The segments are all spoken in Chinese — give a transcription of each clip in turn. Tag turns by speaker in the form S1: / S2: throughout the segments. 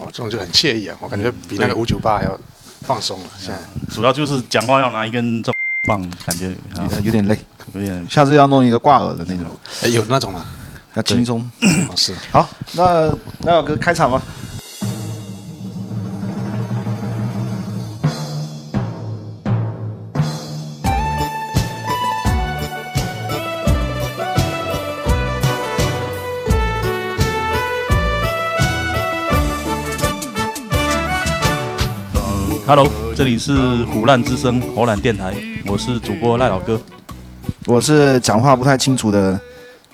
S1: 哦，这种就很惬意啊，我感觉比那个五九八还要放松了。现在
S2: 主要就是讲话要拿一根这棒，感觉啊
S3: 有点累，
S2: 有点
S3: 下次要弄一个挂耳的那种，
S1: 哎有那种吗？
S3: 要轻松。
S1: 哦是。
S3: 好，那那老哥开场吧。
S2: Hello，这里是虎烂之声侯懒电台，我是主播赖老哥。
S3: 我是讲话不太清楚的，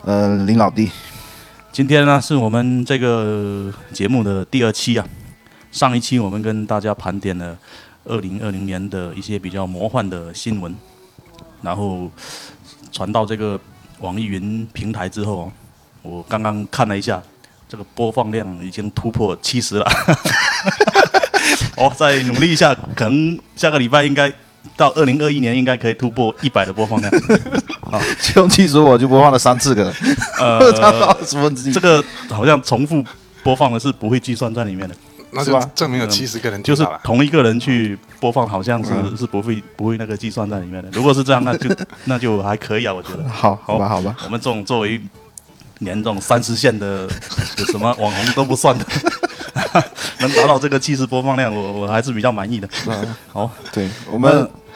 S3: 呃，林老弟。
S2: 今天呢，是我们这个节目的第二期啊。上一期我们跟大家盘点了二零二零年的一些比较魔幻的新闻，然后传到这个网易云平台之后、哦，我刚刚看了一下，这个播放量已经突破七十了。 哦，再努力一下，可能下个礼拜应该到二零二一年应该可以突破一百的播放量。
S3: 这种技术我就播放了三次歌，
S2: 呃，
S3: 唱到二十分之一。
S2: 这个好像重复播放的是不会计算在里面的，
S1: 那
S3: 是
S1: 就
S3: 吧
S1: 证明有七十个人
S2: 就
S1: 听
S2: 是
S1: 到了，嗯
S2: 同一个人去播放，好像是、是不会不会那个计算在里面的。如果是这样，那就那就还可以啊，我觉得。
S3: 好，好吧，好吧。
S2: 我们这种作为连这种三四线的有什么网红都不算的， 能达到这个七十播放量，我我还是比较满意的。
S1: 嗯
S2: 好，
S3: 对我们，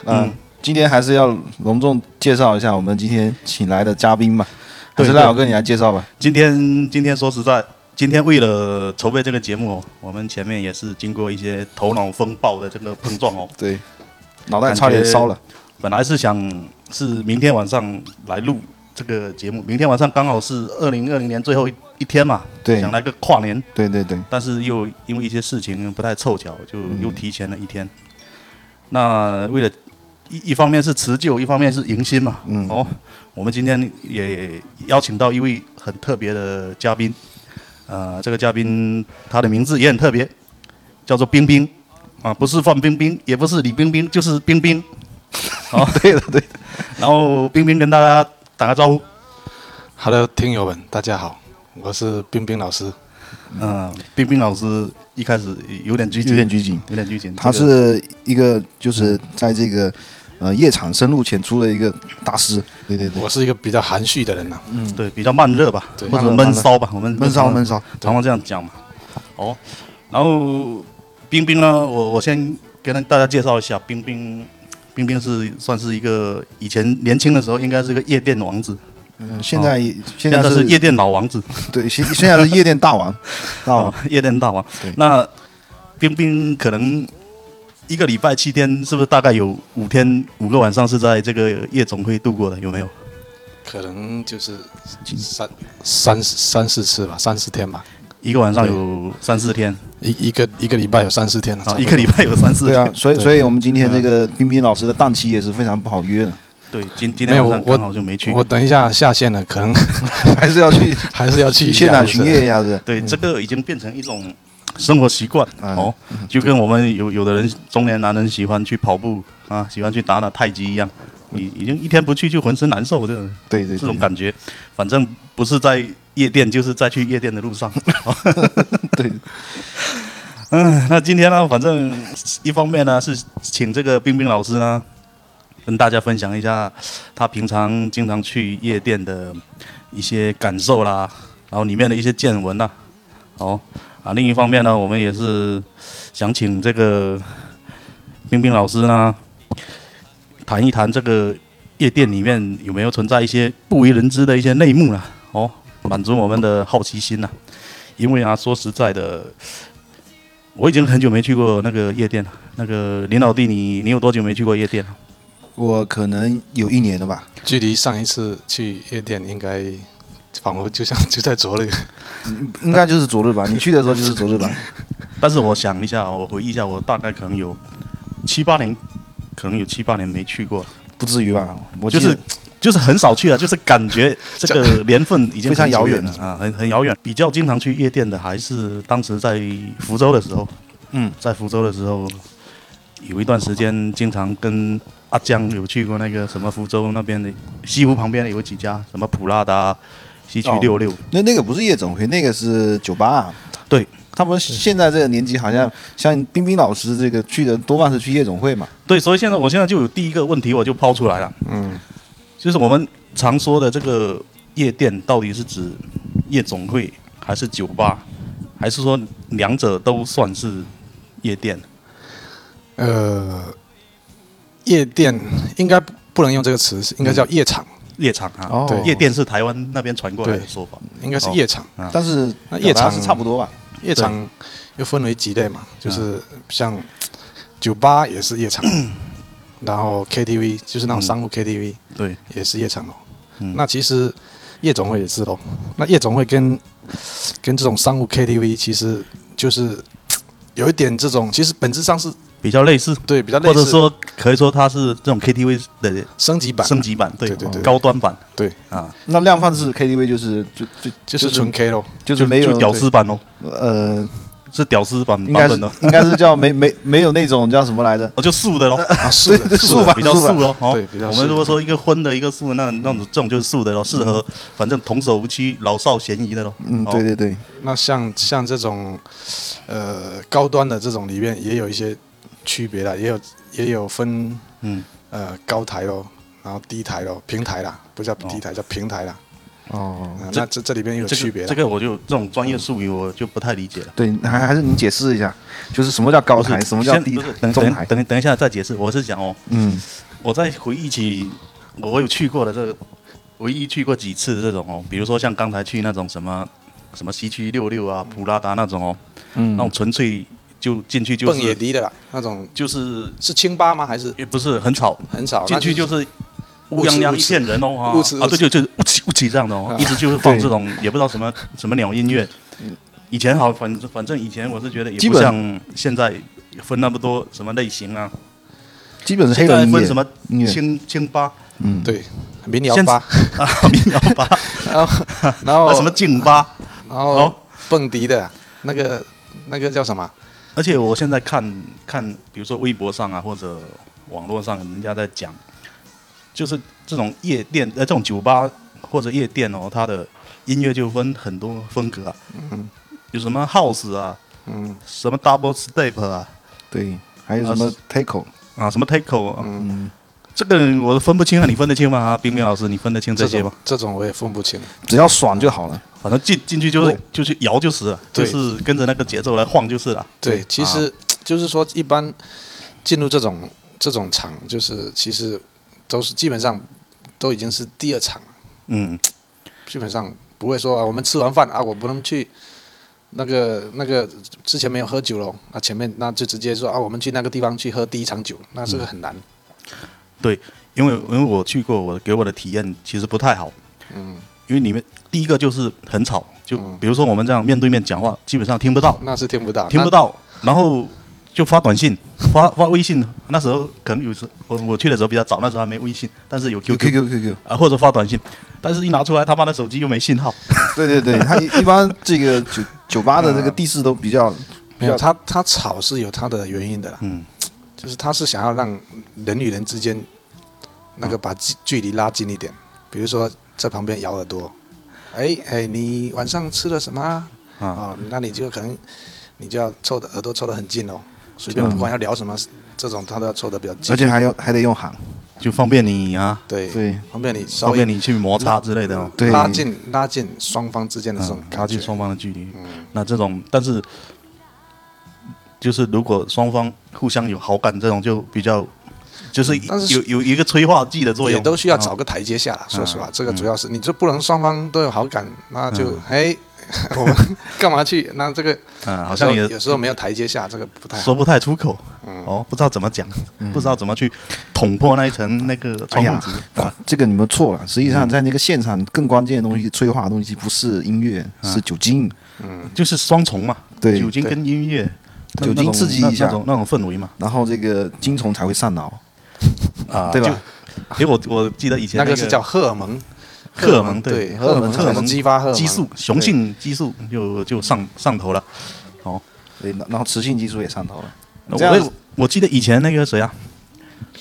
S2: 嗯
S3: 嗯、今天还是要隆重介绍一下我们今天请来的嘉宾吧。还
S2: 对
S3: 是赖老哥你来介绍吧。
S2: 今天今天说实在，今天为了筹备这个节目哦，我们前面也是经过一些头脑风暴的这个碰撞哦。
S3: 对，脑袋差点烧了。
S2: 本来是想是明天晚上来录这个节目，明天晚上刚好是二零二零年最后一一天嘛，
S3: 对
S2: 想来个跨年，
S3: 对对对，
S2: 但是又因为一些事情不太凑巧，就又提前了一
S3: 嗯
S2: 天。那为了一一方面是辞旧，一方面是迎新嘛，嗯，哦，我们今天也邀请到一位很特别的嘉宾，呃，这个嘉宾他的名字也很特别，叫做冰冰，啊，不是范冰冰，也不是李冰冰，就是冰冰。 哦，
S3: 对的对的。
S2: 然后冰冰跟大家打个招呼。
S1: Hello，听友们，大家好，我是冰冰老师。
S2: 嗯，冰冰老师一开始有点拘谨，
S3: 有点拘谨
S2: 有点拘谨。
S3: 他
S2: 这个
S3: 是一个就是在这个呃夜场深入浅出的一个大师。对对对，
S1: 我是一个比较含蓄的人呐、
S2: 对比较慢热吧，
S1: 对
S2: 或者
S3: 慢热
S2: 闷骚吧，我们
S3: 闷骚闷骚，
S2: 常常这样讲嘛。哦，然后冰冰呢，我我先跟大家介绍一下，冰冰，冰冰是算是一个以前年轻的时候应该是个夜店王子，
S3: 嗯现在现
S2: 现
S3: 在
S2: 在
S3: 是
S2: 是夜店老王子，
S3: 对现现在是夜店大王， 啊大王
S2: 哦， 夜店大王
S3: 对。
S2: 那冰冰可能一个礼拜七天，是不是大概有五天五个晚上是在这个夜总会度过的？有没有？
S1: 可能就是三三三四次吧，三四天吧，
S2: 一个晚上有三四天
S1: 一一个一个礼拜有三四天了、
S2: 啊，一个礼拜有三四
S3: 对
S2: 天
S3: 啊，。所以所以我们今天这个冰冰老师的档期也是非常不好约的，
S2: 对，今今
S1: 没
S2: 天
S1: 有
S2: 晚
S1: 我
S2: 上刚好就没去。
S1: 我等一下下线了，可能
S3: 还是要 去
S1: 还是要去一下
S3: 现场
S1: 就是
S3: 巡夜一下子。
S2: 对，这个已经变成一种生活习惯、
S3: 嗯
S2: 哦，就跟我们有有的人中年男人喜欢去跑步啊，喜欢去打打太极一样，你已经一天不去就浑身难受这种
S3: 对对
S2: 这种
S3: 对
S2: 感觉，反正不是在夜店，就是在去夜店的路上。
S3: 对，
S2: 嗯，那今天呢，反正一方面呢是请这个冰冰老师呢，跟大家分享一下他平常经常去夜店的一些感受啦，然后里面的一些见闻啦。哦，啊，另一方面呢，我们也是想请这个冰冰老师呢，谈一谈这个夜店里面有没有存在一些不为人知的一些内幕啦。哦，满足我们的好奇心呐、啊因为啊，说实在的，我已经很久没去过那个夜店了。那个林老弟你，你有多久没去过夜店了？
S3: 我可能有一年了吧，
S1: 距离上一次去夜店应该仿佛就像就在昨日。
S3: 应该就是昨日吧。你去的时候就是昨日吧。
S2: 但是我想一下，我回忆一下，我大概可能有七八年，可能有七八年没去过了，
S3: 不至于吧？我
S2: 就
S3: 记得
S2: 是就是很少去了，啊就是感 觉这个年份已经
S3: 非常
S2: 很久
S3: 遥
S2: 远
S3: 远
S2: 了啊，很很遥远。比较经常去夜店的还是当时在福州的时候，
S3: 嗯，
S2: 在福州的时候有一段时间经常跟。阿江有去过那个什么福州那边的西湖旁边的有几家什么普拉达、西区
S3: 哦
S2: 六六，
S3: 那那个不是夜总会，那个是酒吧啊、
S2: 对，
S3: 他们现在这个年纪，
S2: 嗯
S3: 好像像冰冰老师这个去的多半是去夜总会嘛。
S2: 对，所以现在我现在就有第一个问题，我就抛出来了，
S3: 嗯，
S2: 就是我们常说的这个夜店，到底是指夜总会还是酒吧，还是说两者都算是夜店？
S1: 呃，夜店应该不不能用这个词，是应该叫夜场，
S2: 夜场啊，
S3: 哦
S2: 对，夜店是台湾那边传过来的
S1: 对
S2: 说法。
S1: 应该是夜场。
S2: 啊
S3: 但是
S1: 那夜场
S3: 表达是差不多吧？
S2: 嗯
S1: 夜场又分为几类嘛，就是像酒吧也是夜场，
S2: 嗯
S1: 然后 KTV 就是那种商务 KTV，、
S2: 对，
S1: 也是夜场楼。哦
S2: 嗯
S1: 那其实夜总会也是咯。那夜总会跟跟这种商务 KTV 其实就是有一点这种，其实本质上是
S2: 比较类似，
S1: 对比较类
S2: 或
S1: 似
S2: 者说可以说它是这种 KTV 的
S1: 升级版，
S2: 升级版，对
S1: 对对对
S2: 高端版
S1: 对，
S2: 啊，
S3: 那量贩式 KTV 就是就就
S1: 就是纯 K 咯。
S3: 就是没有
S2: 就屌丝版哦，
S3: 呃，
S2: 是屌丝版
S3: 应
S2: 版
S3: 该
S2: 本
S3: 是
S2: 哦，
S3: 应该是叫没没没有那种叫什么来着？
S2: 哦就素的咯，
S1: 啊，是的，是
S3: 素
S1: 的
S3: 吧
S2: 比较素咯，哦
S1: 对比较素
S2: 我们如果说一个荤的，一个素的，那那种这种就是素的咯，适合反正童叟无欺、老少咸宜的咯。
S3: 嗯，
S2: 哦
S3: 对对对，
S1: 那像像这种呃高端的这种里面也有一些区别啦，也有也有分
S2: 嗯，
S1: 呃高台咯，然后低台咯，平台啦，不叫低台，叫平台啦。
S3: 哦，
S1: 啊
S2: 哦这
S1: 那这这里边有
S2: 这
S1: 区
S2: 个
S1: 别啦
S2: 这。个我就这种专业术语我就不太理解了。
S3: 对，还还是你解释一下，就是什么叫高台，什么叫
S2: 先
S3: 低
S2: 不是
S3: 台、
S2: 等
S3: 中
S2: 等
S3: 台？
S2: 等等一下再解释，我是讲哦，
S3: 嗯，
S2: 我再回忆起我有去过的这个，唯一去过几次这种哦，比如说像刚才去那种什么什么西区六六啊、普拉达那种哦，
S3: 嗯
S2: 那种纯粹就进去就
S1: 蹦野
S2: 是
S1: 迪的啦，那种
S2: 就是
S1: 是清吧吗？还是
S2: 也不是很吵，
S1: 很少
S2: 进去
S1: 那
S2: 就是乌泱泱一片人哦啊
S1: 物质物质
S2: 啊，对，就就是乌起乌起这样的哦，
S1: 啊
S2: 一直就是放这种也不知道什么什么鸟音乐。以前好，反正反正以前我是觉得也
S3: 嗯基
S2: 不
S3: 本
S2: 像现在分那么多什么类型啊，
S3: 基本是黑
S2: 现在
S3: 人音
S2: 分
S3: 乐
S2: 什么
S3: 音乐，
S2: 清清吧
S3: 嗯，
S1: 对民谣
S2: 现
S1: 吧，
S2: 啊民谣吧，
S1: 然后然后
S3: 哦
S2: 啊什么劲吧，
S1: 然
S2: 哦
S1: 后蹦迪的那个那个叫什么？
S2: 而且我现在看看，比如说微博上啊，或者网络上，人家在讲，就是这种夜店呃，这种酒吧或者夜店哦，它的音乐就分很多风格啊，
S1: 嗯
S2: 有什么 house 啊，
S1: 嗯，
S2: 什么 double step 啊，
S3: 对，还有什么 taco？
S2: 啊，什么 taco 啊，
S3: 嗯，
S2: 这个我分不清啊，你分得清吗？啊，冰冰老师，你分得清这些
S1: 种
S2: 吗？
S1: 这种我也分不清。
S3: 只要爽就好了。
S2: 反正进进去就是
S1: 我
S2: 就是摇就是了，就
S1: 对
S2: 是跟着那个节奏来晃就是了。啊
S1: 对，其实就是说，一般进入这种这种场，就是其实都是基本上都已经是第二场了，
S2: 嗯，
S1: 基本上不会说啊，我们吃完饭啊，我不能去。那个那个之前没有喝酒咯，啊，前面那就直接说啊，我们去那个地方去喝第一场酒，那
S2: 嗯
S1: 这个很难。
S2: 因为因为我去过，我给我的体验其实不太好。
S1: 嗯，
S2: 因为你们第一个就是很吵，就
S1: 嗯
S2: 比如说我们这样面对面讲话，基本上听不到，
S1: 那是听不到，
S2: 听不到，然后就发短信、发发微信。那时候可能有时我我去的时候比较早，那时候还没微信，但是有 QQ
S3: QQ QQ，
S2: 啊，或者发短信，但是一拿出来他妈的手机又没信号。
S3: 对对对，他一一般这个酒酒吧的这个地势都比较
S1: 嗯没有，他他吵是有他的原因的啦，
S2: 嗯，
S1: 就是他是想要让人与人之间那个把距距离拉近一点，比如说在旁边咬耳朵，哎哎，你晚上吃了什么啊？
S2: 啊
S1: 哦，那你就可能你就要凑的耳朵凑得很近哦，随便
S3: 嗯
S1: 不管要聊什么，这种他都要凑得比较近
S3: 而，且还要还得用喊，
S2: 就方便你啊，
S1: 对，
S3: 对
S1: 方便你稍
S2: 方
S1: 微
S2: 便你去摩擦之类的、哦。
S3: 对
S1: 拉近拉近双方之间的这种
S2: 嗯，
S1: 感
S2: 拉近
S1: 觉，
S2: 双方的距离。
S1: 嗯
S2: 那这种，但是就是如果双方互相有好感，这种就比较就是
S1: 嗯但是
S2: 有有一个催化剂的作
S1: 也
S2: 用，
S1: 都需要
S2: 啊
S1: 找个台阶下啦。说实话，这个
S2: 嗯
S1: 主要是你这不能双方都有好感，那就 哎，我们 干嘛去？那这个
S2: 嗯，好像也
S1: 有时哎嗯候没有台阶下，这个不太好。
S2: 说不太出口，哦，不知道怎么讲，不知道怎么去捅破那一层那个啊
S3: 哎
S2: 窗户
S3: 呀
S2: 纸。，
S3: 这个你们错了。实际上，在那个现场更关键的东西，催化的东西不是音乐，
S1: 嗯
S3: 是酒精。
S2: 就是双重嘛，
S3: 对
S2: 酒精跟音乐，
S3: 酒精
S2: 那种
S3: 刺激
S2: 那
S3: 一下
S2: 那种那种氛围嘛，
S3: 然后这个精虫才会上脑，
S2: 啊，
S3: 对吧？
S2: 就？因为我我记得以前
S1: 那个
S2: 个
S1: 是叫荷尔蒙，
S2: 荷尔蒙，
S1: 对，
S2: 荷尔蒙，
S1: 才
S2: 荷尔
S1: 能
S2: 蒙
S1: 激发荷尔蒙
S2: 激素，雄性激素就就上上头了。
S3: 对，然然后雌性激素也上头了。
S2: 我
S3: 这样
S2: 也我记得以前那个谁啊，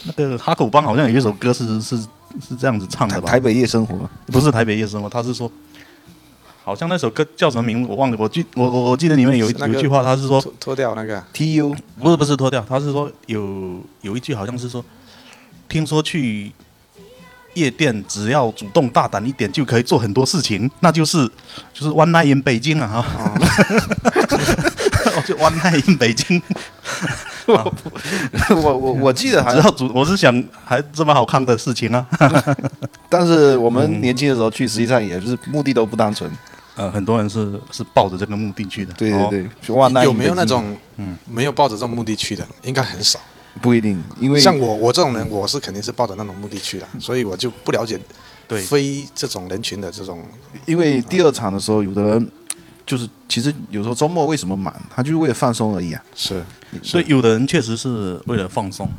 S2: 那个哈口帮好像有一首歌是是是这样子唱
S3: 台
S2: 的吧？
S3: 台北夜生活，
S2: 不是台北夜生活，他是说好像那首歌叫什么名字我忘了，我记我我我记得里面有一
S1: 是那个
S2: 有一句话，他是说
S1: 脱脱掉那个啊
S3: T U
S2: 不是不是脱掉，他是说有有一句好像是说，听说去夜店只要主动大胆一点就可以做很多事情，那就是就是 one night in 北京啊哈，
S3: 哦
S2: 就 one night in 北京，
S3: 我我我 记得还
S2: 只要主我是想还这么好看的事情 啊，
S3: 但是我
S1: 嗯
S3: 们年轻的时候去，实际上也就是目的都不单纯。
S2: 呃，很多人是是抱着这个目的去的，
S3: 对
S2: 哦
S3: 对对，就哇，那
S1: 有没有
S3: 一辈
S1: 那
S3: 子
S1: 种
S2: 嗯
S1: 没有抱着这种目的去的？应该很少。
S3: 不一定？因为
S1: 像我我这种人，我是肯定是抱着那种目的去的，所以我就不了解
S2: 嗯对
S1: 非这种人群的这种
S3: 因为第二场的时候，有的人就是其实有时候周末为什么满，他就是为了放松而已啊。
S1: 是
S2: 所以有的人确实是为了放松，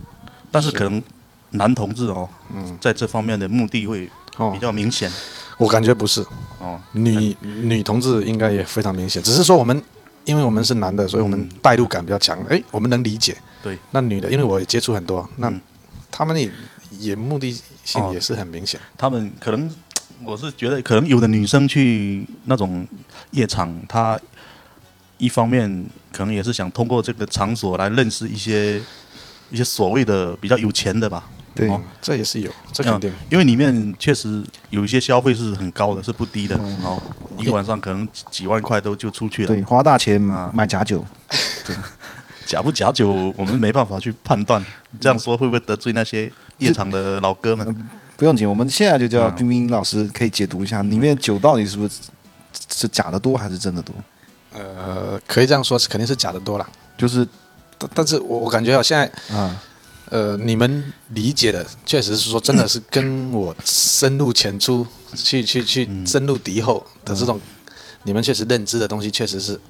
S2: 但是可能男同志哦，
S3: 嗯
S2: 在这方面的目的会
S1: 哦
S2: 比，较明显
S1: 我感觉不是
S2: 哦。
S1: 女女同志应该也非常明显，只是说我们因为我们是男的，所以我们代入感比较强，哎，我们能理解。
S2: 嗯对，嗯
S1: 那女的，因为我也接触很多，那他们也也目的性
S2: 哦
S1: 也是很明显，
S2: 他们可能，我是觉得可能有的女生去那种夜场，她一方面可能也是想通过这个场所来认识一些一些所谓的比较有钱的吧，
S3: 对
S2: 哦
S1: 这也是有，这肯定
S2: 嗯。因为里面确实有一些消费是很高的，是不低的，哦，一个晚上可能几几万块都就出去了，
S3: 对，花大钱
S2: 啊
S3: 买假酒，
S2: 假不假酒我们没办法去判断，这样说会不会得罪那些夜场的老哥们？
S3: 不用紧，我们现在就叫冰冰老师可以解读一下里面酒到底是不是是假的多还是真的多？
S1: 呃，可以这样说，是肯定是假的多了。
S3: 就是
S1: 但但是我我感觉好现在
S3: 啊，
S1: 呃，你们理解的确实是说，真的是跟我深入浅出去去
S2: 嗯
S1: 去深入敌后的这种，你们确实认知的东西，确实是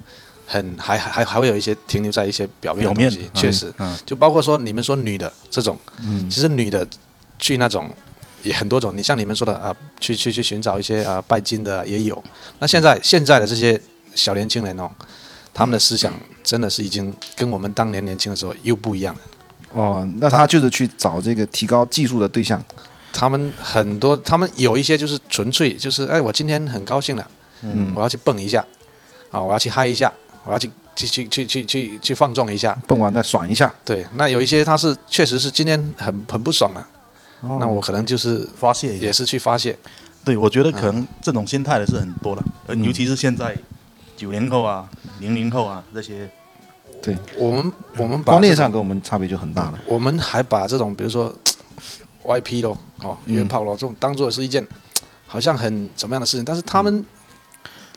S1: 很还还还还会有一些停留在一些表面的
S2: 表面
S1: 东西
S2: 嗯，
S1: 确实，
S2: 嗯
S1: 就包括说你们说女的这种，其实女的去那种。也很多种，你像你们说的啊、去去去寻找一些啊、拜金的也有。那现在现在的这些小年轻人哦，他们的思想真的是已经跟我们当年年轻的时候又不一样了。
S3: 哦，那他就是去找这个提高技术的对象。
S1: 他们很多，他们有一些就是纯粹就是，哎，我今天很高兴了，嗯，我要去蹦一下，啊，我要去嗨一下，我要去去去去去去去放纵一下。
S3: 蹦完再爽一下，
S1: 对，那有一些他是确实是今天很很不爽了、那我可能就是
S2: 发泄一下嗯
S1: 也。是去发泄，
S2: 对，我觉得可能这种心态的是很多了，呃尤其是现在九零后啊、零零后啊这些，
S1: 我们我们把
S3: 观念上跟我们差别就很大了。
S1: 我们还把这种比如说 YP 咯，哦，约炮咯，这种当做是一件好像很怎么样的事情，但是他们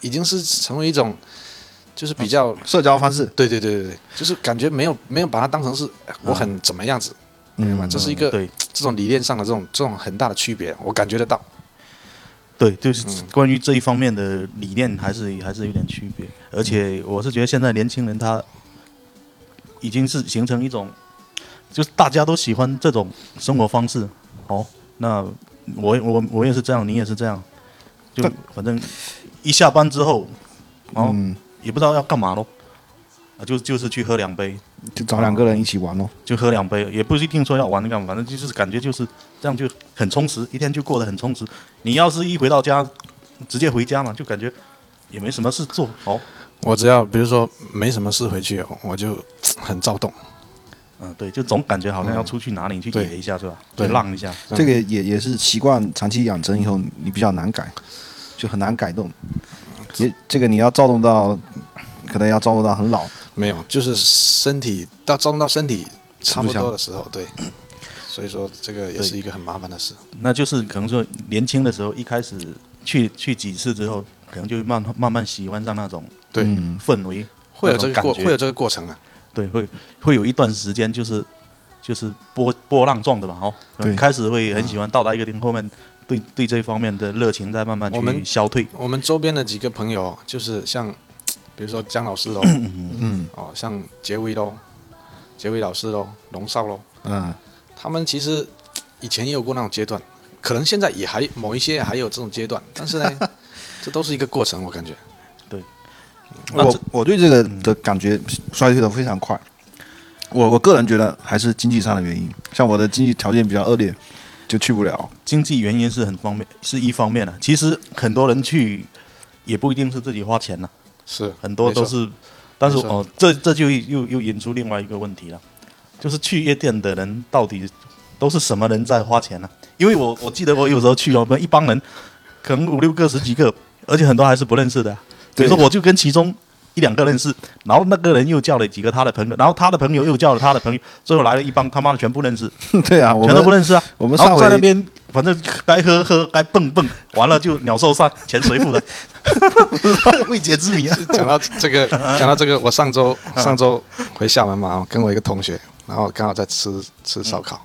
S1: 已经是成为一种就是比较
S3: 社交方式，
S1: 对对对对对，就是感觉没有没有把它当成是哎我很怎么样子，
S3: 嗯
S1: 明白吗？这是一个
S2: 对
S1: 这种理念上的这种这种很大的区别，我感觉得到。
S2: 对，就是关于这一方面的理念还是还是有点区别。而且我是觉得现在年轻人他已经是形成一种，就是大家都喜欢这种生活方式。哦，那我我我也是这样，你也是这样，就反正一下班之后，哦，
S3: 嗯
S2: 也不知道要干嘛咯，啊，就就是去喝两杯，
S3: 就找两个人一起玩咯。
S2: 就喝两杯，也不一定说要玩干嘛，反正就是感觉就是这样就很充实，一天就过得很充实。你要是一回到家，直接回家嘛，就感觉也没什么事做，哦，
S1: 我只要比如说没什么事回去，我就很躁动。
S2: 嗯，对，就总感觉好像要出去哪里去
S1: 对
S2: 野一下是吧？
S1: 对
S2: 去浪一下，
S3: 这个也也是习惯长期养成以后，你比较难改，就很难改动。也这个你要躁动到，可能要躁动到很老。
S1: 没有，就是身体到照顾到身体差不
S3: 吃不消
S1: 多的时候，对。所以说这个也是一个很麻烦的事。
S2: 那就是可能说年轻的时候一开始去去几次之后，可能就慢慢慢喜欢上那种
S1: 对，
S3: 嗯
S2: 氛围，
S1: 会有这
S2: 那
S1: 个
S2: 种
S1: 过，
S2: 感
S1: 会
S2: 觉
S1: 有这个过程啊。
S2: 对，会会有一段时间就是就是波波浪状的吧，哦，
S3: 对
S2: 开始会很喜欢到达一个地方，后面对对这方面的热情在慢慢
S1: 我们
S2: 去消退。
S1: 我们周边的几个朋友，就是像比如说姜老师喽，嗯，哦，像杰威喽，杰威老师喽，龙少喽，
S3: 嗯，
S1: 他们其实以前也有过那种阶段，可能现在也还某一些还有这种阶段，但是 呢，这都是一个过程，我感觉。
S2: 那
S3: 我
S2: 啊这嗯
S3: 我对这个的感觉衰退的非常快。我我个人觉得还是经济上的原因，像我的经济条件比较恶劣，就去不了。
S2: 啊经济原因是很方面，是一方面的、其实很多人去也不一定是自己花钱啊呐、
S1: 是
S2: 很多都是，但是
S1: 没错
S2: 哦，这这就又又引出另外一个问题了，就是去夜店的人到底都是什么人在花钱呢、因为我我记得我有时候去哦，我们一帮人可能五六个、十几个，而且很多还是不认识的啊、比如说
S3: 对
S2: 我就跟其中一两个认识，然后那个人又叫了几个他的朋友，然后他的朋友又叫了他的朋友，最后来了一帮他妈的全部认识，
S3: 对啊，我
S2: 全都不
S3: 们
S2: 认识啊。
S3: 我们
S2: 然
S3: 上
S2: 后
S3: 回
S2: 在那边，反正该喝喝，该蹦蹦，完了就鸟兽散，钱谁 付的？未解之谜啊！
S1: 讲到这个，讲到这个，我上周上周回厦门嘛，跟我一个同学，然后刚好在吃吃烧烤，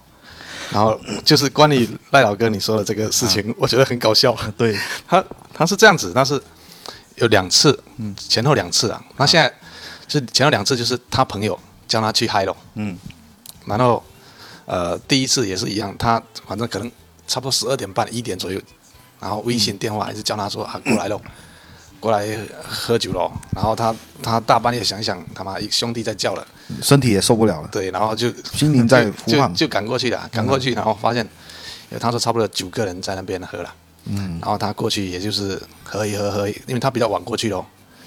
S1: 然后就是关于赖老哥你说的这个事情，我觉得很搞笑。
S2: 对，
S1: 他他是这样子，但是有两次，嗯，前后两次啊。那现在就是前后两次，就是他朋友叫他去嗨喽，
S2: 嗯，
S1: 然后呃，第一次也是一样，他反正可能差不多十二点半一点左右，然后微信电话还是叫他说啊过来喽，过来喝酒喽。然后他他大半夜想一想，他妈一兄弟在叫了，
S3: 身体也受不了了，
S1: 对，然后就
S3: 心灵在
S1: 就
S3: 呼喊嗯
S1: 就就赶过去了，赶过去，然后发现，有他说差不多九个人在那边喝了，嗯，然后他过去也就是喝一喝喝一，因为他比较晚过去咯，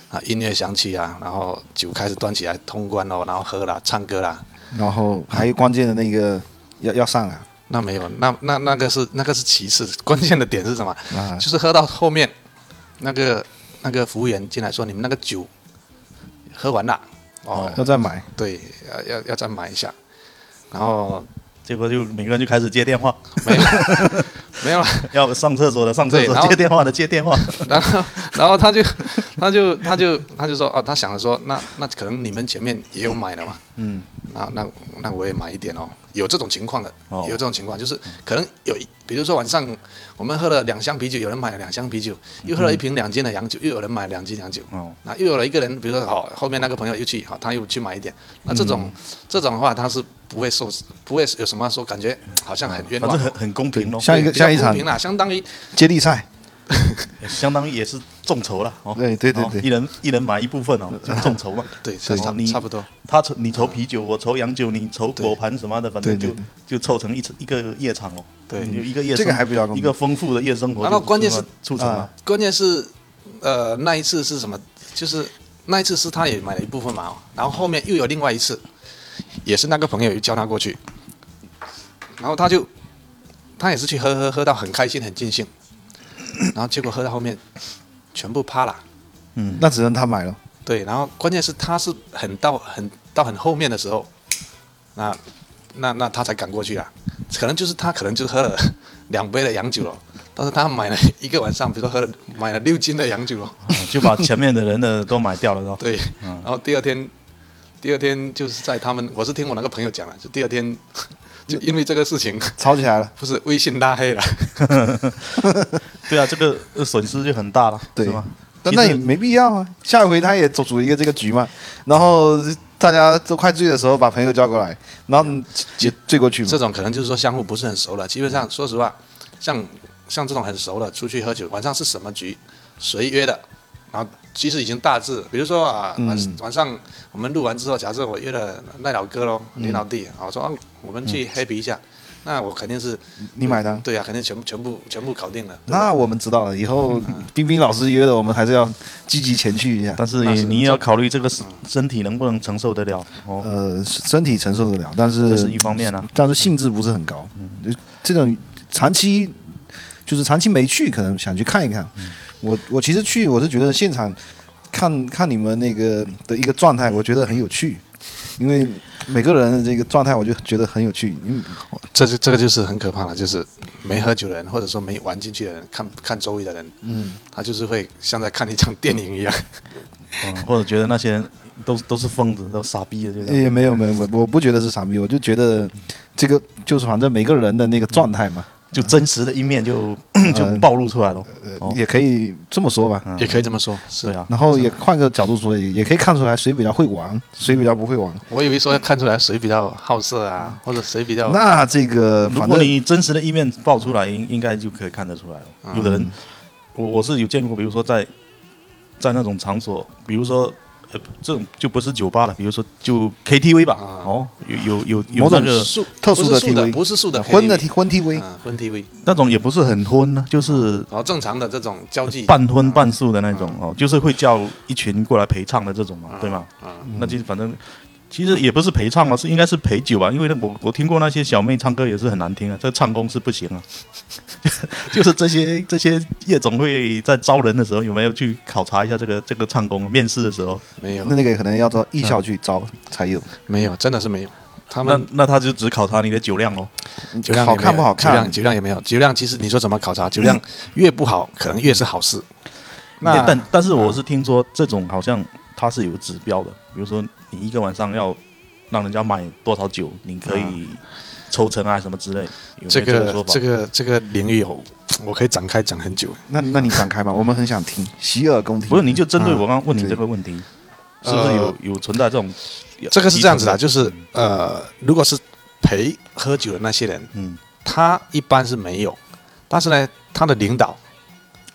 S1: 啊，音乐响起啊，然后酒开始端起来通关咯，然后喝了唱歌啦，
S3: 然后
S2: 嗯
S3: 还有关键的那个要要上啊，
S1: 那没有，那那那个是那个是其次，关键的点是什么？
S3: 啊
S1: 就是喝到后面，那个那个服务员进来说你们那个酒喝完了，哦，
S3: 要再买，
S1: 对，要要要再买一下，然后
S2: 结果就每个人就开始接电话，
S1: 没有没有了。
S2: 要上厕所的上厕
S1: 对
S2: 所
S1: 然，后
S2: 接电话的接电话。
S1: 然后，然后他就，他就，他就，他就说，哦，他想着说，那那可能你们前面也有买的嘛，
S2: 嗯，
S1: 那那那我也买一点哦，有这种情况的，
S2: 哦
S1: 有这种情况，就是可能有一，比如说晚上我们喝了两箱啤酒，有人买了两箱啤酒，又喝了一瓶两斤的洋酒，又有人买两斤洋酒，
S2: 哦，
S1: 那又有了一个人，比如说好，后面那个朋友又去，好，他又去买一点，那这
S2: 嗯
S1: 种、这种的话，他是不会受，不会有什么说感觉好像很冤
S2: 哦反
S1: 枉哦
S2: 正，很很公平咯，
S3: 像一个
S1: 比较
S3: 像一场
S1: 公平啦，相当于
S3: 接力赛，
S2: 相当于也是众筹了。哦，
S3: 对对对
S2: 哦
S3: 对
S2: 一人一人买一部分哦，就众 筹嘛。
S1: 对，差
S2: 哦你
S1: 差不多。
S2: 他筹你筹啤酒，我筹洋酒，你筹果盘什么的，反正
S3: 对
S2: 就
S3: 对
S2: 就凑成一层一个夜场哦。
S1: 对
S2: 就一个夜
S3: 这个
S2: 生
S3: 还比较公
S2: 一
S3: 平
S2: 个丰富的夜生活就。
S1: 然后关键是
S2: 促成了
S3: 啊
S1: 关键是，呃，那一次是什么？就是那一次是他也买了一部分嘛，然后后面又有另外一次，也是那个朋友又叫他过去，然后他就他也是去喝喝喝到很开心很尽兴，然后结果喝到后面全部趴了。
S3: 那只能他买了，
S1: 对，然后关键是他是很到很到很后面的时候，那那那他才赶过去啊，可能就是他可能就是喝了 两杯的洋酒了，但是他买了一个晚上，比如说喝了买了六斤的洋酒了，
S2: 嗯就把前面的人的都买掉了，是吧？
S1: 对，然后第二天第二天就是在他们，我是听我那个朋友讲了，就第二天 就因为这个事情，
S3: 吵起来了，
S1: 不是微信拉黑了，
S2: 对啊，这个呃损失就很大了，
S3: 对
S2: 是吗？
S3: 但
S2: 其
S3: 那
S2: 实
S3: 也没必要啊，下一回他也组组一个这个局嘛，然后大家都快醉的时候把朋友叫过来，然
S2: 嗯
S3: 后也醉过去嘛
S1: 这，种可能就是说相互不是很熟了，基本上说实话，像像这种很熟的出去喝酒，晚上是什么局，谁约的，然后其实已经大致，比如说啊，晚、晚上我们录完之后，假设我约了赖老哥喽，林老弟，啊，我说、啊、我们去 happy 一下，那我肯定是
S3: 你买单。
S1: 对啊，肯定全部全部全部搞定了。
S3: 那我们知道了，以后
S2: 嗯
S3: 冰冰老师约了，我们还是要积极前去一下。
S2: 但是
S1: 那
S2: 也
S1: 是
S2: 你也要考虑这个身身体能不能承受得了哦，
S3: 呃，身体承受得了，但
S2: 这
S3: 是
S2: 是一方面啊。
S3: 但是兴致不是很高。嗯，这种长期就是长期没去，可能想去看一看。
S2: 嗯
S3: 我我其实去，我是觉得现场看看你们那个的一个状态，我觉得很有趣，因为每个人的这个状态，我就觉得很有趣。因为
S2: 嗯
S1: 这就这个就是很可怕的，就是没喝酒的人，或者说没玩进去的人，看看周围的人，嗯，他就是会像在看一场电影一样。
S2: 嗯，或者觉得那些人都都是疯子，都傻逼的，就这样
S3: 也没有没有，我我不觉得是傻逼，我就觉得这个就是反正每个人的那个状态嘛，
S2: 就真实的一面就 就暴露出来了。哦，嗯
S3: 也可以这么说吧。
S1: 也可以这么说，是
S2: 对啊，
S3: 然后也换个角度说，也也可以看出来谁比较会玩，谁比较不会玩。
S1: 我以为说要看出来谁比较好色啊，或者谁比较……
S3: 嗯那这个
S2: 哦如
S3: 反
S2: 果
S3: 正
S2: 你真实的一面爆出来，应应该就可以看得出来了。有的人，我我是有见过，比如说在在那种场所，比如说呃，这种就不是酒吧了，比如说就 KTV 吧，
S3: 哦，
S2: 有有有有
S3: 某
S2: 那
S3: 种
S2: 个
S1: 素
S3: 特殊
S1: 呃不
S3: 的
S1: 是素的
S3: TV，
S1: 不是素的
S3: 荤的
S1: KTV
S3: 荤 TV，
S2: 嗯
S1: 啊，婚 TV，
S2: 那种也不是很荤呢，就是
S1: 然后哦正常的这种交际
S2: 半荤半素的那种哦，就是会叫一群过来陪唱的这种嘛，对吗？那就是反正其实也不是陪唱啊嘛，是应该是陪酒吧，因为那我我听过那些小妹唱歌也是很难听啊，这唱功是不行啊。 就是这些这些夜总会在招人的时候有没有去考察一下这个这个唱功？面试的时候，
S1: 没有
S3: 那那个可能要到艺校去招才有，
S1: 没有，真的是没有。他
S2: 那
S1: 们
S2: 那他就只考察你的酒量喽。
S1: 酒量也
S3: 好
S1: 没有
S3: 看不好嗯
S1: 酒量
S3: 看？
S1: 酒量也没有，酒量其实你说怎么考察？酒量越不好，可能越是好事。那
S2: 但但是我是听说这种好像它是有指标的，比如说你一个晚上要让人家买多少酒，你可以抽成啊什么之类。
S3: 嗯
S2: 有没有
S1: 这
S2: 个
S1: 个
S2: 说法，
S1: 这个这个领域有，我可以展开讲很久。
S3: 那那你展 开吧，我们很想听洗耳恭听。
S2: 不是你就针对我刚刚问你
S1: 嗯
S3: 对
S2: 这个问题，是不是有、有存在这种？
S1: 呃这个是这样
S3: 嗯
S1: 子的，就是呃，如果是陪喝酒的那些人，
S2: 嗯
S1: 他一般是没有，但是呢，他的领导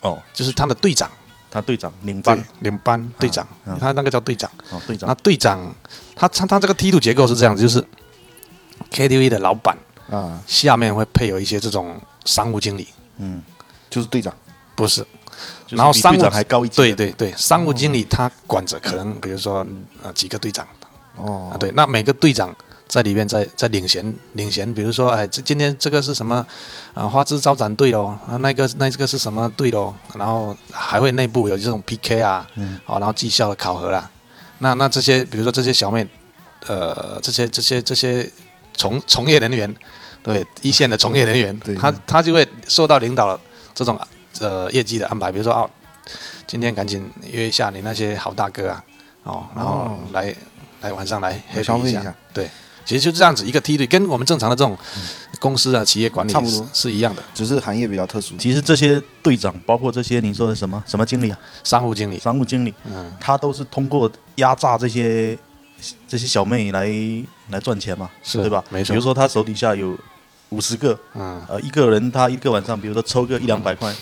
S2: 哦，
S1: 就是他的队长、
S2: 他队长领班
S1: 班领班队长，
S2: 啊
S1: 他那个叫队长。
S2: 哦，队
S1: 那
S2: 长
S1: 队长，他他他这个梯度结构是这样子，就是 KTV 的老板
S3: 啊，
S1: 下面会配有一些这种商务经理，
S2: 嗯，
S3: 就是队长，
S1: 不是
S2: 就是
S1: 然后
S2: 比
S1: 商务
S2: 队长还高一级
S1: 对对对，商务经理他管着可能比如说呃几个队长
S3: 哦
S1: 啊，，对，那每个队长在里面在在领衔领衔，比如说哎，这今天这个是什么啊花枝招展队喽，啊那个那这个是什么队喽，然后还会内部有这种 PK 啊，
S3: 嗯
S1: 哦，然后绩效的考核啦，那那这些比如说这些小妹，呃，这些这些这些从从业人员，对一线的从业人员
S3: 对，
S1: 他他就会受到领导这种呃业绩的安排，比如说哦，今天赶紧约一下你那些好大哥啊，哦，然后
S3: 哦
S1: 来、来晚上来
S3: 来消
S1: happy
S3: 费一
S1: 下
S3: 下，
S1: 对。其实就这样子一个梯队，跟我们正常的这种
S2: 嗯
S1: 公司啊、企业管理
S3: 差不
S1: 是
S3: 多
S1: 是一样的。
S3: 只是行业比较特殊。
S2: 其实这些队长，包括这些你说的什么什么经理啊，
S1: 商务经理，
S2: 商务经理，
S1: 嗯，
S2: 他都是通过压榨这些这些小妹来来赚钱嘛，
S1: 是
S2: 对吧？
S1: 没错
S2: 比如说他手底下有五十个，
S1: 嗯
S2: 呃，一个人他一个晚上，比如说抽个一两百块，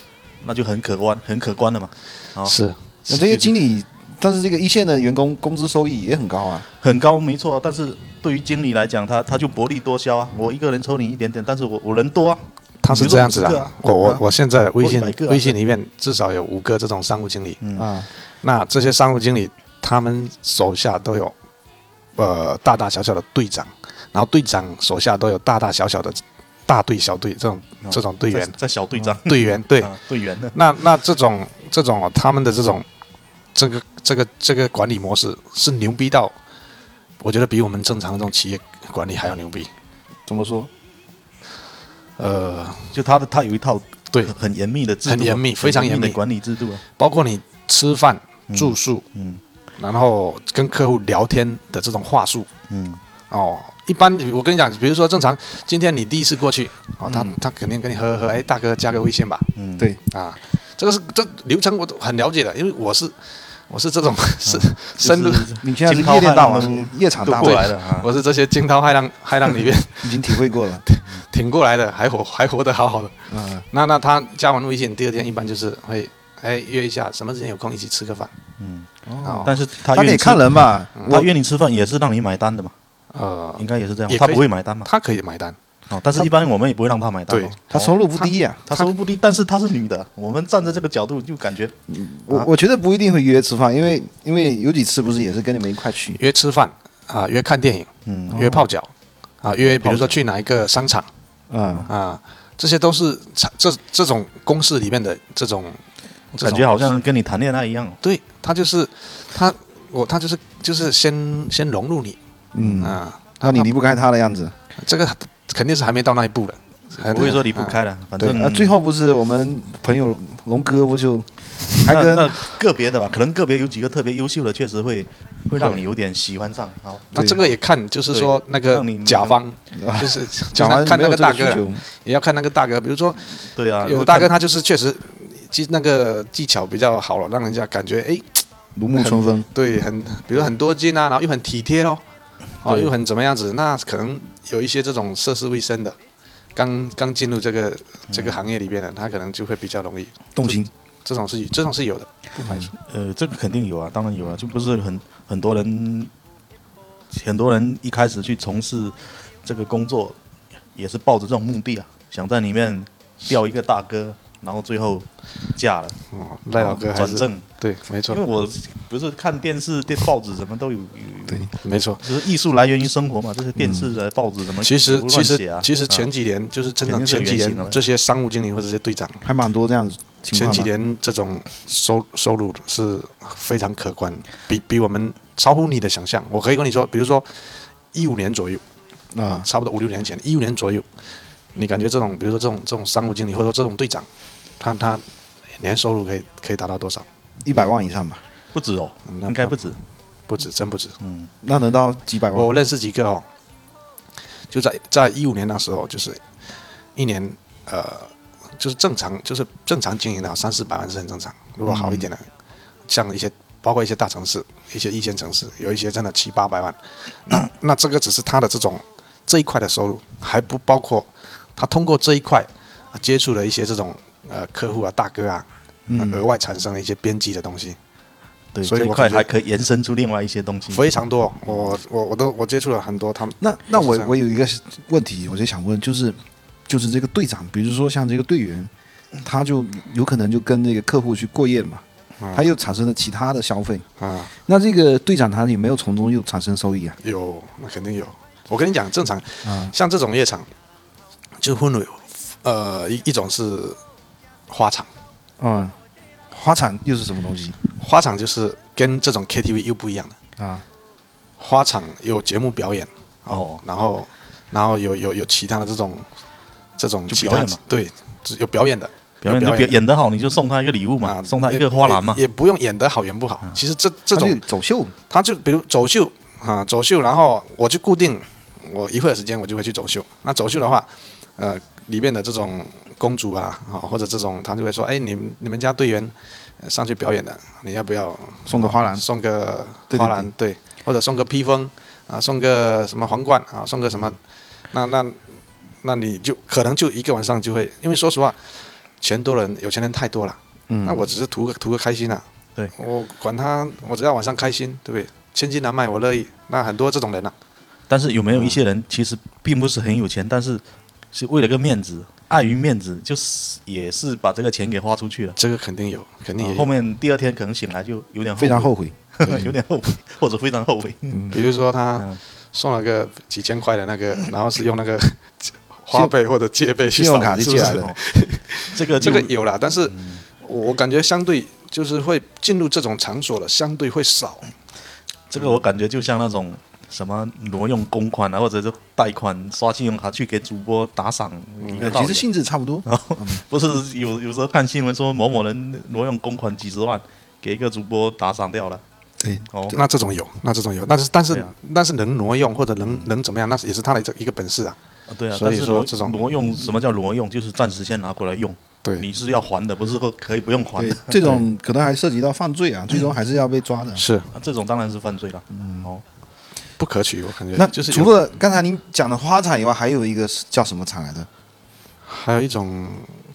S2: 那就很可观，很可观了嘛。啊，
S1: 是
S3: 那这些经理，但是这个一线的员工工资收益也很高啊。
S2: 很高，没错。但是对于经理来讲，他他就薄利多销啊。我一个人抽你一点点，但是我我人多啊。
S1: 他是这样子
S2: 比如说
S1: 的
S2: 50。个
S1: 我
S2: 啊
S1: 我我现在微信
S2: 100个啊嗯
S1: 微信里面至少有五个这种商务经理，
S3: 啊，
S1: 那这些商务经理他们手下都有呃大大小小的队长，然后队长手下都有大大小小的大队、小队这种
S2: 哦
S1: 这种队员
S2: 在，在小队长，
S1: 队员嗯对。
S2: 啊队员呢，
S1: 那那这种这种哦他们的这种这个这个这个管理模式是牛逼到，我觉得比我们正常的这种企业管理还要牛逼。
S3: 怎么说？
S1: 呃，
S2: 就他的他有一套
S1: 对
S2: 很很严密的制度啊，
S1: 很严密非常
S2: 很
S1: 严密
S2: 的管理制度啊。
S1: 包括你吃饭、住宿，
S2: 嗯
S1: 然后跟客户聊天的这种话术，
S2: 嗯，
S1: 哦，一般我跟你讲，比如说正常，今天你第一次过去，哦，
S2: 嗯
S1: 他、他肯定跟你喝喝喝，哎，大哥加个微信吧，
S3: 对，
S1: 啊，这个是这流程我都很了解的，因为我是我是这种
S2: 嗯
S1: 是深入，
S3: 你现在是
S2: 惊涛
S3: 夜店大
S2: 骇浪
S3: 王、夜场
S2: 都
S3: 大
S2: 过
S3: 王，
S2: 来了啊。
S1: 我是这些惊涛骇浪骇浪里面
S3: 已经体会过了。
S1: 挺过来的，还活还活得好好的。
S3: 嗯，
S1: 那那他加完微信，第二天一般就是会哎约一下，什么时间有空一起吃个饭，嗯，哦，
S2: 但是他
S3: 他
S2: 约
S3: 得
S2: 你吃
S3: 看，人吧。
S2: 嗯他
S3: 我
S2: 约你吃饭也是让你买单的嘛，
S1: 呃
S2: 应，该也是这样。
S1: 也
S2: 他
S1: 可以
S2: 不会买单嘛？
S1: 他可以买单，
S2: 哦，但是一般我们也不会让他买单。
S1: 对
S2: 哦
S3: 他收入不低呀，
S2: 他收入不低，但是他是女的，我们站在这个角度就感觉
S1: 啊
S3: 我我觉得不一定会约吃饭，因为因为有几次不是也是跟你们一块去
S1: 约吃饭啊、约看电影，嗯，约泡脚啊、约比如说去哪一个商场。
S3: 啊？
S1: 啊，这些都是常这这种公式里面的这种，这
S2: 感
S1: 种
S2: 觉好像跟你谈恋爱一样哦。
S1: 对他就是他我他就是就是先先融入你
S3: 嗯，
S1: 啊，
S3: 那你离不开他的样子。
S1: 这个肯定是还没到那一步啊的，还
S2: 不会说离不开了，
S1: 哎
S2: 反正
S3: 啊那最后不是我们朋友龙哥不就还
S2: 那
S3: 跟
S2: 那个别的吧，可能个别有几个特别优秀的，确实会会让你有点喜欢上。好，
S1: 那这个也看，就是说那
S2: 对
S1: 个
S2: 让你
S1: 甲 方，就是
S3: 讲完
S1: 就是看
S3: 没有
S1: 那个
S3: 这个
S1: 大
S3: 需
S1: 哥
S3: 求
S1: 啊，也要看那个大哥。比如说
S2: 对啊，
S1: 有大哥，他就是确实技那个技巧比较好了，让人家感觉哎
S3: 如沐春风？
S1: 对，很比如很多金啊，然后又很体贴哦，哦，
S2: 对
S1: 又很怎么样子？那可能有一些这种涉世未深
S2: 嗯
S1: 的，刚刚进入这个这个行业里边的，他可能就会比较容易
S3: 动心，
S1: 这种是这种是有的，不排除。
S2: 呃，这个肯定有啊，当然有啊，就不是很很多人，很多人一开始去从事这个工作，也是抱着这种目的啊，想在里面钓一个大哥，然后最后嫁了，
S1: 哦，赖老哥还
S2: 转
S1: 是
S2: 正。
S1: 对，没错
S2: 因为，我不是看电视、电报纸什么都有，有
S3: 对
S1: 没错。
S2: 就是艺术来源于生活嘛，这是电视啊、报纸什
S1: 嗯
S2: 么，
S1: 其实
S2: 胡
S1: 其
S2: 乱写
S1: 实
S2: 啊，
S1: 其实
S2: 啊
S1: 前几年就是真
S2: 肯
S1: 的
S2: 定是有
S1: 前几
S2: 原型的
S1: 年
S2: 嘛
S1: 这些商务经理或者这些队长，
S3: 还蛮多这样子情
S1: 前
S3: 况
S1: 几
S3: 的。
S1: 年这种收收入是非常可观，比比我们超乎你的想象。我可以跟你说，比如说一五年左右
S3: 啊，
S1: 差不多五六年前，一五年左右，你感觉这种，比如说这种这种商务经理或者说这种队长，他他年收入可以可以达到多少？
S3: 一百万以上吧，
S2: 不止哦，
S1: 嗯那
S2: 应该不止，
S1: 不止，真不止。
S3: 那能到几百万？
S1: 我认识几个哦，就在在一五年那时候，就是一年呃，就是正常就是正常经营的话三四百万是很正常。如果好一点的，像一些包括一些大城市、一些一线城市，有一些真的七八百万。那那这个只是他的这种这一块的收入，还不包括他通过这一块啊接触了一些这种呃客户啊、大哥啊，那额外产生了一些边际的东西。
S2: 对，
S1: 所以
S2: 这一
S1: 我
S2: 块
S1: 感觉
S2: 还可以延伸出另外一些东西。
S1: 非常多，哦我我我都我接触了很多他们。
S3: 那那
S1: 都是
S3: 我
S1: 这样
S3: 我有一个问题，我就想问，就是就是这个队长，比如说像这个队员，他就有可能就跟这个客户去过夜了嘛，他又产生了其他的消费，
S1: 啊，
S3: 那这个队长他有没有从中又产生收益啊？
S1: 有，那肯定有。我跟你讲，正常，
S2: 啊
S1: 像这种夜场，就分为，呃，一一种是花场，啊
S3: 嗯，花产又是什么东西
S1: 花场就是跟这种 KTV 又不一样的。
S3: 啊？
S1: 花场有节目表演，
S2: 哦，
S1: 然后，然后有有有其他的这种这种
S2: 就
S1: 其
S2: 表
S1: 他
S2: 演嘛
S1: 对，有表演的，
S2: 表演
S1: 有
S2: 就
S1: 表
S2: 表
S1: 演
S2: 演得好，你就送他一个礼物嘛，
S1: 啊，
S2: 送他一
S1: 也
S2: 个花篮嘛嗯
S1: 也，也不用演得好演不好。其实这这种
S3: 他就走秀
S1: 他就比如走秀啊，走秀，然后我就固定我一会儿时间我就会去走秀。那走秀的话，呃，里面的这种公主啊，啊或者这种，他就会说，哎，你们你们家队员呃上去表演的，你要不要
S3: 送个花篮，
S1: 送个
S3: 对对对
S1: 花篮？对或者送个披风啊，送个什么皇冠啊，送个什么？那那那你就可能就一个晚上就会，因为说实话，钱多人有钱人太多了。
S3: 嗯
S1: 那我只是图个图个开心啊。
S2: 对，
S1: 我管他，我只要晚上开心，对不对？千金难买我乐意。那很多这种人啊，
S2: 但是有没有一些
S1: 嗯
S2: 人其实并不是很有钱，但是是为了个面子，碍于面子，就是也是把这个钱给花出去了。
S1: 这个肯定有，肯定
S2: 啊
S1: 也
S3: 哦
S1: 有。
S2: 后面第二天可能醒来就有点
S3: 非常
S2: 后
S3: 后悔。
S2: 悔， 有点后悔，或者非常后悔。
S1: 比如说他
S2: 嗯
S1: 送了个几千块的那 个，然后是用那个 花呗或者借呗去
S3: 信用
S1: 扫
S2: 啊
S3: 卡
S1: 是
S3: 去
S1: 不
S3: 借啊
S1: 是
S3: 来的，
S2: 哦这个
S1: 这
S2: 就
S1: 个
S3: 嗯
S1: 有啦，但是我感觉相对就是会进入这种场所的相对会少。
S2: 这个我感觉就像那种什么挪用公款啊，或者是贷款刷信用卡去给主播打赏一个道
S1: 呃
S2: 理
S3: 其实
S2: 啊。
S3: 性质差不多。
S2: 然后不是有有时候看新闻说某某人挪用公款几十万给一个主播打赏掉了，
S3: 对，
S2: 哦，
S1: 那这种有，那这种有，但是但
S2: 对
S1: 是
S2: 啊
S1: 但是能挪用或者能能怎么样，那是也是他的一个一个本事啊。
S2: 啊对啊，
S1: 所以
S2: 但是
S1: 说
S2: 挪
S1: 这种
S2: 挪用，什么叫挪用？就是暂时先拿过来用，
S1: 对，
S2: 你是要还的，不是说可以不用还
S3: 对
S2: 的。，
S3: 这种可能还涉及到犯罪啊，最终还是要被抓的。
S1: 嗯是
S2: 啊这种当然是犯罪了。
S1: 嗯
S2: 哦，
S1: 不可取，我感觉。
S3: 那
S1: 就是有
S3: 除了刚才您讲的花产以外，还有一个是叫什么产来着？
S1: 还有一种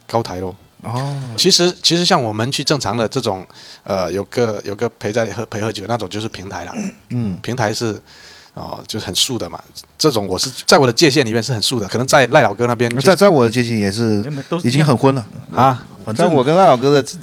S1: 高台咯。
S3: 哦，
S1: 其实其实像我们去正常的这种，呃，有个有个陪在喝陪喝酒那种就是平台了，
S3: 嗯，
S1: 平台是。哦，就是很素的嘛，这种我是在我的界限里面是很素的，可能在赖老哥那边、就是、
S3: 在在我的界限也是
S2: 那么都是
S3: 已经很昏了，
S1: 啊，
S2: 反
S3: 在
S2: 正
S3: 我跟赖老哥的这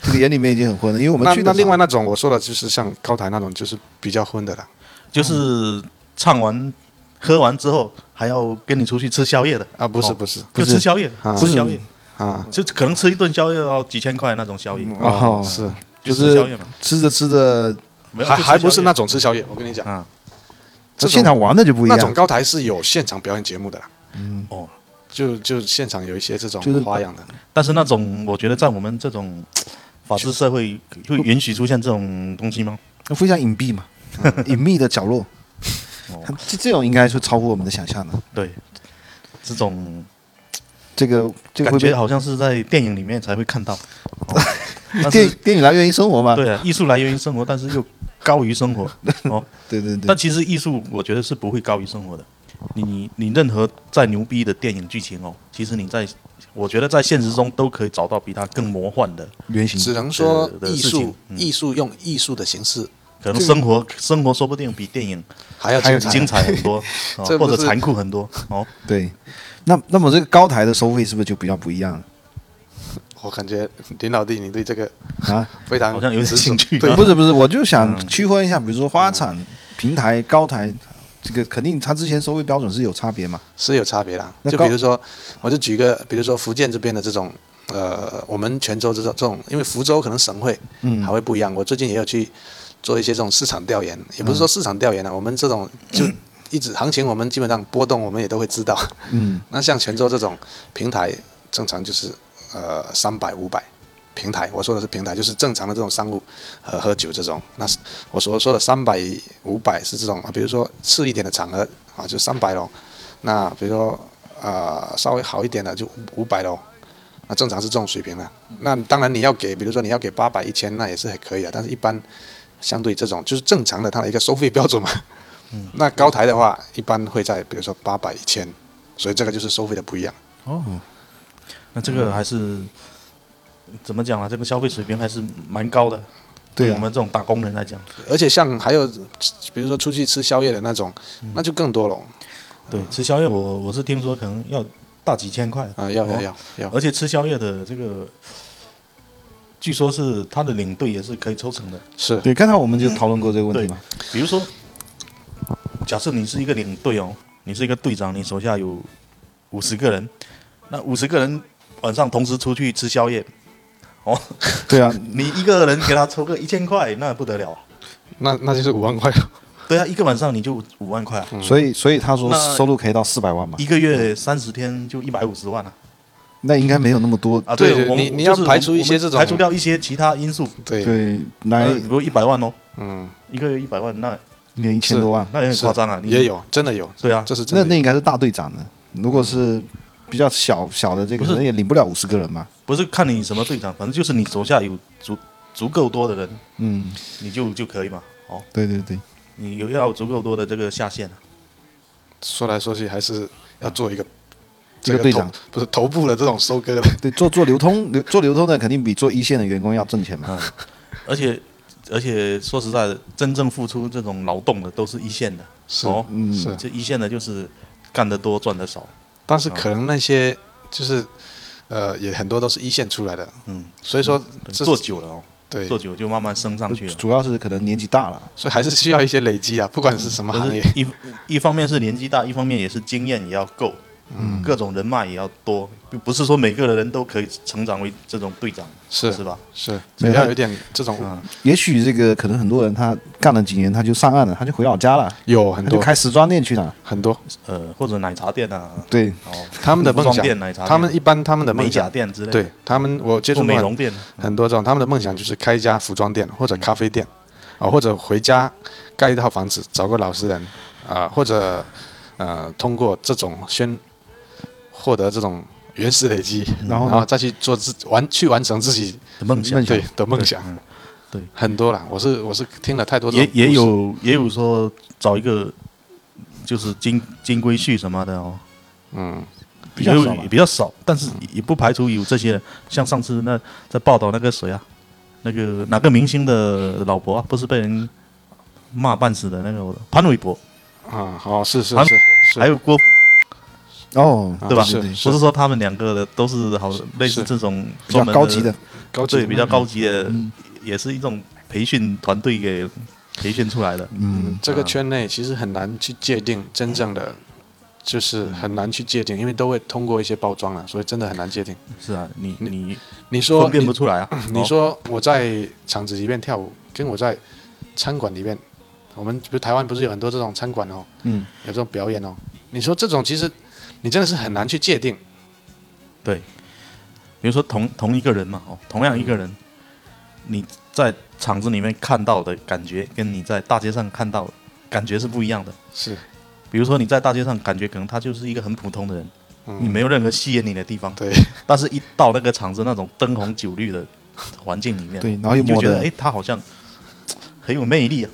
S3: 这个眼里面已经很昏了，因为我们
S1: 那
S3: 去
S1: 那
S3: 的
S1: 另外
S3: 呢，
S1: 那种我说的就是像高台那种就是比较荤的了，
S2: 就是唱完、喝完之后还要跟你出去吃宵夜的，
S1: 啊，不是
S2: 哦
S1: 不是、
S2: 就吃宵夜，
S1: 啊
S2: 吃宵夜，
S1: 啊，
S2: 就可能吃一顿宵夜要几千块那种宵夜，
S1: 嗯
S3: 哦
S1: 是
S3: 就
S2: 吃
S3: 是
S2: 宵夜嘛，
S3: 吃着吃着，
S2: 没有
S1: 还
S2: 就吃
S1: 还不
S2: 宵
S1: 是
S2: 夜
S1: 那种吃宵夜，我跟你讲，
S2: 啊
S1: 这种
S3: 现场玩的就不一
S1: 那种
S3: 样，
S1: 高台是有现场表演节目的啦，
S2: 哦。
S1: 就就现场有一些这种
S3: 就是
S1: 花样的，
S2: 但是那种，我觉得在我们这种法治社会，会允许出现这种东西吗？
S3: 非常隐蔽 嘛，隐秘的角落
S2: 嗯哦，
S3: 这这种应该是超乎我们的想象的。
S2: 对，这种
S3: 这个这个
S2: 感
S3: 会
S2: 觉
S3: 被
S2: 好像是在电影里面才会看 到。哦但
S3: 电
S2: 是
S3: 电影来源于生活嘛，
S2: 对啊，艺术来源于生活， 但是又高于生活。哦，
S3: 对对对
S2: 但，其实艺术，我觉得是不会高于生活的。你你你任何再牛逼的电影剧情哦，其实你在我觉得在现实中都可以找到比它更魔幻的，
S3: 原型
S1: 只能说
S2: 的的
S1: 艺
S2: 事情嗯
S1: 术，艺术用艺术的形式
S2: 可能生活生活说不定比电影
S1: 还要
S3: 还有
S1: 精彩
S2: 精彩很多，哦
S1: 这不
S2: 或
S1: 是
S2: 者残酷很多哦。
S3: 对。那那么这个高台的收费是不是就比较不一样
S1: 我感觉林老弟，你对这个
S3: 啊？
S1: 非常
S2: 好像有点
S1: 执着
S2: 兴趣
S1: 对
S2: 啊
S3: 不是不是，我就想
S2: 嗯
S3: 区分一下，比如说花产、平台、高台，这个肯定它之前收费标准是有差别嘛。
S1: 是有差别啦。
S3: 那
S1: 就
S3: 高
S1: 比如说，我就举个，比如说福建这边的这种，呃，我们泉州这种这种，因为福州可能省会，嗯，还会不一样。我最近也有去做一些这种市场调研，也不是说市场调研啊了、我们这种就一直行情，我们基本上波动我们也都会知道。
S3: 嗯，
S1: 那像泉州这种平台，正常就是呃三百五百。平台，我说的是平台，就是正常的这种商务，呃，喝酒这种。那是我所说的三百、五百是这种，啊比如说次一点的场合啊，就三百咯。那比如说呃稍微好一点的就五百咯。那正常是这种水平的。那当然你要给，比如说你要给八百、一千，那也是还可以的。但是一般相对这种就是正常的它的一个收费标准嘛。 那高台的话，一般会在比如说八百、一千，所以这个就是收费的不一样。
S3: 哦，
S2: 那这个还是怎么讲啊？这个消费水平还是蛮高的，
S3: 对啊
S2: 我们这种打工人来讲，
S1: 而且像还有比如说出去吃宵夜的那种，那就更多了
S2: 对吃宵夜我我是听说可能要大几千块
S1: 啊、要要
S2: 哦
S1: 要要，
S2: 而且吃宵夜的这个，据说是他的领队也是可以抽成的。
S1: 是
S3: 对，刚才我们就讨论过这个问题嘛。
S2: 比如说，假设你是一个领队哦，你是一个队长，你手下有五十个人，那五十个人晚上同时出去吃宵夜，
S3: 对啊，
S2: 你一个人给他抽个一千块，那不得了 啊！
S1: 那那就是五万块。
S2: 对啊，一个晚上你就五万块啊，
S1: 嗯
S3: 所以所以他说
S2: 那
S3: 收入可以到四百万嘛，
S2: 一个月三十天就一百五十万啊！
S3: 那应该没有那么多。
S2: 啊，
S1: 对
S2: 我们
S1: 你你
S2: 就是
S1: 要
S2: 我们
S1: 排除一些
S2: 我们
S1: 这种
S2: 排除掉一些其他因素，
S1: 对，
S3: 对，来
S2: 呃，比如一百万哦，
S1: 嗯，
S2: 一个月一百万，那
S3: 年一千多万，
S2: 那有点
S1: 是
S2: 夸张啊！你
S1: 也有，真的有，
S2: 对啊，
S1: 这是真
S3: 那
S1: 的有。
S3: 那应该是大队长的。如果是比较小小的这
S2: 不
S3: 个，
S2: 是
S3: 可能也领不了五十个人嘛。
S2: 不是看你什么队长，反正就是你手下有足足够多的人，
S3: 嗯，
S2: 你就就可以嘛。哦，
S3: 对对对，
S2: 你有要有足够多的这个下线啊。
S1: 说来说去还是要做一个
S3: 一个队长
S1: 头 不是头部的这种收割的，
S3: 对做做流通流做流通的肯定比做一线的员工要挣钱嘛。
S2: 而且而且说实在的，真正付出这种劳动的都是一线的。
S1: 是
S2: 哦，
S3: 嗯
S1: 是
S2: 这一线的就是干得多赚得少。
S1: 但是可能那些就是呃，也很多都是一线出来的，
S2: 嗯，
S1: 所以说这
S2: 做久了哦，
S1: 对，
S2: 做
S1: 所
S2: 久就慢慢升上去了。
S3: 主要是可能年纪大了，
S1: 以还是需要一些累积啊，不管是什么
S2: 可
S1: 行
S2: 是
S1: 业，
S2: 一一方面是年纪大，一方面也是经验也要够，嗯，各种人脉也要多，不不是说每个人都可以成长为这种队长，
S1: 是嗯
S2: 是吧？
S1: 是
S3: 没
S1: 只
S3: 有
S1: 要有点这种
S3: 也许这个可能很多人他干了几年他就上岸了，他就回老家了，
S1: 有很
S3: 他就
S1: 多
S3: 开时装店去了。
S1: 很多
S2: 呃，或者奶茶店啊，
S3: 对，
S2: 哦，
S1: 他们的梦
S2: 服装店奶
S1: 想
S2: 茶，店
S1: 他们一般他们的梦
S2: 美甲
S1: 想，
S2: 店之类的，
S1: 对他们我接触
S2: 做
S1: 过
S2: 美
S1: 很
S2: 容店，
S1: 很多这种，他们的梦想就是开一家服装店或者咖啡店，啊、或者回家盖一套房子，找个老实人，啊、或者呃，通过这种先获得这种原始累积，
S3: 然后呢
S1: 再去做自完去完成自己
S2: 的梦想
S3: 梦想
S1: 对的梦想，
S2: 对
S1: 很多啦，我是我是听了太多这
S2: 也
S1: 种
S2: 也
S1: 故事
S2: 有也有说找一个就是金金龟婿什么的哦，
S1: 嗯
S3: 比较少
S2: 也
S3: 吧
S2: 有比较少，但是也不排除有这些人，像上次那在报道那个谁啊，那个哪个明星的老婆啊，不是被人骂半死的那个潘玮柏，
S1: 啊哦是是
S2: 还
S1: 是是
S2: 还有郭，
S3: 哦，
S1: 啊
S2: 对吧
S3: 对对
S1: 是
S3: 对
S2: 不是说他们两个的都是好类似
S1: 是
S2: 这种
S3: 比较
S2: 专门
S3: 高级的，嗯
S1: 高级
S2: 对比较高级的，也是一种培训团队给培训出来的，
S1: 嗯，这个圈内其实很难去界定真正的，就是很难去界定，因为都会通过一些包装了，所以真的很难界定。
S2: 是啊，你你
S1: 你说
S2: 分辨不出来啊，
S1: 你
S2: 哦
S1: 说我在场子里面跳舞，跟我在餐馆里面，我们比如台湾不是有很多这种餐馆哦，
S3: 嗯，
S1: 有这种表演哦。你说这种其实你真的是很难去界定，
S2: 对，比如说同同一个人嘛，哦，同样一个人，你在厂子里面看到的感觉，跟你在大街上看到的感觉是不一样的。
S1: 是
S2: 比如说你在大街上感觉可能他就是一个很普通的人，
S1: 嗯
S2: 你没有任何吸引你的地方，
S1: 对，
S2: 但是一到那个厂子那种灯红酒绿的环境里面，
S3: 对然后又
S2: 你就
S3: 摸
S2: 觉
S3: 得
S2: 得哎，他好 像嘖很有魅力啊，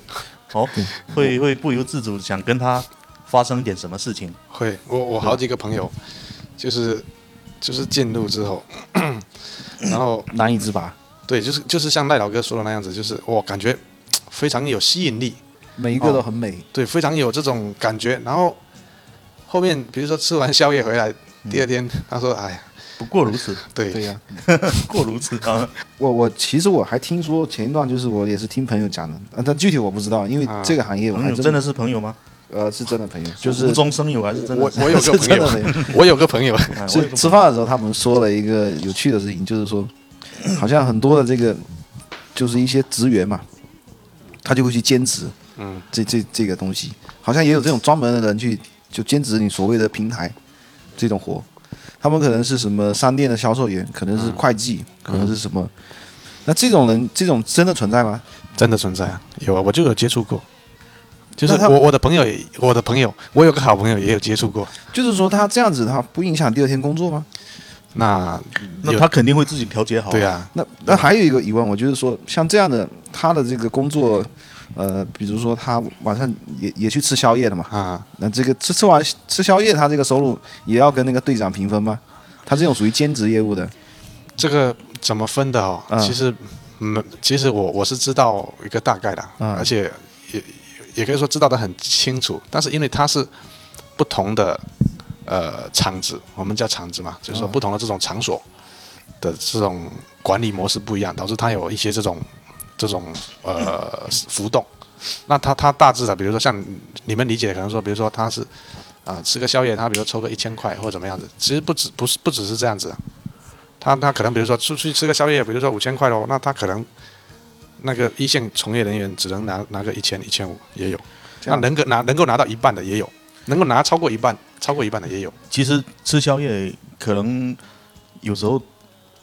S2: 哦，会会不由自主想跟他发生点什么事情？
S1: 会，我我好几个朋友，就是就是进入之后， 然后
S3: 难以自拔。
S1: 对，就是就是像赖老哥说的那样子，就是我感觉非常有吸引力，
S3: 每一
S2: 哦
S3: 个都很美，
S1: 对，非常有这种感觉。然后后面比如说吃完宵夜回来，第二天
S2: 嗯
S1: 他说：“哎呀，
S2: 不过如此，
S1: 对，
S3: 对呀、
S2: 不过如此啊！
S3: 我我其实我还听说前一段就是我也是听朋友讲的，啊但具体我不知道，因为
S1: 啊
S3: 这个行业 我
S2: 朋
S3: 还
S2: 友
S3: 真
S2: 真的是朋友吗？
S3: 呃是真的朋友，就
S2: 无
S3: 是
S2: 中生有还是真的
S1: 我
S2: 是？
S1: 我有个
S3: 是
S1: 朋
S3: 真的
S1: 友，
S3: 朋友。
S1: 我有个朋 友，
S2: 哎我有
S3: 吃
S2: 个朋
S3: 吃饭的时候他们说了一个有趣的事情，就是说好像很多的这个就是一些职员嘛，他就会去兼职，
S1: 嗯，
S3: 这这这个东西，好像也有这种专门的人去就兼职你所谓的平台这种活，他们可能是什么商店的销售员，可能
S2: 嗯
S3: 是会计，可能是什么。那这种人，这种真的存在吗？
S1: 真的存在啊，有啊，我就有接触过。就是
S3: 那他
S1: 我我的朋友也，我的朋友，我有个好朋友也有接触过。
S3: 就是说他这样子，他不影响第二天工作吗？
S1: 那
S2: 那他肯定会自己调节
S3: 哦
S2: 好。
S1: 对，啊，
S3: 那那还有一个疑问，我就是说，像这样的他的这个工作，呃，比如说他晚上也也去吃宵夜的嘛，
S1: 啊，
S3: 那这个吃吃完吃宵夜，他这个收入也要跟那个队长平分吗？他这种属于兼职业务的，
S1: 这个怎么分的哦？
S3: 嗯
S1: 其实，嗯，其实我我是知道一个大概的，
S3: 嗯
S1: 而且也也可以说知道的很清楚。但是因为它是不同的呃厂子，我们叫厂子嘛，
S3: 嗯
S1: 就是说不同的这种场所的这种管理模式不一样，导致它有一些这种这种呃浮动。那它它大致的，比如说像你们理解，可能说，比如说它是啊、吃个宵夜，他比如抽个一千块或者怎么样子，其实不止不是不只是这样子啊，他他可能比如说出去吃个宵夜，比如说五千块喽，那他可能那个一线从业人员只能拿拿个一千一千五也有，那
S3: 这样
S1: 能够拿能够拿到一半的也有，能够拿超过一半超过一半的也有，
S2: 其实吃宵夜可能有时候，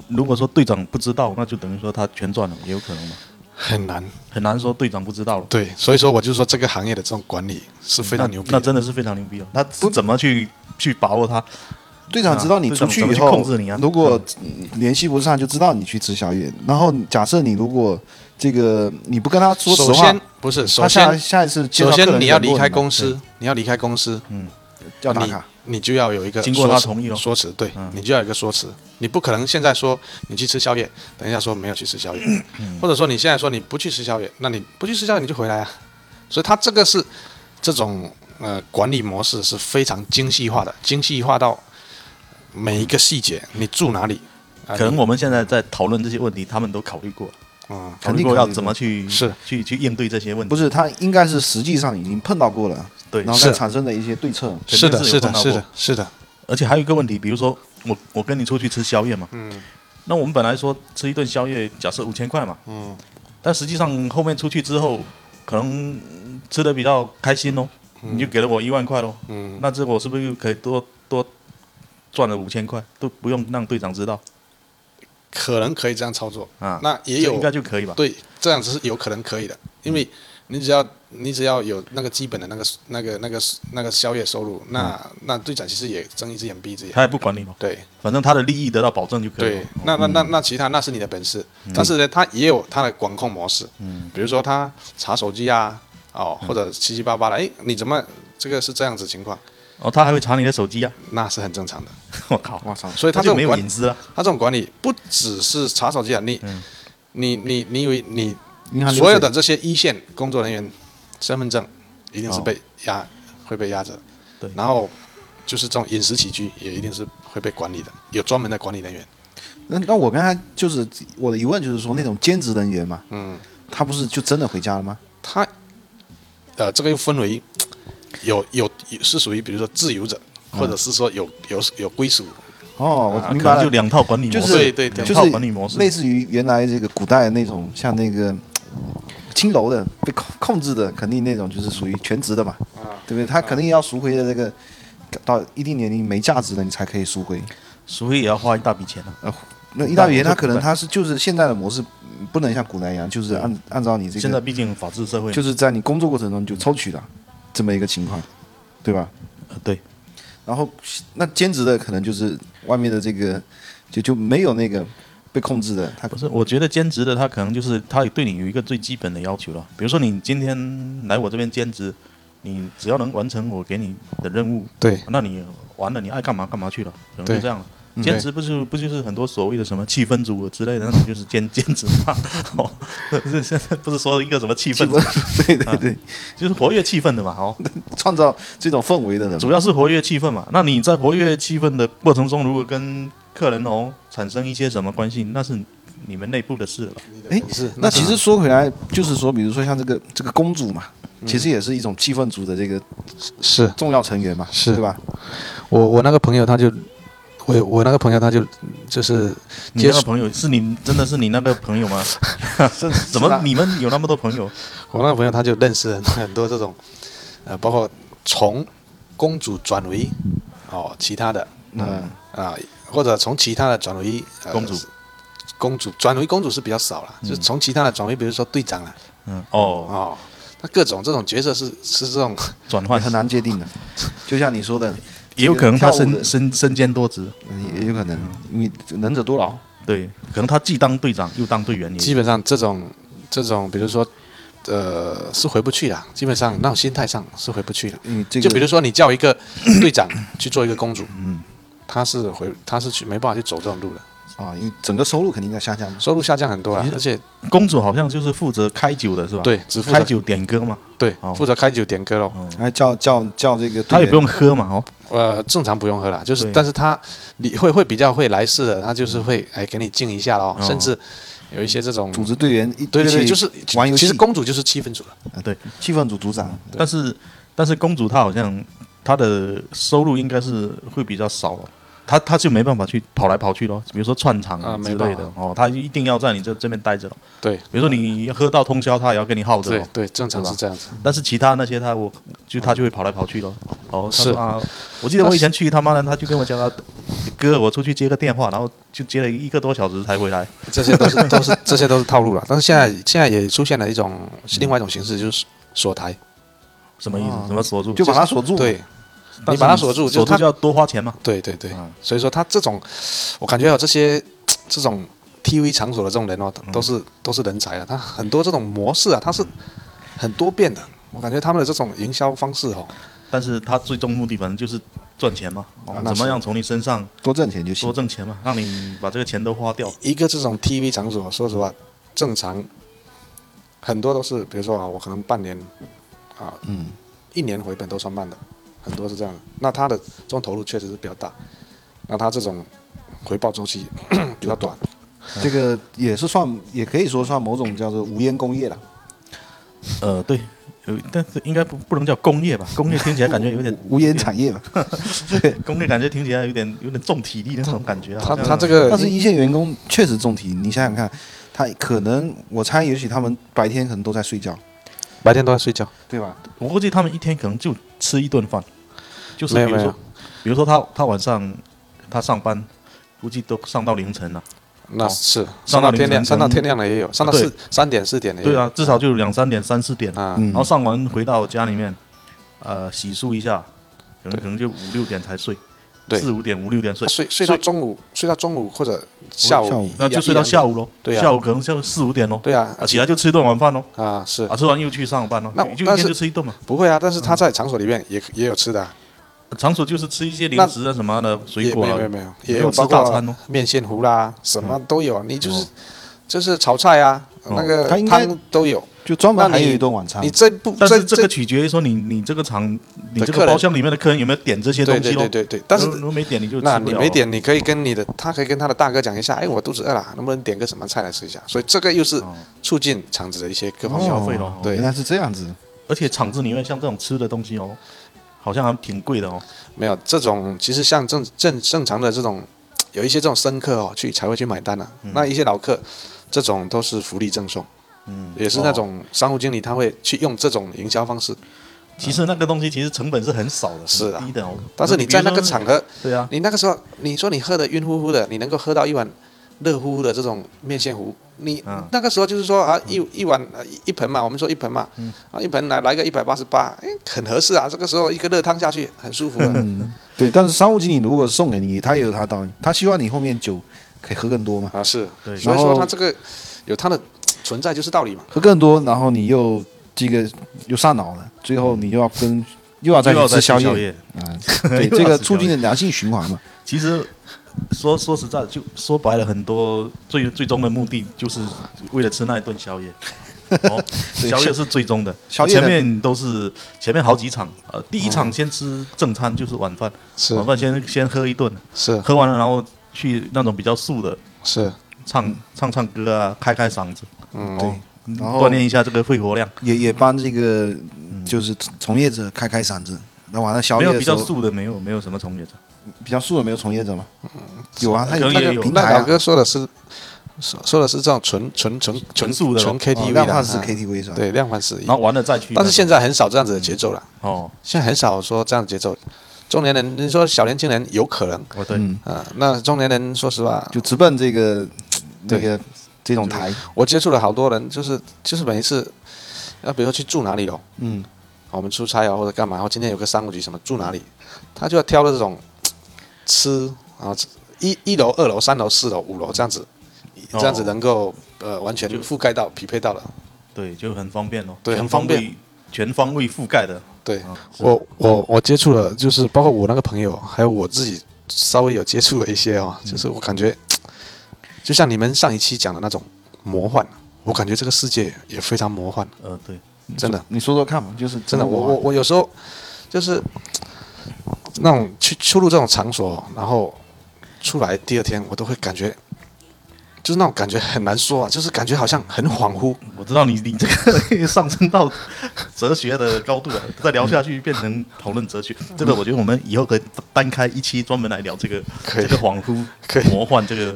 S2: 如果说队长不知道，那就等于说他全赚了，也有可能嘛，
S1: 很难
S2: 很难说队长不知道了。
S1: 对，所以说我就说这个行业的这种管理是非常牛逼
S2: 那，那
S1: 的。
S2: 真的是非常牛逼哦！他怎么去去把握它？
S3: 队长知道你
S2: 啊
S3: 出去以
S2: 队长怎么
S3: 后，
S2: 去控制你啊
S3: 如果嗯联系不上，就知道你去吃宵夜。然后假设你如果这个你不跟他说实
S1: 首
S3: 话
S1: 先，不是，首
S3: 他下
S1: 先
S3: 下一次介
S1: 首
S3: 绍客人
S1: 先你要
S3: 联络
S1: 离开
S3: 嘛
S1: 公司，你要离开公司，
S3: 要打
S1: 你
S3: 卡，
S1: 你就要有一个
S2: 经过他
S1: 说辞
S2: 同意哦
S1: 说辞，对、你就要有一个说辞，你不可能现在说你去吃宵夜，等一下说没有去吃宵夜，
S2: 嗯
S1: 或者说你现在说你不去吃宵夜，那你不去吃宵夜你就回来啊。所以他这个是这种呃管理模式是非常精细化的，精细化到每一个细节，你住哪里，啊
S2: 可能
S1: 你
S2: 我们现在在讨论这些问题，他们都考虑过，
S1: 嗯
S2: 考
S3: 肯
S2: 虑
S3: 定
S2: 过
S3: 考
S2: 要
S3: 虑
S2: 怎么去
S1: 是
S2: 去去应对这些问题。
S3: 不是他应该是实际上已经碰到过了，
S2: 对，
S3: 然后再
S1: 是
S3: 产生的一些对策。
S2: 肯定
S1: 是的，
S2: 是
S1: 是
S2: 有
S1: 的，
S2: 碰到
S1: 是
S2: 过
S1: 的，是的，
S2: 而且还有一个问题，比如说我我跟你出去吃宵夜嘛，
S1: 嗯
S2: 那我们本来说吃一顿宵夜，假设五千块嘛，
S1: 嗯
S2: 但实际上后面出去之后，可能嗯吃的比较开心哦，你就给了我一万块喽，
S1: 嗯，
S2: 那这我是不是又可以多多赚了五千块，都不用让队长知道
S1: 可能可以这样操作，
S2: 啊？
S1: 那也
S2: 这
S1: 有
S2: 应该就可以吧？
S1: 对，这样子是有可能可以的，因为你只要你只要有那个基本的那个那个那个那个宵夜收入，那、那队长其实也睁一只眼闭一只眼。
S2: 他也不管你了，
S1: 对
S2: 反正他的利益得到保证就可以了
S1: 对。，那那那那其他那是你的本事，但是呢，他也有他的管控模式，嗯，比如说他查手机啊，哦，或者七七八八的，哎，你怎么这个是这样子情况？
S2: 哦，他还会查你的手机啊！
S1: 那是很正常的，
S2: 我靠，
S3: 我操！
S1: 所以他
S2: 他
S1: 这
S2: 就
S1: 种
S2: 没有
S1: 管
S2: 隐私了。
S1: 他这种管理不只是查手机啊，你、你你你以为你
S3: 银行流水
S1: 所有的这些一线工作人员身份证一定是被压，会被压着。
S2: 对
S1: 然后就是这种饮食起居也一定是会被管理的，有专门的管理人员。
S3: 那那我刚才就是我的疑问就是说那种兼职人员嘛，
S1: 嗯，
S3: 他不是就真的回家了吗？
S1: 他呃，这个又分为有有是属于比如说自由者，或者是说有有有归属，
S3: 哦，
S1: 啊
S3: 我
S2: 啊
S3: 明
S2: 可
S3: 白
S2: 能
S3: 了，
S2: 就两套管理模
S3: 就
S2: 式，
S3: 是
S1: 对对对
S2: 两
S3: 就
S2: 套
S3: 是
S2: 管理模式。
S3: 类似于原来这个古代那种像那个青楼的被控控制的，肯定那种就是属于全职的嘛，
S1: 啊
S3: 对不对？他肯定要赎回的这个到一定年龄没价值的，你才可以赎回。
S2: 所以也要花一大笔钱啊。
S3: 那意大利人
S2: 那
S3: 他
S2: 我就
S3: 可能他是就是现在的模式，嗯不能像古代一样，就是按按照你这
S2: 现在
S3: 个，
S2: 毕竟法治社会嘛，
S3: 就是在你工作过程中就抽取了这么一个情况，对吧？
S2: 呃对，
S3: 然后那兼职的可能就是外面的这个就就没有那个被控制的，他
S2: 不是，我觉得兼职的他可能就是他对你有一个最基本的要求了。比如说你今天来我这边兼职，你只要能完成我给你的任务，
S1: 对
S2: 那你完了，你爱干嘛干嘛去了，可能
S1: 对
S2: 就这样了。
S1: 嗯
S2: 兼职不是不就是很多所谓的什么气氛组之类的，那种就是兼兼职嘛。哦， 这现在不是说一个什么气氛组，
S3: 对对对，
S2: 就是活跃气氛的嘛。哦，
S3: 创造这种氛围的人，
S2: 主要是活跃气氛嘛。那你在活跃气氛的过程中，如果跟客人哦产生一些什么关系，那是你们内部的事了。
S3: 哎
S1: 是
S3: 那其实说回来，就是说，比如说像这个这个公主嘛，其实也是一种气氛组的这个
S1: 是
S3: 重要成员嘛，
S1: 是
S3: 对吧？
S1: 我我那个朋友他就，我有我那个朋友他就就是
S2: 你那
S1: 接
S2: 个
S1: 触
S2: 朋友是你真的是你那个朋友吗？
S3: 甚至
S2: 怎么你们有那么多朋友？
S1: 我那个朋友他就认识很很多这种，呃，包括从公主转为哦其他的
S3: 嗯，
S1: 啊、或者从其他的转为、呃
S2: 公主，
S1: 公主转为公主是比较少了，就是从其他的转为，比如说队长了
S2: 嗯，哦，
S1: 哦，那各种这种角色是是这种
S2: 转换
S3: 很难界定的。就像你说的，
S2: 也有可能他
S3: 跳舞的
S2: 身身身兼多职，
S3: 嗯也有可能，你能者多劳。
S2: 对，可能他既当队长又当队员也有，
S1: 基本上这种这种，比如说呃是回不去的，基本上那种心态上是回不去的。
S3: 你这个
S1: 就比如说你叫一 个队长去做一个公主，嗯，他是回他是去没办法去走这种路的，
S3: 啊，因为整个收入肯定在下降嘛。
S1: 收入下降很多了，而且
S2: 公主好像就是负责开酒的是吧？
S1: 对只负责
S2: 开酒点歌嘛，
S1: 对
S2: 哦
S1: 负责开酒点歌咯，
S3: 还哎叫叫叫这个，
S2: 他也不，用喝嘛，哦，
S1: 呃，正常不用喝啦，就是
S2: 对
S1: 但是他你会会比较会来事的，他就是会哎给你敬一下咯，甚至有一些这种
S3: 嗯哦组织队员一
S1: 对对
S3: 一
S1: 对，
S3: 起
S1: 就是
S3: 玩游戏。
S1: 其实公主就是气氛组了，
S2: 对。
S3: 气氛组组长，
S2: 但是但是公主她好像她的收入应该是会比较少哦，她她就没办法去跑来跑去咯，比如说串场
S1: 啊
S2: 之
S1: 没办法
S2: 类的、哦，她一定要在你这这边待着咯。
S1: 对
S2: 比如说你喝到通宵，她也要跟你耗着
S1: 对
S2: 咯。
S1: 对，正常是这样子。
S2: 但是其他那些她我就她就会跑来跑去咯。哦，她说
S1: 是
S2: 啊，我记得我以前去他妈的，她就跟我讲她哥，我出去接个电话，然后就接了一个多小时才回来。
S1: 这些都 是都是这些都是套路了。但是现在现在也出现了一种另外一种形式，就是锁台，
S2: 什么意思？
S3: 哦
S2: 什么锁住？
S3: 就把它锁住。，
S1: 对
S2: 但是
S1: 你把它锁住
S2: 锁
S1: 就
S2: 住
S1: 它
S2: 就要多花钱嘛。
S1: 对对对
S2: 嗯。
S1: 所以说他这种，我感觉有这些这种 TV 场所的这种人哦，都是都是人才啊。他很多这种模式啊，他是很多变的。我感觉他们的这种营销方式哦，
S2: 但是他最终目的反正就是赚钱嘛，哦
S1: 啊那
S2: 怎么
S1: 是
S2: 样从你身上
S3: 多挣钱就行
S2: 多。挣钱嘛，让你把这个钱都花掉。
S1: 一个这种 TV 场所，说实话，正常很多都是，比如说啊，我可能半年啊，嗯，一年回本都算慢的，很多是这样的。那他的这种投入确实是比较大，那他这种回报周期 比较短，
S3: 这个也是算，也可以说算某种叫做无烟工业了。
S2: 呃，对，有，但是应该不不能叫工业吧？工业听起来感觉有点
S3: 无烟产业嘛。
S2: 工业感觉听起来有点有点重体力的那种感觉啊。
S1: 他
S2: 好像
S1: 他这个
S3: 但是一线员工确实重体，你想想看，他可能我猜，也许他们白天可能都在睡觉，
S1: 白天都在睡觉，
S3: 对吧？
S2: 我估计他们一天可能就吃一顿饭，就是
S1: 没有
S2: 比如
S1: 没
S2: 说
S1: 有，
S2: 比如说他他晚上他上班，估计都上到凌晨了。
S1: 那是上
S2: 上哦到
S1: 到天
S2: 凌晨
S1: 亮，上到
S2: 可能
S1: 天亮的也有，上到
S2: 对
S1: 四三点四点的也
S2: 对
S1: 有
S2: 啊，至少就两三点、三四点，
S1: 哎啊，
S2: 然后上完回到家里面，呃，洗漱一下，可能
S1: 对
S2: 可能就五六点才睡，
S1: 对
S2: 四五点五六点睡，
S1: 啊睡睡到中午，睡到中午或者下
S3: 下午
S1: 午一，
S2: 那就睡到下午喽。
S1: 对啊
S2: 下午可能就四五点喽。
S1: 对啊
S2: 啊，起来就吃一顿晚饭喽。
S1: 啊是
S2: 啊，吃嗯完又去上班喽。
S1: 那
S2: 就一天
S1: 但是
S2: 就吃一顿嘛。
S1: 不会啊，但是他在场所里面也也有吃的啊、
S2: 场所就是吃一些零食啊什么的，水果啊
S1: 也没有没有没有，
S2: 没
S1: 也
S2: 有
S1: 有
S2: 吃
S1: 包
S2: 大餐哦嗯
S1: 括
S2: 哦
S1: 面线糊啦，什么都有。啊你就是就是炒菜啊，那个
S3: 他应该
S1: 汤都有。
S3: 就专门
S1: 那
S3: 还
S1: 你
S3: 有一顿晚餐
S1: 你。这不
S2: 但是这
S1: 这
S2: 个取决于说你你这个场你这
S1: 客人
S2: 个包厢里面的客人有没有点这些东
S1: 对
S2: 西
S1: 对
S2: 喽
S1: 对。对对，但是
S2: 如果没点你就吃不
S1: 那
S2: 了。哦
S1: 你没，点，你可以跟你的他可以跟他的大哥讲一下，哎，我肚子饿了，能不能点个什么菜来吃一下？所以这个又
S2: 哦
S1: 是促进场子的一些各方面
S2: 消费咯
S1: 对
S3: 哦原，来是这样子。
S2: 而且场子里面像这种吃的东西哦，好像还挺贵的哦。
S1: 没有这种，其实像正正正常的这种，有一些这种深客哦，去才会去买单啊。那一些老客，这种都是福利赠送，嗯，也是那种商务经理他会去用这种营销方式。
S2: 其实那个东西其实成本是很少的，
S1: 是啊
S2: 很低的哦。
S1: 但是你在那个场合，
S2: 对啊，
S1: 你那个时候你说你喝的晕乎乎的，你能够喝到一碗热乎乎的这种面线糊，你
S2: 嗯
S1: 那个时候就是说啊一一碗呃一一盆嘛，我们说一盆嘛，啊一盆来来个一百八十八，哎很合适啊，这个时候一个热汤下去很舒服啊的，
S3: 对，但是商务经理如果送给你，他也有他道理，他希望你后面酒可以喝更多嘛，
S1: 啊是，
S2: 对
S1: 所以
S3: 然
S1: 说
S3: 后
S1: 它这个有它的存在就是道理嘛。
S3: 喝更多，然后你又这个又上脑了，最后你又要跟又要再
S2: 又
S3: 去
S2: 要
S3: 吃
S2: 吃
S3: 宵
S2: 宵
S3: 夜
S2: 夜。
S3: 啊，对，
S2: 又要
S3: 这个
S2: 吃
S3: 促
S2: 宵
S3: 进
S2: 夜
S3: 了良性循环嘛。
S2: 其实说说实在，就说白了，很多最最终的目的就是为了吃那一顿宵夜。哦，宵夜是最终的，
S3: 宵夜的
S2: 前面都是前面好几场，呃，第一场先吃正餐，就是晚饭，
S1: 是
S2: 晚饭先先喝一顿，
S1: 是
S2: 喝完了然后去那种比较素的，
S1: 是，
S2: 唱唱唱歌啊，开开嗓子，
S1: 嗯，
S3: 对然后
S2: 锻炼一下这个肺活量。
S3: 也也帮这个就是从业者开开嗓子。那晚上宵
S2: 没
S3: 夜
S2: 有
S3: 的
S2: 比
S3: 时
S2: 较
S3: 候，
S2: 素的，没有没有什么从业者，
S3: 比较素的没有从业者吗？有啊，他有
S2: 嗯可能
S3: 那
S2: 也
S3: 个
S2: 有
S3: 平
S1: 那
S3: 台
S1: 老
S3: 啊，
S1: 哥说的是说说的是这种纯纯纯
S2: 纯素的
S1: 纯
S2: 哦
S1: KTV
S3: 量
S1: 的
S3: 化式
S1: 啊
S3: KTV 是吧？
S1: 对量贩式。
S2: 然后完了再去那种。
S1: 但是现在很少这样子的节奏了，
S2: 哦，
S1: 现在很少说这样的节奏。中年人，你说小年轻人有可能
S2: 我哦对，
S3: 嗯，
S1: 啊、那中年人说实话，
S3: 就直奔这个那
S1: 对
S3: 个这种台，
S1: 我接触了好多人，就是就是每一次，那比如说去住哪里哦，
S3: 嗯，
S1: 我们出差啊或者干嘛，然后今天有个商务局什么住哪里，他就要挑的这种吃啊，然后一一楼、二楼、三楼、四楼、五楼这样子，这样子能够呃完全覆盖到、匹配到了。
S2: 对，就很方便咯，
S1: 对
S2: 全
S1: 很方
S2: 方
S1: 便
S2: 位，全方位覆盖的。
S1: 对
S2: 啊是
S1: 我我我接触了，就是包括我那个朋友，还有我自己稍微有接触了一些哦，就是我感觉，就像你们上一期讲的那种魔幻，我感觉这个世界也非常魔幻，
S2: 呃，对，
S1: 真的。
S3: 你说说看嘛，就是
S1: 真的，我我我有时候就是那种去出入这种场所，然后出来第二天，我都会感觉就是那种感觉很难说啊，就是感觉好像很恍惚。
S2: 我知道你你这 个上升到哲学的高度了，再聊下去变成讨论哲学，这个我觉得我们以后可以单开一期专门来聊这个
S1: 可以
S2: 这个恍惚
S1: 可以
S2: 魔幻这个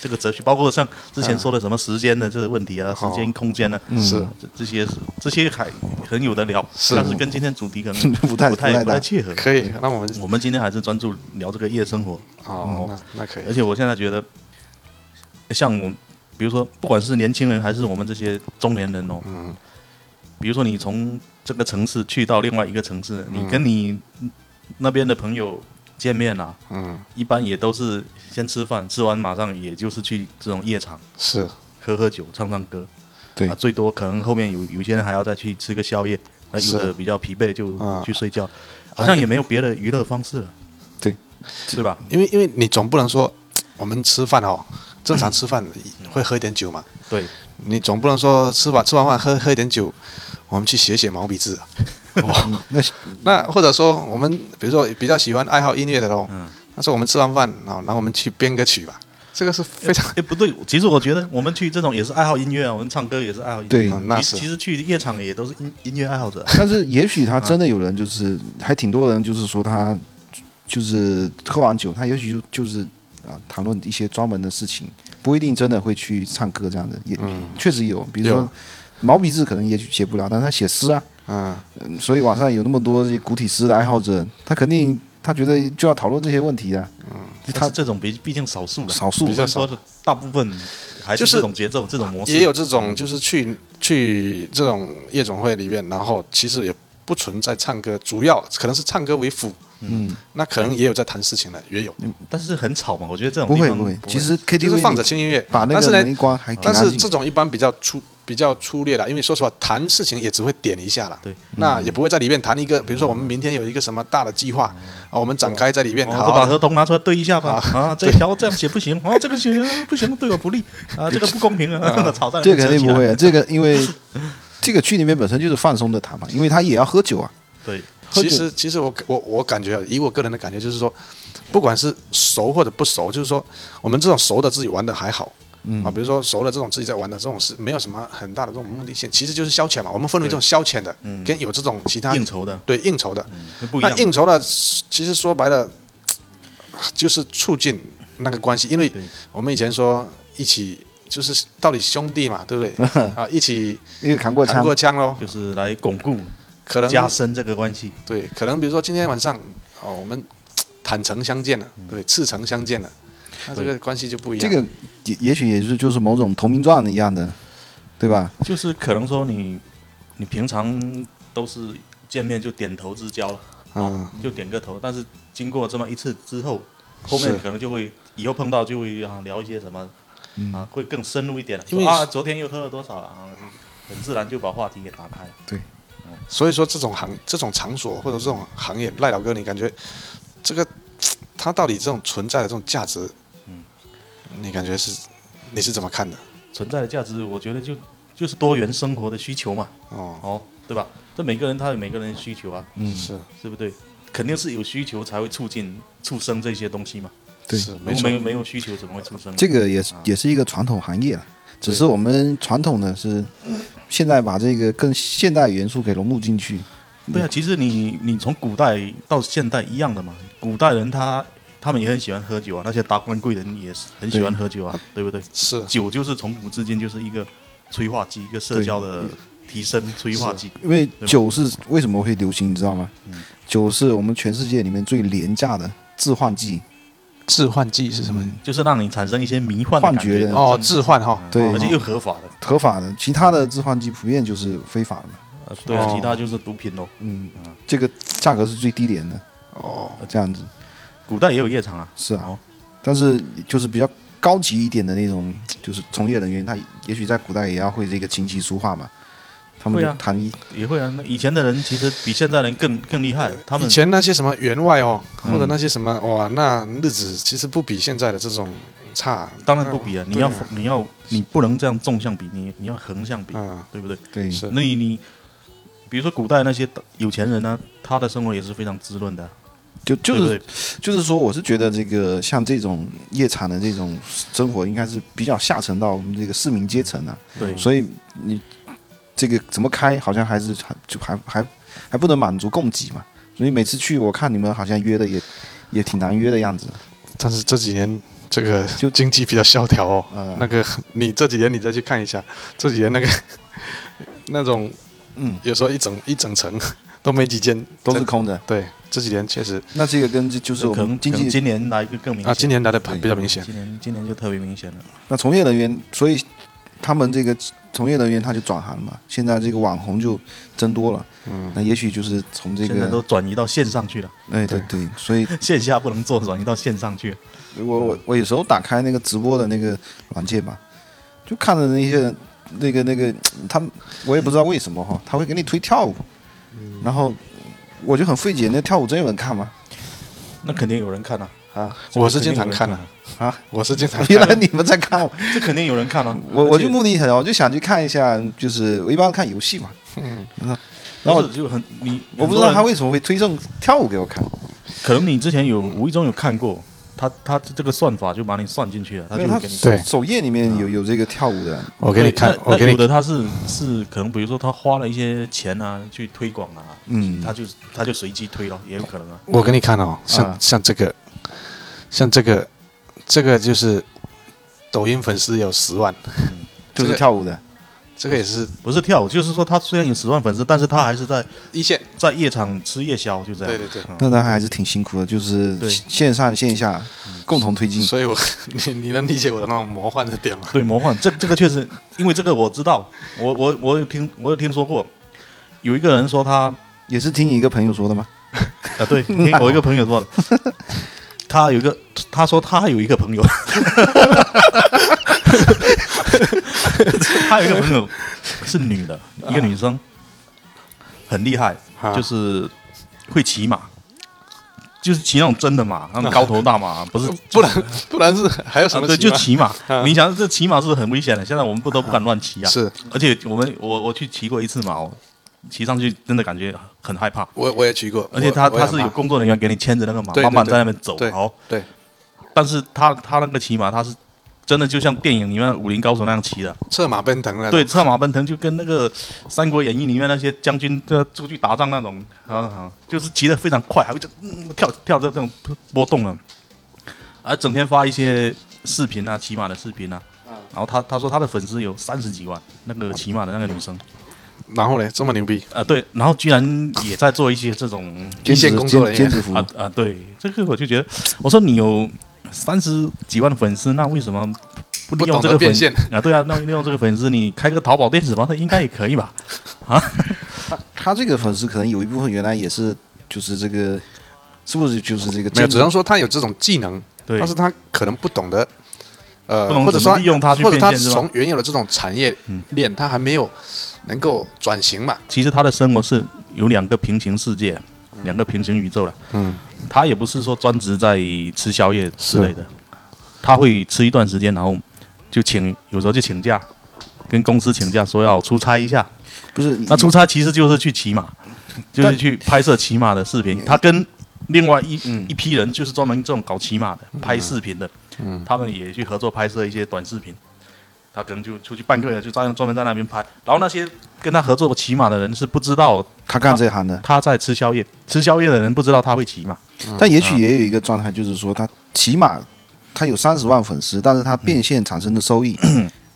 S2: 这个哲学，包括像之前说的什么时间的这个问题啊，
S1: 嗯
S2: 时
S1: 好嗯
S2: 间空间啊，
S1: 是
S2: 这这些是这些还很有的聊，
S1: 是
S2: 但是跟今天主题 可能
S3: 不太
S2: 不
S3: 不
S2: 太
S3: 太
S2: 不
S3: 搭
S2: 太切合。
S1: 可以，那我们
S2: 我们今天还是专注聊这个夜生活，
S1: 哦，那那可以
S2: 而，且我现在觉得，像我，比如说，不管是年轻人还是我们这些中年人哦，
S1: 嗯，
S2: 比如说你从这个城市去到另外一个城市，
S1: 嗯
S2: 你跟你那边的朋友见面啊，
S1: 嗯，
S2: 一般也都是先吃饭，吃完马上也就是去这种夜场
S1: 是
S2: 喝喝酒、唱唱歌，
S3: 对
S2: 啊，最多可能后面有有些人还要再去吃个宵夜，那有的
S1: 是
S2: 比较疲惫就
S1: 啊
S2: 去睡觉，好像也没有别的娱乐方式了，
S3: 对，
S2: 是吧？
S1: 因为因为你总不能说我们吃饭哦，正常吃饭会喝一点酒嘛，
S2: 对，
S1: 你总不能说吃完吃完饭喝喝一点酒，我们去写写毛笔字 啊。
S3: 嗯那
S1: 那或者说我们比如说比较喜欢爱好音乐的喽，
S3: 嗯
S1: 那时候我们吃完饭啊，然后我们去编个曲吧，这个是非常
S2: 哎，不对，其实我觉得我们去这种也是爱好音乐啊，我们唱歌也是爱好音乐。
S3: 对
S1: 啊那
S2: 其
S1: 是
S2: 其实去夜场也都是音音乐爱好者。
S3: 但是也许他真的有人就是还挺多人就是说他就是喝完酒，他也许就就是啊谈论一些专门的事情，不一定真的会去唱歌这样的，也确实有，比
S1: 嗯
S3: 如
S1: 有
S3: 说毛笔字可能也许写不了，但他写诗啊，
S1: 嗯
S3: 嗯所以网上有那么多这些古体诗的爱好者，他肯
S1: 嗯
S3: 定他觉得就要讨论这些问题啊，
S2: 他这种毕毕竟少数了，
S3: 少数
S2: 比较说的大部分还
S1: 就是是
S2: 这种节奏、这种模式。
S1: 也有
S3: 嗯
S1: 这种就是去去这种夜总会里面，然后其实也不存在唱歌，主要可能是唱歌为辅，嗯，那可能也有在谈事情的，也
S3: 嗯
S1: 有，
S2: 但是很吵嘛，我觉得这
S1: 哦
S2: 种
S3: 不
S2: 地
S3: 会
S2: 方
S3: 不会，其实
S1: 就是
S3: KTV
S1: 放着轻音乐，
S3: 把那
S1: 但
S3: 个
S1: 是
S3: 门一
S1: 呢，
S3: 关哎还挺
S1: 但
S3: 安
S1: 是
S3: 静
S1: 这种一般比较粗比较粗略了，因为说实话谈事情也只会点一下了，
S2: 对，
S1: 那也不会在里面谈一个，比如说我们明天有一个什么大的计划，啊，我们展开在里面，
S2: 哦
S1: 好
S2: 就把
S1: 啊，
S2: 合同拿出来对一下吧。啊，这条这样写不行，哦，这个写不行，对我不利啊，这个不公平啊， 吵在那
S3: 这
S2: 边
S3: 个肯
S2: 扯
S3: 定
S2: 起来
S3: 不会，这个因为这个去里面本身就是放松的谈嘛，因为他也要喝酒啊。
S2: 对，
S3: 喝
S1: 其
S3: 酒
S1: 实，其实我我我感觉，以我个人的感觉，就是说，不管是熟或者不熟，就是说，我们这种熟的自己玩的还好，啊，比如说熟的这种自己在玩的这种是没有什么很大的这种目的性，其实就是消遣嘛。我们分为这种消遣的，跟有这种其他
S2: 应酬的
S1: 对应酬的。
S2: 不一
S1: 那
S2: 样。
S1: 应酬的，其实说白了，就是促进那个关系，因为我们以前说一起就是到底兄弟嘛，对不 对？啊，一起
S3: 因为扛过
S1: 扛
S3: 枪，
S1: 过枪喽，
S2: 就是来巩固、
S1: 可能
S2: 加深这个关系。
S1: 对，可能比如说今天晚上哦，我们坦诚相见了，
S2: 嗯
S1: 对，赤诚相见了，那这个关系就不一
S3: 这
S1: 样。
S3: 个也也许也是就是某种投名状一样的，对吧？
S2: 就是可能说你，你平常都是见面就点头之交了。
S1: 嗯，
S2: 就点个头。但是经过这么一次之后，后
S1: 是
S2: 面可能就会以后碰到就会啊聊一些什么，啊会更深入一点。
S1: 嗯因为
S2: 说啊，昨天又喝了多少啊？很自然就把话题给打开了。
S1: 所以说这种行这种场所或者这种行业，赖老哥，你感觉这个它到底这种存在的这种价值，嗯，你感觉是你是怎么看的？
S2: 存在的价值，我觉得就就是多元生活的需求嘛，
S1: 哦，
S2: 哦，对吧？这每个人他有每个人的需求啊，
S3: 嗯，
S1: 是
S2: 对不对？肯定是有需求才会促进促生这些东西嘛，
S3: 对
S1: 是
S2: 如
S1: 没
S2: 果
S1: 错
S2: 没有没有需求怎么会促生？
S3: 这个也是也是一个传统行业了，只是我们传统的是现在把这个更现代元素给融入进去。
S2: 对啊，其实你你从古代到现代一样的嘛，古代人他他们也很喜欢喝酒啊，那些达官贵人也是很喜欢喝酒啊，对不对？
S1: 是
S2: 酒就是从古至今就是一个催化剂，一个社交的提升催化剂。
S3: 因为酒是为什么会流行，你知道吗？酒是我们全世界里面最廉价的致幻剂。
S1: 置换剂是什么？
S2: 就是让你产生一些迷幻的
S3: 幻
S2: 感
S3: 觉的
S1: 哦，置换哈，
S3: 对
S2: 而且又合法的，
S3: 合法的，其他的致幻剂普遍就是非法的。
S2: 呃对啊，
S1: 哦
S2: 其他就是毒品咯。
S3: 嗯，这个价格是最低廉的。哦，这样子
S2: 古代也有夜场啊，
S3: 是啊
S2: 哦，
S3: 但是就是比较高级一点的那种，就是从业人员，他也许在古代也要会这个琴棋书画嘛，他们
S2: 会
S3: 就
S2: 啊
S3: 谈一
S2: 也会啊。那以前的人其实比现在人更更厉害，他们
S1: 以前那些什么员外哦，或者那些什么哇，那日子其实不比现在的这种差。
S2: 当然不比啊，你要
S1: 对啊
S2: 你要你不能这样纵向比，你你要横向比，
S1: 嗯，
S2: 对不对？
S3: 对
S1: 是
S2: 那你你比如说古代那些有钱人呢、他的生活也是非常滋润的啊，
S3: 就就
S2: 对
S3: 是
S2: 不对
S3: 就是说，我是觉得这个像这种夜场的这种生活，应该是比较下沉到我们这个市民阶层啊。
S2: 对
S3: 所以你这个怎么开，好像还是还就还还还不能满足供给嘛。所以每次去，我看你们好像约的也也挺难约的样子。
S1: 但是这几年这个
S3: 就
S1: 经济比较萧条哦，
S3: 嗯
S1: 那个你这几年你再去看一下，这几年那个 那种，
S3: 嗯，
S1: 有时候一整一整层 都没几间，
S3: 都是
S1: 真
S3: 空的，
S1: 对，这几年确实
S3: 那这个跟这就是我
S2: 可
S3: 们
S2: 能
S3: 经
S2: 可能
S3: 济
S2: 今年来一个更明显
S1: 啊，今年来的比较明显，
S2: 今年今年就特别明显了。
S3: 那从业人员，所以他们这个从业人员他就转行了嘛。现在这个网红就增多了，嗯，那也许就是从这
S2: 现在
S3: 个
S2: 都转移到线上去了，
S3: 哎对对，所以
S2: 线下不能做，转移到线上去了。
S3: 我我我有时候打开那个直播的那个软件吧，就看着那些人，那个那个他们，我也不知道为什么哈，他会给你推跳舞，然后我就很费解，那跳舞真有人看吗？
S2: 那肯定有人看啊，
S3: 啊，
S1: 我是经常看的
S2: 啊，
S3: 啊，
S1: 我是 经常
S3: 原
S1: 看的，
S3: 来你们在看我，
S2: 这肯定有人看啊。
S3: 我我就
S2: 不
S3: 目的很，我就想去看一下，就是我一般看游戏嘛，然后
S2: 是就很你，
S3: 我不
S2: 很多
S3: 知道
S2: 人
S3: 他为什么会推送跳舞给我看，
S2: 可能你之前有无意中有看过，他他这个算法就把你算进去了，他
S3: 因
S2: 就
S3: 为他
S2: 会给你
S1: 对嗯
S3: 首页里面有有这个跳舞的，
S1: 我给你看
S2: 对，那
S1: 我给
S2: 那有
S1: 你
S2: 的他是是可能比如说他花了一些钱啊去推广啊，
S3: 嗯
S2: 他就他就随机推了，也有可能啊。
S1: 我给你看哦，像、
S3: 啊
S1: 像这个，像这个，这个就是抖音粉丝有十万，这
S3: 就是
S1: 个嗯
S3: 跳舞的，
S1: 这个也是
S2: 不是跳，就是说他虽然有十万粉丝，但是他还是在
S1: 一线，
S2: 在夜场吃夜宵，就这样。嗯
S1: 对对对
S3: 那他还是挺辛苦的，就是
S2: 对
S3: 线上线下共同
S2: 嗯
S3: 推进，
S1: 嗯所以我 你你能理解我的那种魔幻的点吗？
S2: 对魔幻，这这个确实，因为这个我知道，我我我有听我有听说过，有一个人说他
S3: 也是听一个朋友说的吗？
S2: 啊，对，听我一个朋友说的，他有一个，他说他有一个朋友，他有一个朋友是女的，一个女生，很厉害，
S1: 啊
S2: 就是会骑马，就是骑那种真的马，那种高头大马，不是
S1: 不然不然是还有什
S2: 啊，
S1: 么
S2: 对，
S1: 奇
S2: 就
S1: 葩、
S2: 骑马。你想这骑马是很危险的，现在我们不都不敢乱骑啊。
S1: 是，
S2: 而且我们我我去骑过一次马，哦，骑上去真的感觉很害怕。
S1: 我我也骑过，
S2: 而且
S1: 我
S2: 他
S1: 我也
S2: 他是有
S1: 很怕
S2: 工作人员给你牵着那个马，
S1: 对对
S2: 慢慢
S1: 对
S2: 在那边走，
S1: 对
S2: 好。
S1: 对
S2: 但是他他那个骑马，他是真的就像电影里面《武林高手》那样骑的，
S1: 策马奔腾了，
S2: 对，策马奔腾就跟那个《三国演义》里面那些将军呃出去打仗那种，啊啊，就是骑得非常快，还会就、嗯、跳跳这种波动了，啊，整天发一些视频啊，骑马的视频啊，
S1: 嗯
S2: 然后他他说他的粉丝有三十几万，那个骑马的那个女生，
S1: 然后呢，这么牛逼，
S2: 啊对，然后居然也在做一些这种
S1: 一线工作人员
S3: 兼兼职服务
S2: 啊，啊，对，这个我就觉得，我说你有三十几万粉丝，那为什么不利
S1: 不
S2: 用
S1: 懂
S2: 这
S1: 得
S2: 个
S1: 变
S2: 粉
S1: 现
S2: 啊？对啊，那利用这个粉丝，你开个淘宝店什么的，应该也可以吧？
S3: 他这个粉丝可能有一部分原来也是就是这个，是不是就是这
S1: 没
S3: 个
S1: 有，
S3: 兼
S1: 只
S3: 职
S1: 能说他有这种技能，
S2: 对
S1: 但是他可能不懂得呃
S2: 不，懂
S1: 或者
S2: 怎么
S1: 说
S2: 利用它去
S1: 或者
S2: 变
S1: 他
S2: 现是吧嗯
S1: 从原有的这种产业链，他还没有能够转型嘛？
S2: 其实他的生活是有两个平行世界，两个平行宇宙了。
S1: 嗯，
S2: 他也不是说专职在吃宵夜之类的，他会吃一段时间，然后就请，有时候就请假，跟公司请假说要出差一下。
S3: 不是
S2: 那出差其实就是去骑马，就是去拍摄骑马的视频。他跟另外一、一批人，就是专门这种搞骑马的、拍视频的，他们也去合作拍摄一些短视频。他可能就出去半个月，就专专门在那边拍。然后那些跟他合作骑马的人是不知道
S3: 他干这行的，
S2: 他在吃宵夜，吃宵夜的人不知道他会骑马。
S1: 嗯
S3: 但也许也有一个状态，就是说他起码他有三十万粉丝，但是他变现产生的收益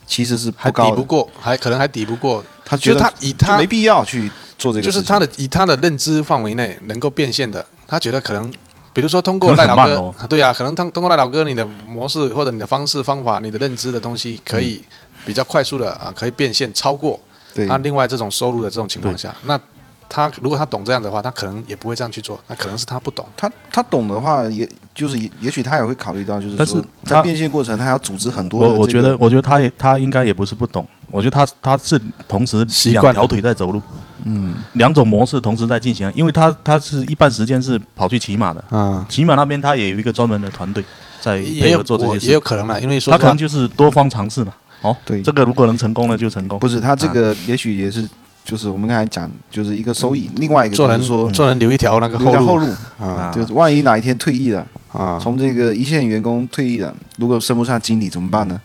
S3: 其实是
S1: 嗯还
S3: 不
S1: 抵
S3: 高
S1: 不
S3: 的，
S1: 过，还可能还抵不过，
S3: 他
S1: 就是
S3: 觉得
S1: 他以他
S3: 没必要去做这个
S1: 就
S3: 事
S1: 是
S3: 情，
S1: 他的以他的认知范围内能够变现的，他觉得可能，比如说通过
S2: 可
S1: 赖
S2: 能
S1: 老
S2: 很
S1: 哥，
S3: 哦
S2: 慢
S1: 对啊，可能通通过赖老哥你的模式或者你的方式方法，你的认知的东西可以比较快速的啊，可以变现超过
S3: 嗯对
S1: 他另外这种收入的这种情况下，那他如果他懂这样的话，他可能也不会这样去做，那可能是他不懂。
S3: 他他懂的话，也就是也也许他也会考虑到，就是
S2: 但是
S3: 说
S2: 他
S3: 在变现过程，他还要组织很多的
S2: 我我
S3: 这
S2: 觉
S3: 个
S2: 得，我觉得他也他应该也不是不懂，我觉得他他是同时
S1: 习惯
S2: 两条腿在走路，嗯，两种模式同时在进行，啊因为他他是一半时间是跑去骑马的，
S1: 嗯，
S3: 啊
S2: 骑马那边他也有一个专门的团队在
S1: 也
S2: 配
S1: 有
S2: 合做这
S1: 我
S2: 些
S1: 也有
S2: 事，
S1: 可能啦，因为说
S2: 他
S1: 实
S2: 可
S1: 话
S2: 能就是多方尝试嘛。哦，
S3: 对
S2: 这个如果能成功了就成功，
S3: 不是他这个，也许也是就是我们刚才讲，就是一个收
S2: 嗯
S3: 益，另外一个
S1: 做
S3: 就是
S1: 人
S3: 说
S1: 做人留一条那个
S3: 留
S1: 后
S3: 条后
S1: 路
S3: 路，
S1: 啊
S3: 就是万一哪一天退役了，
S1: 啊，
S3: 从这个一线员工退役了，如果升不上经理怎么办呢？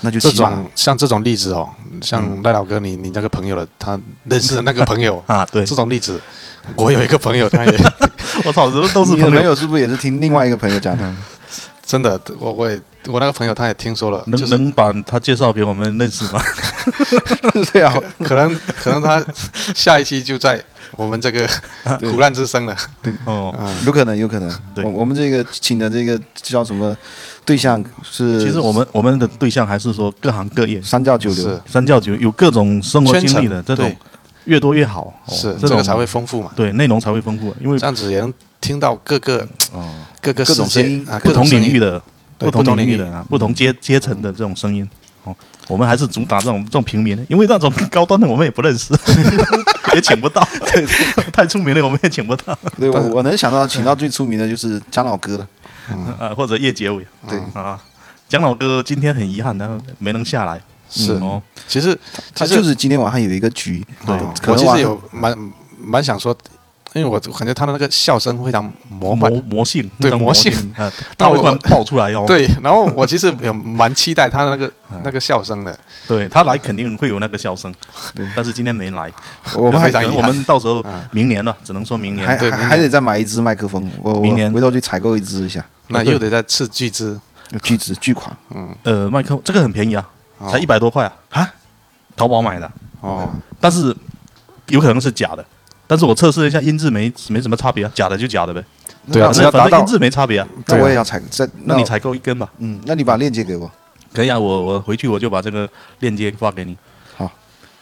S3: 那就
S1: 这
S3: 骑马
S1: 种像这种例子哦，
S2: 嗯
S1: 像赖老哥你你那个朋友了，他认识的那个朋友
S2: 啊， 对，
S1: 这种例子，我有一个朋友， 他也
S2: 我操，这都是
S3: 你的
S2: 朋
S3: 朋
S2: 友，
S3: 友是不是也是听另外一个朋友讲的？
S1: 真的，我我也我那个朋友他也听说了，就
S2: 能
S1: 是
S2: 能把他介绍给我们认识 吗？嗯
S3: 对啊，
S1: 可能可能他下一期就在我们 这个苦难之声了。
S2: 哦，
S1: 啊
S3: 有可能，有可能。
S2: 对
S3: 我我们这个请的这个叫什么对象是？
S2: 其实我们我们的对象还是说各行各业，
S3: 三教九
S1: 是
S3: 流，
S2: 三教九有各种生活
S1: 圈
S2: 经
S1: 层
S2: 历的这种
S1: 对，
S2: 越多越好，哦
S1: 是
S2: 这
S1: 这
S2: 种
S1: 个才会丰富嘛，
S2: 对内容才会丰富，啊因为
S1: 这样子也能听到各个
S2: 哦
S1: 各个
S3: 各种
S1: 世界
S3: 声音
S1: 啊，各
S2: 不同领域
S1: 的。
S2: 的
S1: 对不
S2: 不同
S1: 同
S2: 领
S1: 领
S2: 域
S1: 域
S2: 的啊不同阶阶层的这种声音哦，我们还是主打这种这种平民的，因为那种高端的我们也不认识，也请不到，太出名的我们也请不到
S3: 对我我能想到请到最出名的就是姜老哥了。
S2: 啊，或者叶结尾
S1: 嗯
S3: 对
S2: 啊，姜老哥今天很遗憾，他没能下来，
S1: 是
S2: 嗯哦，
S1: 其实
S3: 他
S1: 其
S3: 就
S1: 实
S3: 是今天晚上有一个局，
S1: 对
S3: 嗯可
S1: 我
S3: 能
S1: 其
S3: 晚
S1: 实
S3: 上
S1: 有蛮蛮想说，因为我感觉他的那个笑声非常魔
S2: 魔
S1: 幻。
S2: 魔性
S1: 对
S2: 那种
S1: 魔
S2: 魔
S1: 性
S2: 啊，
S1: 那
S2: 他
S1: 我
S2: 会突然爆出来哦，
S1: 对，然后我其实有蛮期待他的那个那个笑声的，
S2: 对他来肯定会有那个笑声，但是今天没来，
S3: 我们还
S1: 非常
S2: 可能
S1: 遗
S2: 我
S1: 憾
S2: 们到时候明年了，只能说明年
S3: 还
S1: 对
S3: 还
S1: 明
S3: 还
S1: 年
S3: 得再买一支麦克风，我我
S2: 明年
S3: 回头去采购一支一下，
S1: 那又得再斥巨资。
S3: 巨资巨款
S1: 嗯
S2: 呃，麦克这个很便宜啊，才一百多块啊，
S3: 啊！
S2: 淘宝买的，
S1: 哦，
S2: 但是有可能是假的。但是我测试了一下，音质没没什么差别啊，假的就假的呗。
S1: 对啊
S2: 反
S3: 只
S2: 正
S3: 要达
S2: 反正
S3: 到
S2: 音，质没差别啊。
S3: 那我也要采再
S2: 那你
S3: 我
S2: 采购一根吧，
S3: 嗯，那你把链接给我。
S2: 可以啊，我我回去我就把这个链接发给你。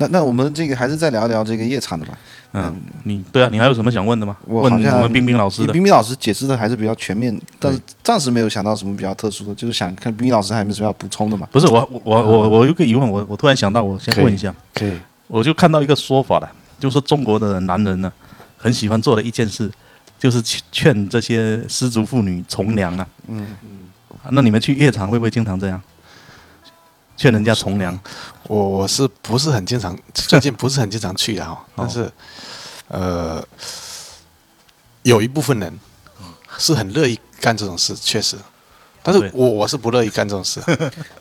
S3: 那那我们这个还是再聊聊这个夜场的吧。
S2: 嗯，你对啊，你还有什么想问的吗？
S3: 我
S2: 问
S3: 好像
S2: 我们冰冰老师的
S3: 冰冰老师解释的还是比较全面，但是暂时没有想到什么比较特殊的，就是想看冰冰老师还有没有什么要补充的嘛？
S2: 不是我我我我我有个疑问，我我突然想到，我先
S1: 可以
S2: 问一下，
S1: 可以，
S2: 我就看到一个说法了，就是说中国的男人呢，很喜欢做的一件事，就是去劝这些失足妇女从良啊。嗯嗯。那你们去夜场会不会经常这样？劝人家从良？
S1: 我我是不是很经常，最近不是很经常去的哈、但是，呃，有一部分人是很乐意干这种事，确实，但是
S2: 对
S1: 我我是不乐意干这种事，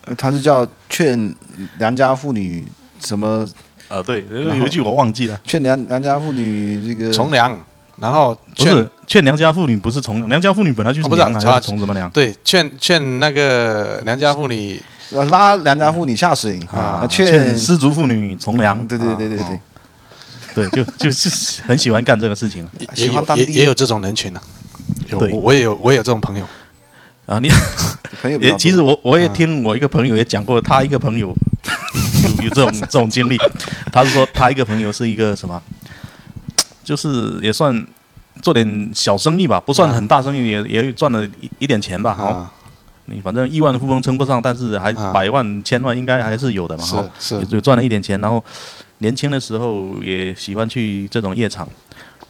S2: 呃
S3: 他是叫劝良家妇女什么？
S2: 啊，对，有一句我忘记了，
S3: 劝良良家妇女这个
S1: 从良，然后
S2: 不
S1: 劝
S2: 是劝良家妇女，不是从良，良家妇女本来就是
S1: 哦不是
S2: 良
S1: 啊
S2: 啊，
S1: 从
S2: 还是从什么良？
S1: 对劝劝那个良家妇女
S3: 呃拉良家妇女下水
S1: 啊
S3: 劝
S2: 失足妇女从良，
S3: 对对对对对。
S2: 对，就 就就是很喜欢干这个事情啊
S1: 也
S3: 喜
S1: 也
S3: 欢
S1: 有
S3: 当
S1: 也
S3: 地
S1: 也有这种人群呢、啊有
S2: 对
S1: 我我也有我也有这种朋友，
S2: 啊。你
S3: 朋友比较
S2: 也
S3: 多
S2: 其实我我也听我一个朋友也讲过，他一个朋友 有有这种这种经历， 他是说他一个朋友是一个什么，就是也算做点小生意吧，不算很大生意，也也赚了一一点钱吧。哦，
S1: 啊，
S2: 你反正亿万富翁称不上，但是还
S1: 啊
S2: 百万、千万应该还是有的嘛。哦哈
S1: 是是
S2: 也就赚了一点钱，然后年轻的时候也喜欢去这种夜场，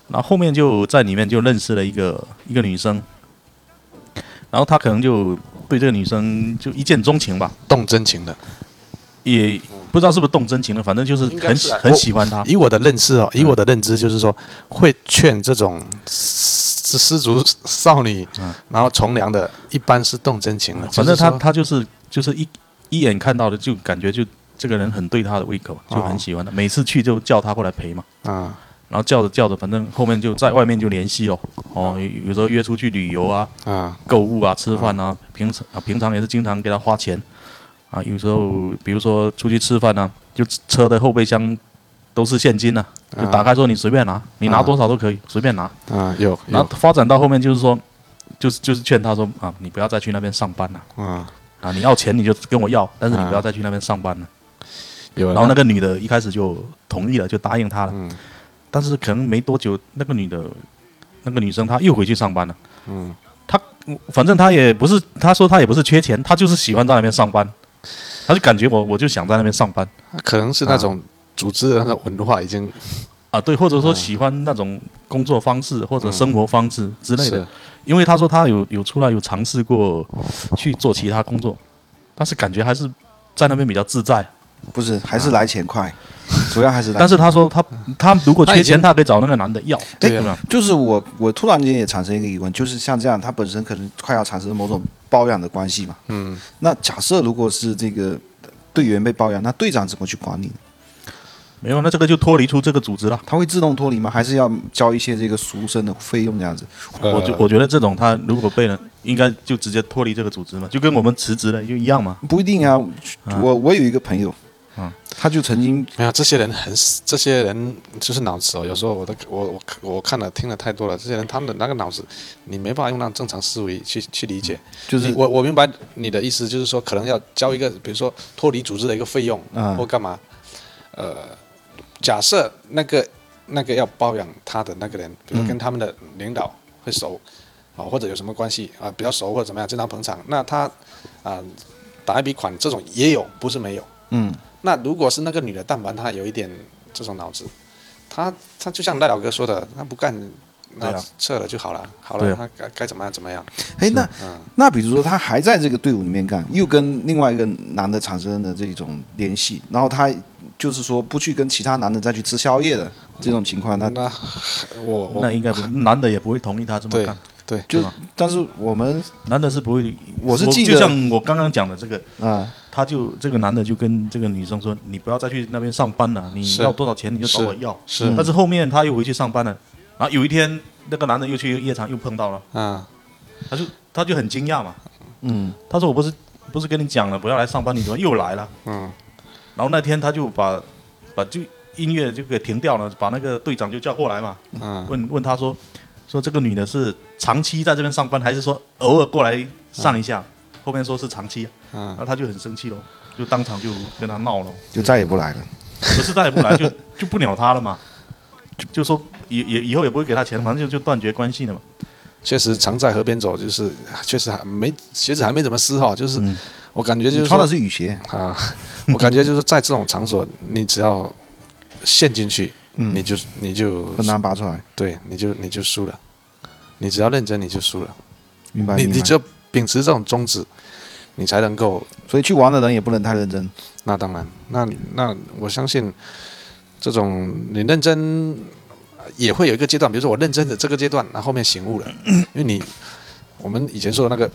S2: 然后后面就在里面就认识了一个一个女生，然后他可能就对这个女生就一见钟情吧，
S1: 动真情的。
S2: 也不知道是不是动真情了，反正就是
S1: 应该
S2: 很
S1: 是啊
S2: 很喜欢她。
S1: 以我的认知
S2: 嗯
S1: 哦，以我的认知就是说，会劝这种失失足少女，然后从良的，一般是动真情了。
S2: 嗯反正
S1: 他
S2: 他他就是就是一一眼看到的就感觉就这个人很对他的胃口，就很喜欢他，每次去就叫他过来陪嘛。
S1: 啊
S2: 然后叫着叫着，反正后面就在外面就联系哦，哦，有有时候约出去旅游啊，
S1: 啊
S2: 购物啊、吃饭
S1: 嗯
S2: 啊，平常啊平常也是经常给他花钱啊，有时候
S1: 嗯
S2: 比如说出去吃饭啊，就车的后备箱都是现金呐、啊，就打开说你随便拿，你拿多少都可以，随便拿。
S1: 啊，有
S2: 然后
S1: 有
S2: 发展到后面就是说，就是就是劝他说啊，你不要再去那边上班了
S1: 啊
S2: 啊，你要钱你就跟我要，但是你不要再去那边上班了。
S1: 有。
S2: 然后那个女的一开始就同意了，就答应他了。
S1: 嗯
S2: 但是可能没多久，那个女的，那个女生她又回去上班了。
S1: 嗯，
S2: 她反正她也不是，她说她也不是缺钱，她就是喜欢在那边上班。她就感觉我，我就想在那边上班
S1: 可能是那
S2: 嗯
S1: 种组织的那种文化已经
S2: 啊，对，或者
S1: 嗯
S2: 说喜欢那种工作方式或者生活方式之类的。
S1: 是
S2: 因为她说她有有出来有尝试过去做其他工作，但是感觉还是在那边比较自在。
S3: 不是，还是来钱快，主要还是来。
S2: 但是她说她她如果
S1: 她
S2: 缺
S1: 已经
S2: 钱，她可以找那个男的要，
S1: 对
S2: 吧？
S3: 就是我，我突然间也产生一个疑问，就是像这样，他本身可能快要产生某种包养的关系嘛。嗯。那假设如果是这个队员被包养，那队长怎么去管理呢？
S2: 没有，那这个就脱离出这个组织了。
S3: 他会自动脱离吗？还是要交一些这个赎身的费用这样子？
S2: 我觉我觉得这种他如果被人，应该就直接脱离这个组织嘛，就跟我们辞职了就一样嘛。
S3: 不一定啊，我我有一个朋友，他就曾经
S1: 没有，这些人很死，这些人就是脑子哦。有时候我都我我我看了听了太多了，这些人他们的那个脑子，你没办法用那正常思维去去理解。
S3: 就是
S1: 你我我明白你的意思，就是说可能要交一个，比如说脱离组织的一个费用、
S2: 啊
S3: 嗯
S1: 或干嘛。呃，假设那个那个要包养他的那个人，比如说跟他们的领导会熟，啊、或者有什么关系啊、比较熟或者怎么样，经常捧场，那他啊、打一笔款，这种也有，不是没有。
S3: 嗯，
S1: 那如果是那个女的，但凡她有一点这种脑子，她她就像赖老哥说的，她不干，那
S2: 对啊
S1: 撤了就好了，好
S2: 对
S1: 了，
S2: 啊
S1: 她该该怎么样怎么样。
S3: 哎，那
S1: 嗯
S3: 那比如说他还在这个队伍里面干，又跟另外一个男的产生的这种联系，然后他就是说不去跟其他男的再去吃宵夜的这种情况，那
S1: 那我
S2: 那
S1: 我
S2: 应该不，男的也不会同意他这么
S1: 对
S2: 干，
S1: 对，
S3: 就
S2: 对吧
S3: 但是我们
S2: 男的是不会。
S3: 我是记得
S2: 就像我刚刚讲的这个，
S3: 啊、
S2: 他就这个男的就跟这个女生说，你不要再去那边上班了，你
S1: 是
S2: 要多少钱你就找我
S1: 是
S2: 要。
S1: 是
S3: 嗯
S2: 但是后面他又回去上班了，然后有一天那个男的又去夜场又碰到了，
S1: 啊
S2: 他就他就很惊讶嘛，
S3: 嗯，
S2: 他说我不是不是跟你讲了不要来上班，你怎么又来了？
S1: 嗯
S2: 然后那天他就把把就音乐就给停掉了，把那个队长就叫过来嘛，
S1: 嗯
S2: 问问他说说这个女的是长期在这边上班，还是说偶尔过来上一下？后面说是长期，然
S1: 嗯
S2: 后他就很生气咯，就当场就跟他闹了，
S3: 就再也不来了。
S2: 不是再也不来 就就不鸟他了嘛，就就说以以以后也不会给他钱，反正就就断绝关系了嘛。
S1: 确实常在河边走，就是确实还没鞋子还没怎么湿哈，就是、我感觉就
S3: 嗯你
S1: 是
S3: 穿的
S1: 说
S3: 是雨鞋，
S1: 啊，我感觉就是在这种场所，你只要陷进去，
S3: 嗯
S1: 你就你就
S3: 很难拔出来，
S1: 对，你就你就输了，你只要认真你就输了。
S3: 明白？
S1: 你
S3: 啊明白
S1: 你只有秉持这种宗旨，你才能够。
S3: 所以去玩的人也不能太认真。
S1: 那当然，那那我相信，这种你认真呃也会有一个阶段，比如说我认真的这个阶段，那后面醒 悟了，因为你我们以前说的那个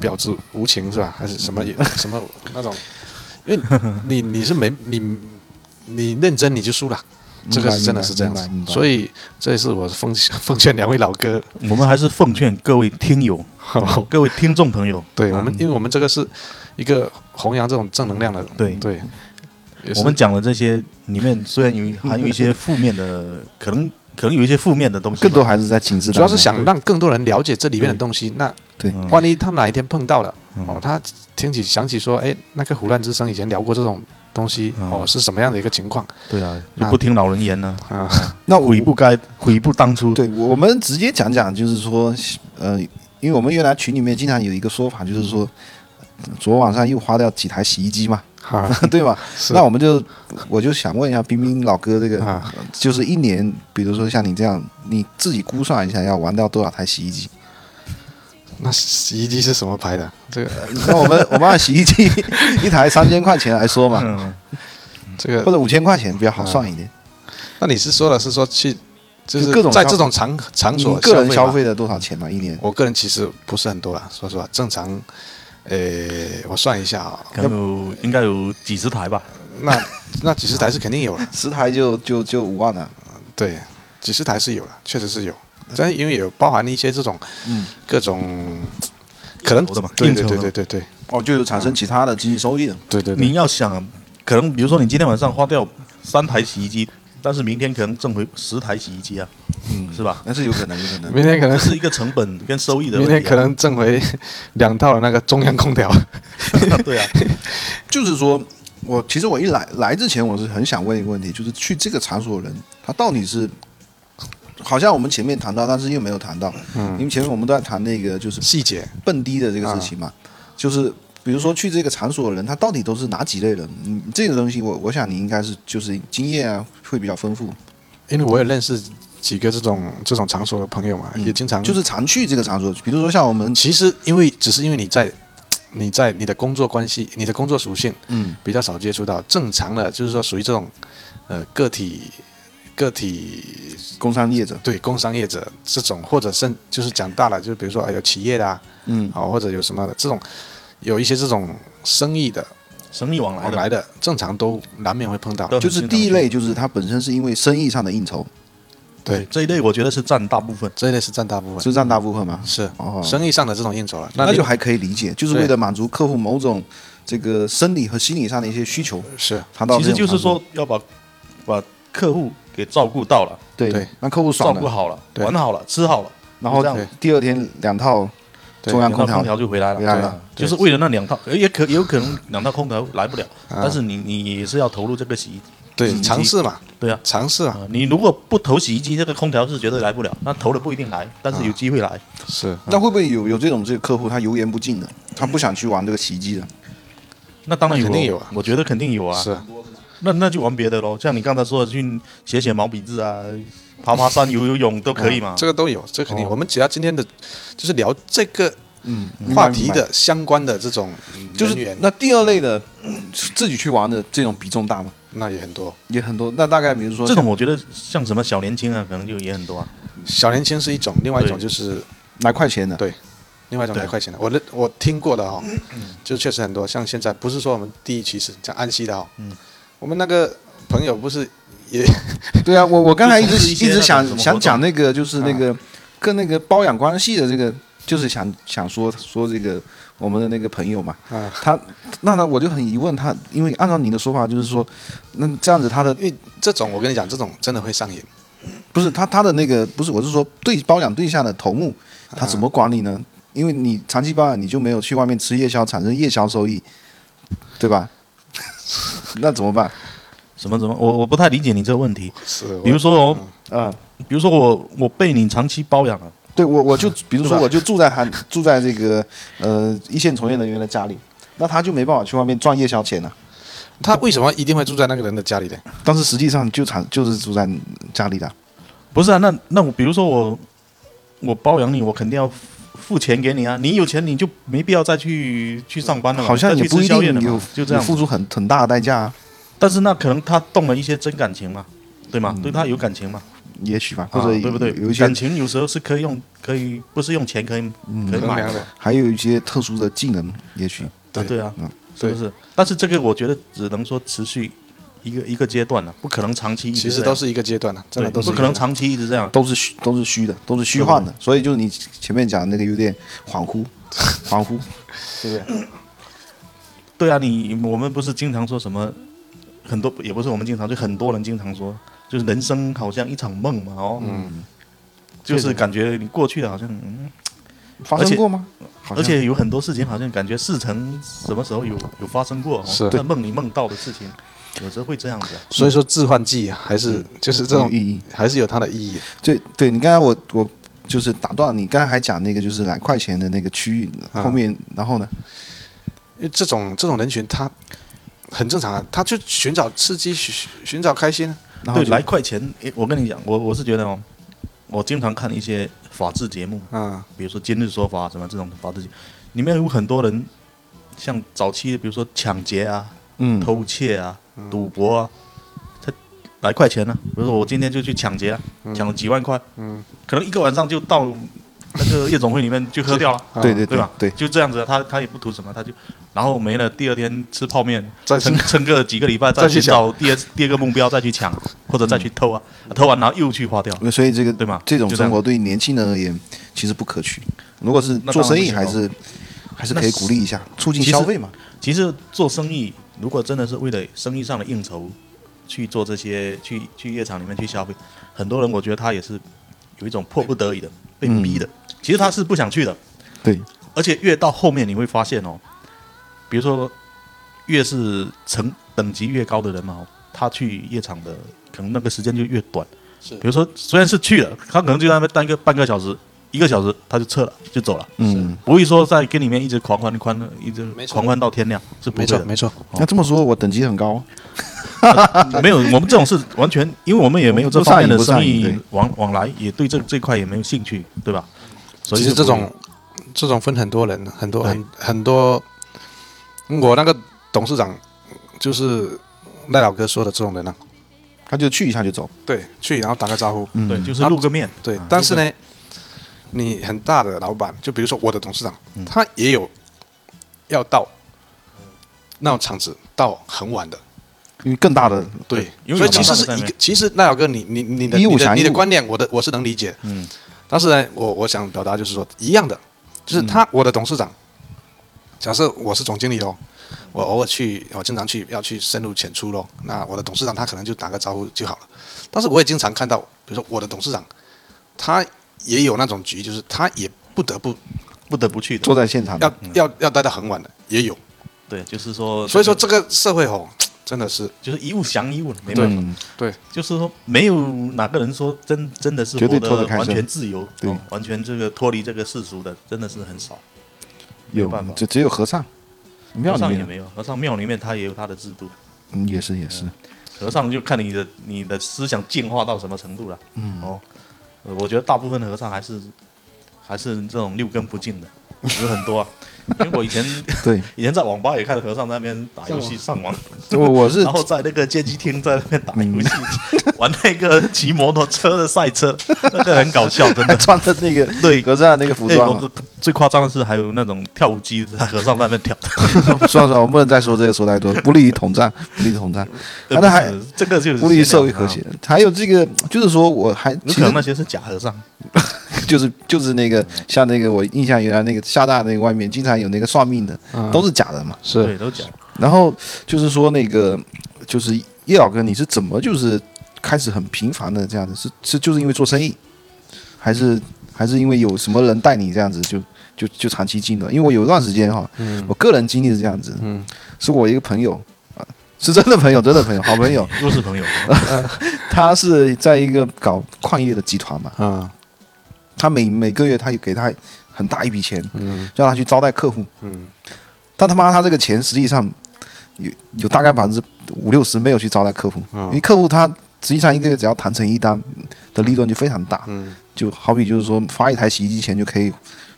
S1: 婊子无情是吧，还是什么
S3: 嗯
S1: 也 什么那种，因为你你是没你你认真你就输了。这个是真的是这样子
S3: 明白明，白
S1: 所以这也是我奉奉劝两位老哥，
S2: 我们还是奉劝各位听友、 各位听众朋友，
S1: 对我
S3: 嗯
S1: 们，因为我们这个是一个弘扬这种正能量的，
S2: 对
S1: 对，也是
S2: 我们讲的这些里面，虽然有含有一些负 面的，可能可能有一些负面的东西吧，
S3: 更多还是在情志当中，
S1: 主要是想让更多人了解这里面的东西。那
S3: 对嗯
S1: 万一他们哪一天碰到了，哦，他听起想起说，哎，那个胡乱之声以前聊过这种东西，
S3: 嗯
S1: 哦，是什么样的一个情 况
S2: 对啊，就不听老人言呢、
S1: 啊？
S3: 那 我
S2: 悔不该，悔不当初。
S3: 对，我我们直接讲讲，就是说，呃，因为我们原来群里面经常有一个说法，就是说呃昨晚上又花掉几台洗衣机嘛，
S1: 哈，
S3: 对吧？
S1: 是
S3: 那我们就我就想问一下冰冰老哥，这个、
S1: 啊，
S3: 就是一年，比如说像你这样，你自己估算一下要玩掉多少台洗衣机？
S1: 那洗衣机是什么牌的？这个
S3: 那我们我们按洗衣机 一台三千块钱来说嘛，
S2: 嗯，
S1: 这个
S3: 或者五千块钱比较好算一点。
S1: 那你是说的是说去，就是
S3: 就各种
S1: 在
S3: 消
S1: 这种场嗯场
S3: 你
S1: 所
S3: 个人消
S1: 吧，
S3: 费了多少钱嘛？一年？
S1: 我个人其实不是很多了，说实话，正常，呃，我算一下啊、
S2: 可能有应该有几十台吧，
S1: 那那几十台是肯定有了，
S3: 十台就就就五万了。
S1: 对，几十台是有了，确实是有，但因为有包含一些这种，
S3: 嗯，
S1: 各种可能
S2: 应酬的嘛
S1: 对
S2: 应
S1: 对
S2: 酬的
S1: 对
S2: 嘛
S1: 对对对
S3: 哦，就有产生其他的经济收益了。
S1: 对对
S2: 你
S1: 对，
S2: 要想，可能比如说你今天晚上花掉三台洗衣机，但是明天可能挣回十台洗衣机啊，
S3: 嗯，
S2: 是吧？
S3: 那是有可能，有可能。
S1: 明天可能
S2: 这是一个成本跟收益的问
S1: 明
S2: 题、啊。
S1: 天可能挣回两套那个中央空调，
S2: 对啊，
S3: 就是说，我其实我一来来之前，我是很想问一个问题，就是去这个场所的人，他到底是，好像我们前面谈到，但是又没有谈到，嗯，因为前面我们都在谈那个就是
S1: 细节
S3: 蹦迪的这个事情嘛，就是比如说去这个场所的人，他到底都是哪几类人？嗯，这个东西我我想你应该是就是经验啊会比较丰富，
S1: 因为我也认识几个这种这种场所的朋友嘛，也经常
S3: 就是常去这个场所，比如说像我们
S1: 其实因为只是因为你在你在你的工作关系、你的工作属性，
S3: 嗯，
S1: 比较少接触到正常的，就是说属于这种呃个体个体
S3: 工商业者，
S1: 对工商业者这种，或者甚就是讲大了，就是比如说、哎、有企业的啊，
S3: 嗯，
S1: 啊、或者有什么的这种有一些这种生意的
S2: 生意往来
S1: 往
S2: 的，
S1: 来的，正常都难免会碰到。
S2: 都很
S3: 就是
S2: 经常
S3: 第一
S2: 见
S3: 类就是他本身是因为生意上的应酬，
S1: 对，
S2: 这一类我觉得是占大部分。
S1: 这一类是占大部分，
S3: 是占大部分吗？
S1: 是
S3: 哦，
S1: 生意上的这种应酬了。那
S3: 那
S1: 你
S3: 就还可以理解，就是
S1: 对
S3: 为了满足客户某种这个生理和心理上的一些需求，
S1: 是
S3: 他到
S2: 其
S3: 这
S2: 实
S3: 种
S2: 就是
S3: 程度，
S2: 说要把把客户给照顾到了，
S1: 对
S3: 对，让客户
S2: 照
S3: 爽
S2: 顾
S3: 了，
S2: 好了，
S1: 对
S2: 玩好了，吃好了，
S3: 然后
S2: 这样
S3: 第二天两套
S1: 对
S3: 中央
S2: 两套
S3: 空
S2: 空
S3: 调，
S2: 调就回来了。
S3: 回来
S2: 对
S3: 了
S2: 啊
S1: 对
S2: 就是为了那两套，呃也可也有可能两套空调来不了，但是你你也是要投入这个洗衣机。
S1: 对尝试嘛，
S2: 对啊，
S1: 尝试啊，
S2: 啊，你如果不投洗衣机，这个空调是绝对来不了。那投了不一定来，但是有机会来。
S1: 是
S3: 嗯那会不会有有这种这个客户他油盐不进的，他不想去玩这个奇迹的？
S2: 嗯那当然有，
S1: 肯定有啊
S2: 我觉得肯定有啊。
S1: 是，
S2: 那那就玩别的喽，像你刚才说的，去写写毛笔字啊，爬爬山、游游泳都可以嘛。
S1: 啊嗯这个都有，这个肯定。我们只要今天的，就是聊这个
S3: 嗯，
S1: 话题的相关的这种嗯
S3: 就
S1: 人
S3: 是
S1: 员
S3: 那第二类的自己去玩的这种比重大吗？
S1: 那也很多。
S3: 也很多。那大概比如说
S2: 这种我觉得像什么小年轻啊，可能就也很多啊。
S1: 小年轻是一种，另外一种
S2: 对
S1: 就是
S3: 来块钱的，
S1: 对，另外一种
S2: 对
S1: 来快钱的。我认我听过的哦，就确实很多。像现在不是说我们第一期是讲安溪的哦，
S2: 嗯
S1: 我们那个朋友不是也
S3: 对啊，我我刚才一直
S2: 就是一
S3: 一
S2: 些
S3: 直
S2: 那种什
S3: 想
S2: 么嗯
S3: 想讲那个，就是那个跟那个包养关系的这个，就是想想说说这个我们的那个朋友嘛，
S2: 嗯
S1: 啊
S3: 他那他我就很疑问他，因为按照你的说法，就是说那这样子他的
S1: 这种，我跟你讲，这种真的会上瘾。
S3: 不是他他的那个不是，我是说对包养对象的头目，
S2: 嗯
S3: 他怎么管理呢？因为你长期包养，你就没有去外面吃夜宵，产生夜宵收益，对 吧？那怎么办？
S2: 什么什么，我我不太理解你这个问题。
S1: 是，
S2: 比如说哦，
S3: 啊、
S2: 比如说我我被你长期包养了，
S3: 对我，我就比如
S1: 对
S3: 说，
S1: 吧
S3: 我就住在他住在这个呃一线从业人员的家里，那他就没办法去外面赚夜宵钱了、
S1: 他为什么一定会住在那个人的家里呢？
S3: 但是实际上就产就是住在家里的，
S2: 不是啊？那那我比如说我我包养你，我肯定要付付钱给你啊。你有钱你就没必要再去去上班了嘛，
S3: 好像
S2: 再
S3: 也
S2: 去
S3: 不
S2: 吃
S3: 一
S2: 宵夜了
S3: 定
S2: 嘛
S3: 有
S2: 就这样
S3: 有
S2: 子
S3: 付出很很大的代价、啊，
S2: 但是那可能他动了一些真感情嘛，对吗？对他有感情嘛，
S3: 也许吧，或
S2: 啊
S3: 者
S2: 对不对？
S3: 有一些
S2: 感情有时候是可以用，可以不是用钱可以
S3: 嗯
S2: 可以
S1: 衡
S2: 买
S1: 量的，
S3: 还有一些特殊的技能，也许
S2: 啊，对啊
S3: 嗯，
S2: 是不是？但是这个我觉得只能说持续一个一个阶段了，不可能长期一直
S1: 其实
S2: 这样
S1: 都是一个阶段的，啊真
S2: 对，
S1: 的都是
S2: 不
S1: 一
S2: 可
S1: 个
S2: 能
S1: 阶段
S2: 长期一直这样。
S3: 都是虚都是虚的，都是虚幻的，所以就是你前面讲的那个有点 恍惚，恍惚，对不对？
S2: 对啊，你我们不是经常说什么，很多也不是我们经常，就很多人经常说，就是人生好像一场梦嘛，哦，嗯，就是感觉你过去的好像，嗯，
S3: 发
S2: 而且
S3: 生过吗？好
S2: 而
S3: 像
S2: 且有很多事情好像感觉似曾什么时候有有发生过，哦
S1: 是
S2: 在梦里梦到的事情，有时候会这样子。
S1: 所以
S2: 嗯
S1: 说致幻剂啊还是就是这
S3: 这
S1: 种
S3: 种意义。
S1: 还是有它的意义。
S3: 对对，你刚才我我就是打断你刚才还讲那个就是两块钱的那个区域，
S1: 啊
S3: 后面然后呢？
S1: 因为这种这种人群他很正常啊，他就寻找刺激，寻寻找开心。啊
S3: 然后
S2: 对，
S3: 就
S2: 来块钱，诶我跟你讲，我我是觉得哦，我经常看一些法制节目，
S1: 啊
S2: 比如说《今日说法》什么这种法制节目，里面有很多人，像早期比如说抢劫啊、
S3: 嗯
S2: 偷窃啊、赌博啊，他来块钱呢、比如说我今天就去抢劫啊，抢了几万块，
S1: 嗯，
S2: 可能一个晚上就到那个夜总会里面就喝掉了。
S1: 啊
S3: 对对
S2: 对吧？
S3: 对，
S2: 就这样子，啊他他也不图什么，他就然后没了，第二天吃泡面，
S1: 再去
S2: 撑撑个几个礼拜，再
S1: 再去
S2: 去找第二第二个目标，再去抢或者再去偷啊，偷完然后又去花掉，
S3: 所以这个
S2: 对吗？
S3: 这种
S2: 就
S3: 生活对年轻人而言其实不可取。如果是
S2: 那当然
S3: 做生意，
S2: 不行哦
S3: 还是还是可以鼓励一下，促进
S2: 其实
S3: 消费嘛。
S2: 其实做生意，如果真的是为了生意上的应酬去做这些，去去夜场里面去消费，很多人我觉得他也是有一种迫不得已的，被
S1: 嗯
S2: 逼的。其实他是不啊想去的，
S3: 对，
S2: 而且越到后面你会发现哦，比如说越是层等级越高的人嘛、哦，他去夜场的可能那个时间就越短。
S1: 是
S2: 比如说虽然是去了，他可能就在那边待个半个小时、一个小时，他就撤了，就走了。
S3: 嗯，
S2: 不会说在跟里面一直狂欢狂欢，一直
S1: 没错
S2: 狂欢到天亮，是不
S1: 没
S2: 会
S1: 错
S2: 的。
S1: 没错，
S3: 那这么说，我等级很高，
S2: 啊没有，我们这种是完全，因为我们也没有这方面的
S3: 不上
S2: 生
S3: 瘾不上
S2: 意
S3: 瘾
S2: 往往来，也对这这块也没有兴趣，对吧？所以
S1: 其实
S2: 就
S1: 这
S2: 不会
S1: 种这种分很多人，很多
S2: 对
S1: 很很多。我那个董事长就是赖老哥说的这种人啊，
S3: 他就去一下就走。嗯
S1: 对，去然后打个招呼，
S2: 对，就是露个面，
S1: 对。但是呢，你很大的老板，就比如说我的董事长，
S2: 嗯
S1: 他也有要到那种场子到很晚的，
S3: 因为更大的
S1: 对，
S2: 因为
S1: 所以
S2: 有
S1: 其实
S2: 老板
S1: 是
S2: 在那
S1: 一个
S2: 边，
S1: 其实赖老哥，你你你的
S3: 一
S1: 你
S3: 物
S1: 的
S3: 降一
S1: 你的
S3: 物
S1: 观点，我的我是能理解，嗯，但是呢，我我想表达就是说，一样的，就是他、我的董事长，假设我是总经理喽，我偶尔去，我经常去要去深入浅出喽，那我的董事长他可能就打个招呼就好了，但是我也经常看到，比如说我的董事长，他也有那种局，就是他也不得不
S2: 不得不去的。
S3: 坐在现场
S1: 要、
S3: 的，
S1: 要要待到很晚的，也有，
S2: 对，就是说，
S1: 所以说这个社会哦，真的是
S2: 就是一物降一物了，没办法。
S3: 嗯，
S1: 对
S2: 就是说，没有哪个人说真真的是
S3: 绝对
S2: 活
S3: 脱得开身
S2: 完全自由，
S3: 对
S2: 哦完全这个脱离这个世俗的，真的是很少。
S3: 有
S2: 办法
S3: 只只有和尚，庙
S2: 和
S3: 里
S2: 尚也
S3: 面
S2: 没有，和尚庙里面他也有他的制度，
S3: 嗯也是也是，
S2: 和尚就看你的你的思想进化到什么程度了。嗯，哦，呃我觉得大部分的和尚还是还是这种六根不净的，有很 多啊。因为我以前
S3: 对
S2: 以前在网吧也看和尚在那边打游戏上 网，
S3: 我我 哦是。
S2: 然后在那个街机厅在那边打游戏， 玩那个骑摩托车的赛车，那个很搞笑，真的
S3: 穿的那个
S2: 对
S3: 和尚那个服
S2: 哎
S3: 装
S2: 我
S3: 啊。
S2: 最夸张的是还有那种跳舞机在和尚在那边跳，
S3: 算了算了，我不能再说这个，说太多，不利于统战，不利于统战，
S2: 对
S3: 啊那还
S2: 不是 这个就是
S3: 不利于社会和
S2: 啊
S3: 谐。还有这个，就是说，我还
S2: 有
S3: 其
S2: 可能
S3: 实
S2: 那些是假和尚，
S3: 就是就是那个像那个我印象原来那个厦大那个外面经常有那个算命的，
S2: 嗯
S3: 都是假的嘛。
S1: 嗯是
S2: 对，都假。
S3: 然后就是说那个就是叶老哥，你是怎么就是开始很频繁的这样子？是是就是因为做生意，还是还是因为有什么人带你这样子就就就长期进的？因为我有一段时间哈，我个人经历是这样子，
S1: 嗯
S3: 是我一个朋友。啊是真的朋友，真的朋友，好 朋友。
S2: 又是朋友，
S3: 他是在一个搞矿业的集团嘛，
S1: 嗯
S3: 他每每个月他也给他很大一笔钱，
S1: 嗯
S3: 让他去招待客户。
S1: 嗯
S3: 但他妈他这个钱实际上有有大概百分之五六十没有去招待客户，
S1: 嗯
S3: 因为客户他实际上一个月只要谈成一单的利润就非常大，
S1: 嗯，
S3: 就好比就是说花一台洗衣机钱就可以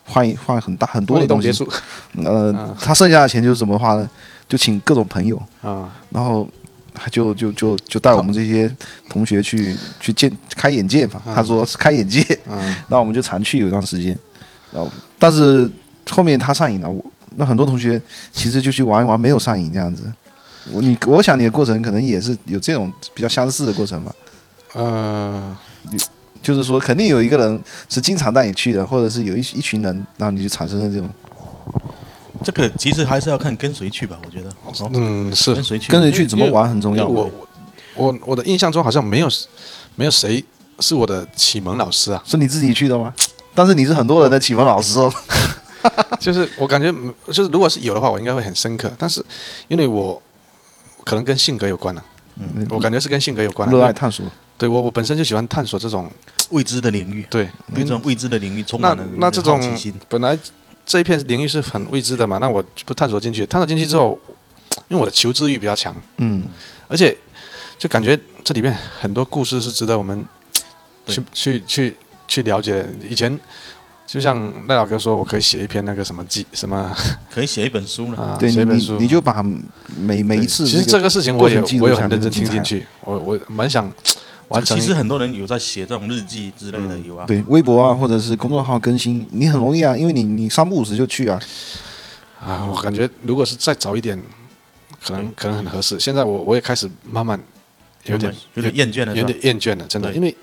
S3: 换一换很大很多
S1: 玻璃
S3: 的
S1: 洞
S3: 东
S1: 别
S3: 西。
S1: 墅 嗯
S3: 呃，他剩下的钱就是怎么花呢？就请各种朋友，
S1: 啊。
S3: 然后他就就就就带我们这些同学去去见开眼界嘛。他说是开眼界，
S1: 嗯
S3: 那我们就常去有一段时间，然后但是后面他上瘾了，我那很多同学其实就去玩一玩，没有上瘾这样子。我你我想你的过程可能也是有这种比较相似的过程吧，
S1: 呃，
S3: 就是说肯定有一个人是经常带你去的，或者是有一一群人，然后你就产生了这种
S2: 这个其实还是要看跟谁去吧，我觉得。哦
S1: 嗯，是
S2: 跟谁去？
S3: 跟着去怎么
S2: 因为？
S3: 玩很
S1: 因
S3: 重
S1: 为
S3: 要。，
S1: 我我我我的印象中好像没有没有谁是我的启蒙老师啊
S3: 是你自己去的吗？但是你是很多人的启蒙老师哦。
S1: 就是我感觉嗯就是如果是有的话，我应该会很深刻，但是因为我可能跟性格有关了、我感觉是跟性格有关、啊。
S3: 嗯热爱
S1: 因为
S3: 探索，
S1: 对我，我本身就喜欢探索这种
S2: 未知的领域，
S3: 嗯
S1: 对，
S2: 对这种未知的领域充
S1: 嗯那
S2: 满了
S1: 那这种
S2: 好奇心。
S1: 本来这一片领域是很未知的嘛，那我不探索进去，探索进去之后，因为我的求知欲比较强，
S3: 嗯，
S1: 而且就感觉这里面很多故事是值得我们
S2: 对
S1: 去去去去了解的。以前就像赖老哥说，我可以写一篇那个什么记什么
S2: 可以写一本书了。
S1: 啊，
S3: 对
S1: 写
S3: 你
S1: 一本
S3: 你
S1: 书。
S3: 你就把每每一次
S1: 其实
S3: 这
S1: 这个事情我也
S3: 过程记录
S1: 我也
S3: 下来
S1: 很认真
S3: 就精
S1: 听进
S3: 彩
S1: 去，我我蛮想完成
S2: 其
S1: 一。嗯
S2: 实很多人有在写这种日记之类的，有啊。
S3: 对微博啊或者是公众号更新，你很容易啊，因为你你三不五时就去啊，
S1: 啊，我感觉如果是再早一点，可能可能很合适。现在我我也开始慢慢有点
S2: 有点厌倦
S1: 有
S2: 了，是吧
S1: 点厌倦了，真的，
S2: 对
S1: 因为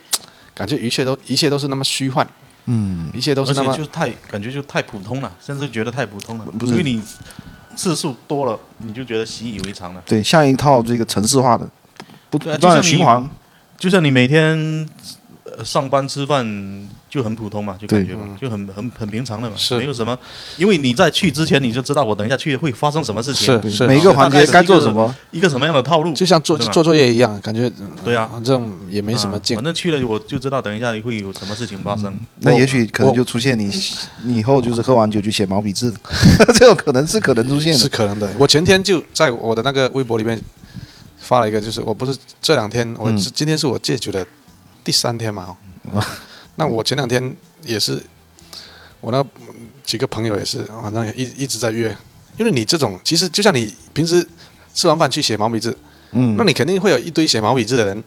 S1: 感觉一切都一切都是那么虚幻，
S3: 嗯，
S1: 一切都是
S2: 而
S1: 那
S2: 且
S1: 么
S2: 就太感觉就太普通了，甚至觉得太普通了。
S3: 不是
S2: 因为你次数多了，你就觉得习以为常了。
S3: 对，像一套这个城市化的，不
S2: 对啊
S3: 不断的
S2: 就像你
S3: 循环，
S2: 就像你每天呃上班吃饭就很普通嘛，就感觉嘛就很很很平常的嘛，
S1: 嗯是
S2: 没有什么。因为你在去之前你就知道我等一下去会发生什么事情，
S1: 是是
S3: 每一个环
S2: 大概
S3: 节
S2: 是
S3: 该做
S2: 一个
S3: 什么，
S2: 一个什么样的套路。
S1: 就像做
S2: 对吧
S1: 做作嗯业一样，感觉
S2: 对啊，
S1: 反正也没什么
S2: 啊
S1: 劲
S2: 反。正去了我就知道等一下会有什么事情发生。
S3: 那
S1: 我
S3: 也许可能
S1: 我
S3: 就出现你你以后就是喝完酒去写毛笔字， 这种可能是可能出现
S1: 是
S3: 的。
S1: 可能的。我前天就在我的那个微博里面发了一个，就是我不是这两天，我
S3: 嗯
S1: 是、今天是我戒酒的第三天嘛。 哦、那我前两天也是，我那几个朋友也是，反正也一一直在约。因为你这种，其实就像你平时吃完饭去写毛笔字，
S3: 嗯
S1: 那，你肯定会有一堆写毛笔字的人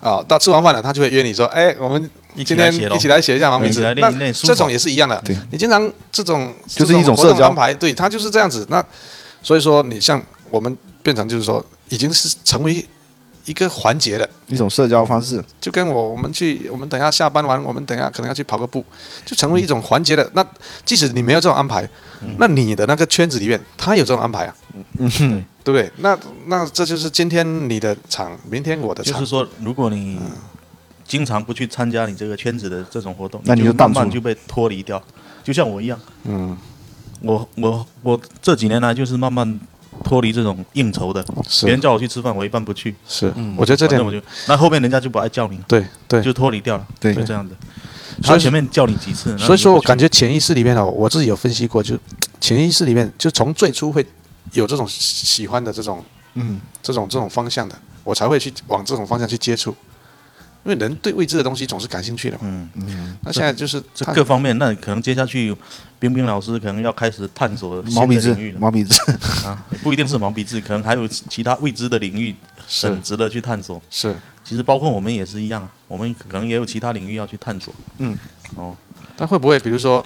S1: 啊。到吃完饭了，他就会约你说：“哎，我们
S2: 一起
S1: 今
S2: 来
S1: 天
S2: 写咯
S1: 一起来写一下毛笔字
S2: 一起来。
S1: 那
S2: 练一练书法
S1: 这种也是一样的
S3: 对，
S1: 你经常这种
S3: 就是一种
S1: 这活动
S3: 社交
S1: 安排，对，它就是这样子。那所以说，你像我们变成就是说，已经是成为一个环节了。
S3: 一种社交方式，
S1: 就跟我我们去，我们等一下下班完，我们等一下可能要去跑个步，就成为一种环节
S2: 嗯
S1: 了。那即使你没有这种安排，那你的那个圈子里面，他有这种安排啊，
S3: 嗯，
S1: 对不对？那那这就是今天你的场，明天我的
S2: 呃就
S1: 场
S2: 是，说，如果你
S1: 嗯
S2: 经常不去参加你这个圈子的这种活动，
S3: 那你
S2: 就
S3: 就
S2: 慢
S3: 淡出
S2: 慢
S3: 了
S2: 就被脱离掉，就像我一样。
S1: 嗯，
S2: 我我我这几年来就是慢慢脱离这种应酬的，别
S1: 是
S2: 人叫我去吃饭，我一般不去。
S1: 是，我觉得这
S2: 反
S1: 点
S2: 正我就那后面人家就不爱叫你，
S1: 对对，
S2: 就脱离掉了，
S3: 对
S2: 就这样子。
S1: 所
S2: 他
S1: 以
S2: 前面叫你几次，
S1: 所以说我感
S2: 觉
S1: 觉潜意识里面哦，我自己有分析过，就潜意识里面就从最初会有这种喜喜欢的这种，
S3: 嗯，
S1: 这种这种方向的，我才会去往这种方向去接触，因为人对未知的东西总是感兴趣的嘛。
S2: 嗯
S1: 嗯。那现在就是
S2: 这
S1: 他
S2: 各方面，那可能接下去冰冰老师可能要开始探索新的
S3: 毛笔字
S2: 领域，了
S3: 毛笔字，
S2: 啊，不一定是毛笔字，可能还有其他未知的领域
S1: 是
S2: 很值得去探索。
S1: 是，
S2: 其实包括我们也是一样啊，我们可能也有其他领域要去探索。
S3: 嗯，
S2: 哦，
S1: 但会不会比如说，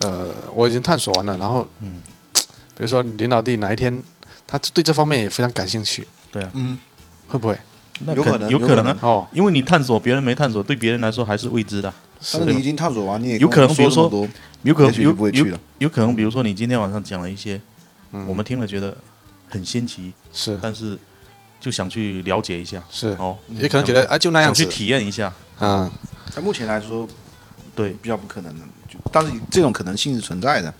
S1: 呃，我已经探索完了，然后，嗯，比如说林老弟哪一天他对这方面也非常感兴趣，
S2: 对啊，
S3: 嗯，
S1: 会不会？
S2: 那
S3: 有可能
S2: 有
S3: 有
S2: 可
S3: 可
S2: 能啊，
S1: 哦，
S2: 因为你探索别人没探索，对别人来说还是未知的。
S3: 但是你已经探索完，你也
S2: 有可能
S3: 跟我
S2: 比如说
S3: 说这么多
S2: 有可能
S3: 也许就
S2: 有
S3: 不会去了
S2: 有有可能，比如说你今天晚上讲了一些，我们听了觉得很新奇，
S1: 是
S2: 但是就想去了解一下，
S1: 是，
S2: 哦，
S1: 也可能觉得啊就那
S2: 想
S1: 样
S2: 想去
S1: 子，
S2: 体验一下，
S1: 嗯，
S3: 在目前来说
S2: 对。
S3: 比较不可能的，就但是这种可能性是存在的。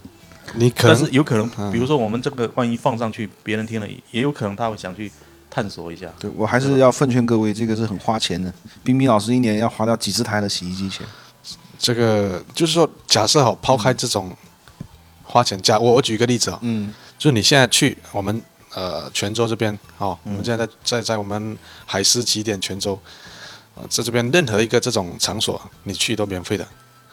S1: 你可
S2: 但
S1: 能
S2: 是有可
S1: 嗯
S2: 能，比如说我们这个万一放上去，别人听了也有可能他会想去探索一下。
S3: 对我还是要奉劝各位，这个是很花钱的。冰冰老师一年要花掉几十台的洗衣机钱，
S1: 这个就是说，假设好抛开这种花钱价，我我举一个例子啊、
S3: 嗯，
S1: 就是你现在去我们呃泉州这边哦，我们现在在在在我们海狮起点泉州，呃，在这边任何一个这种场所你去都免费的，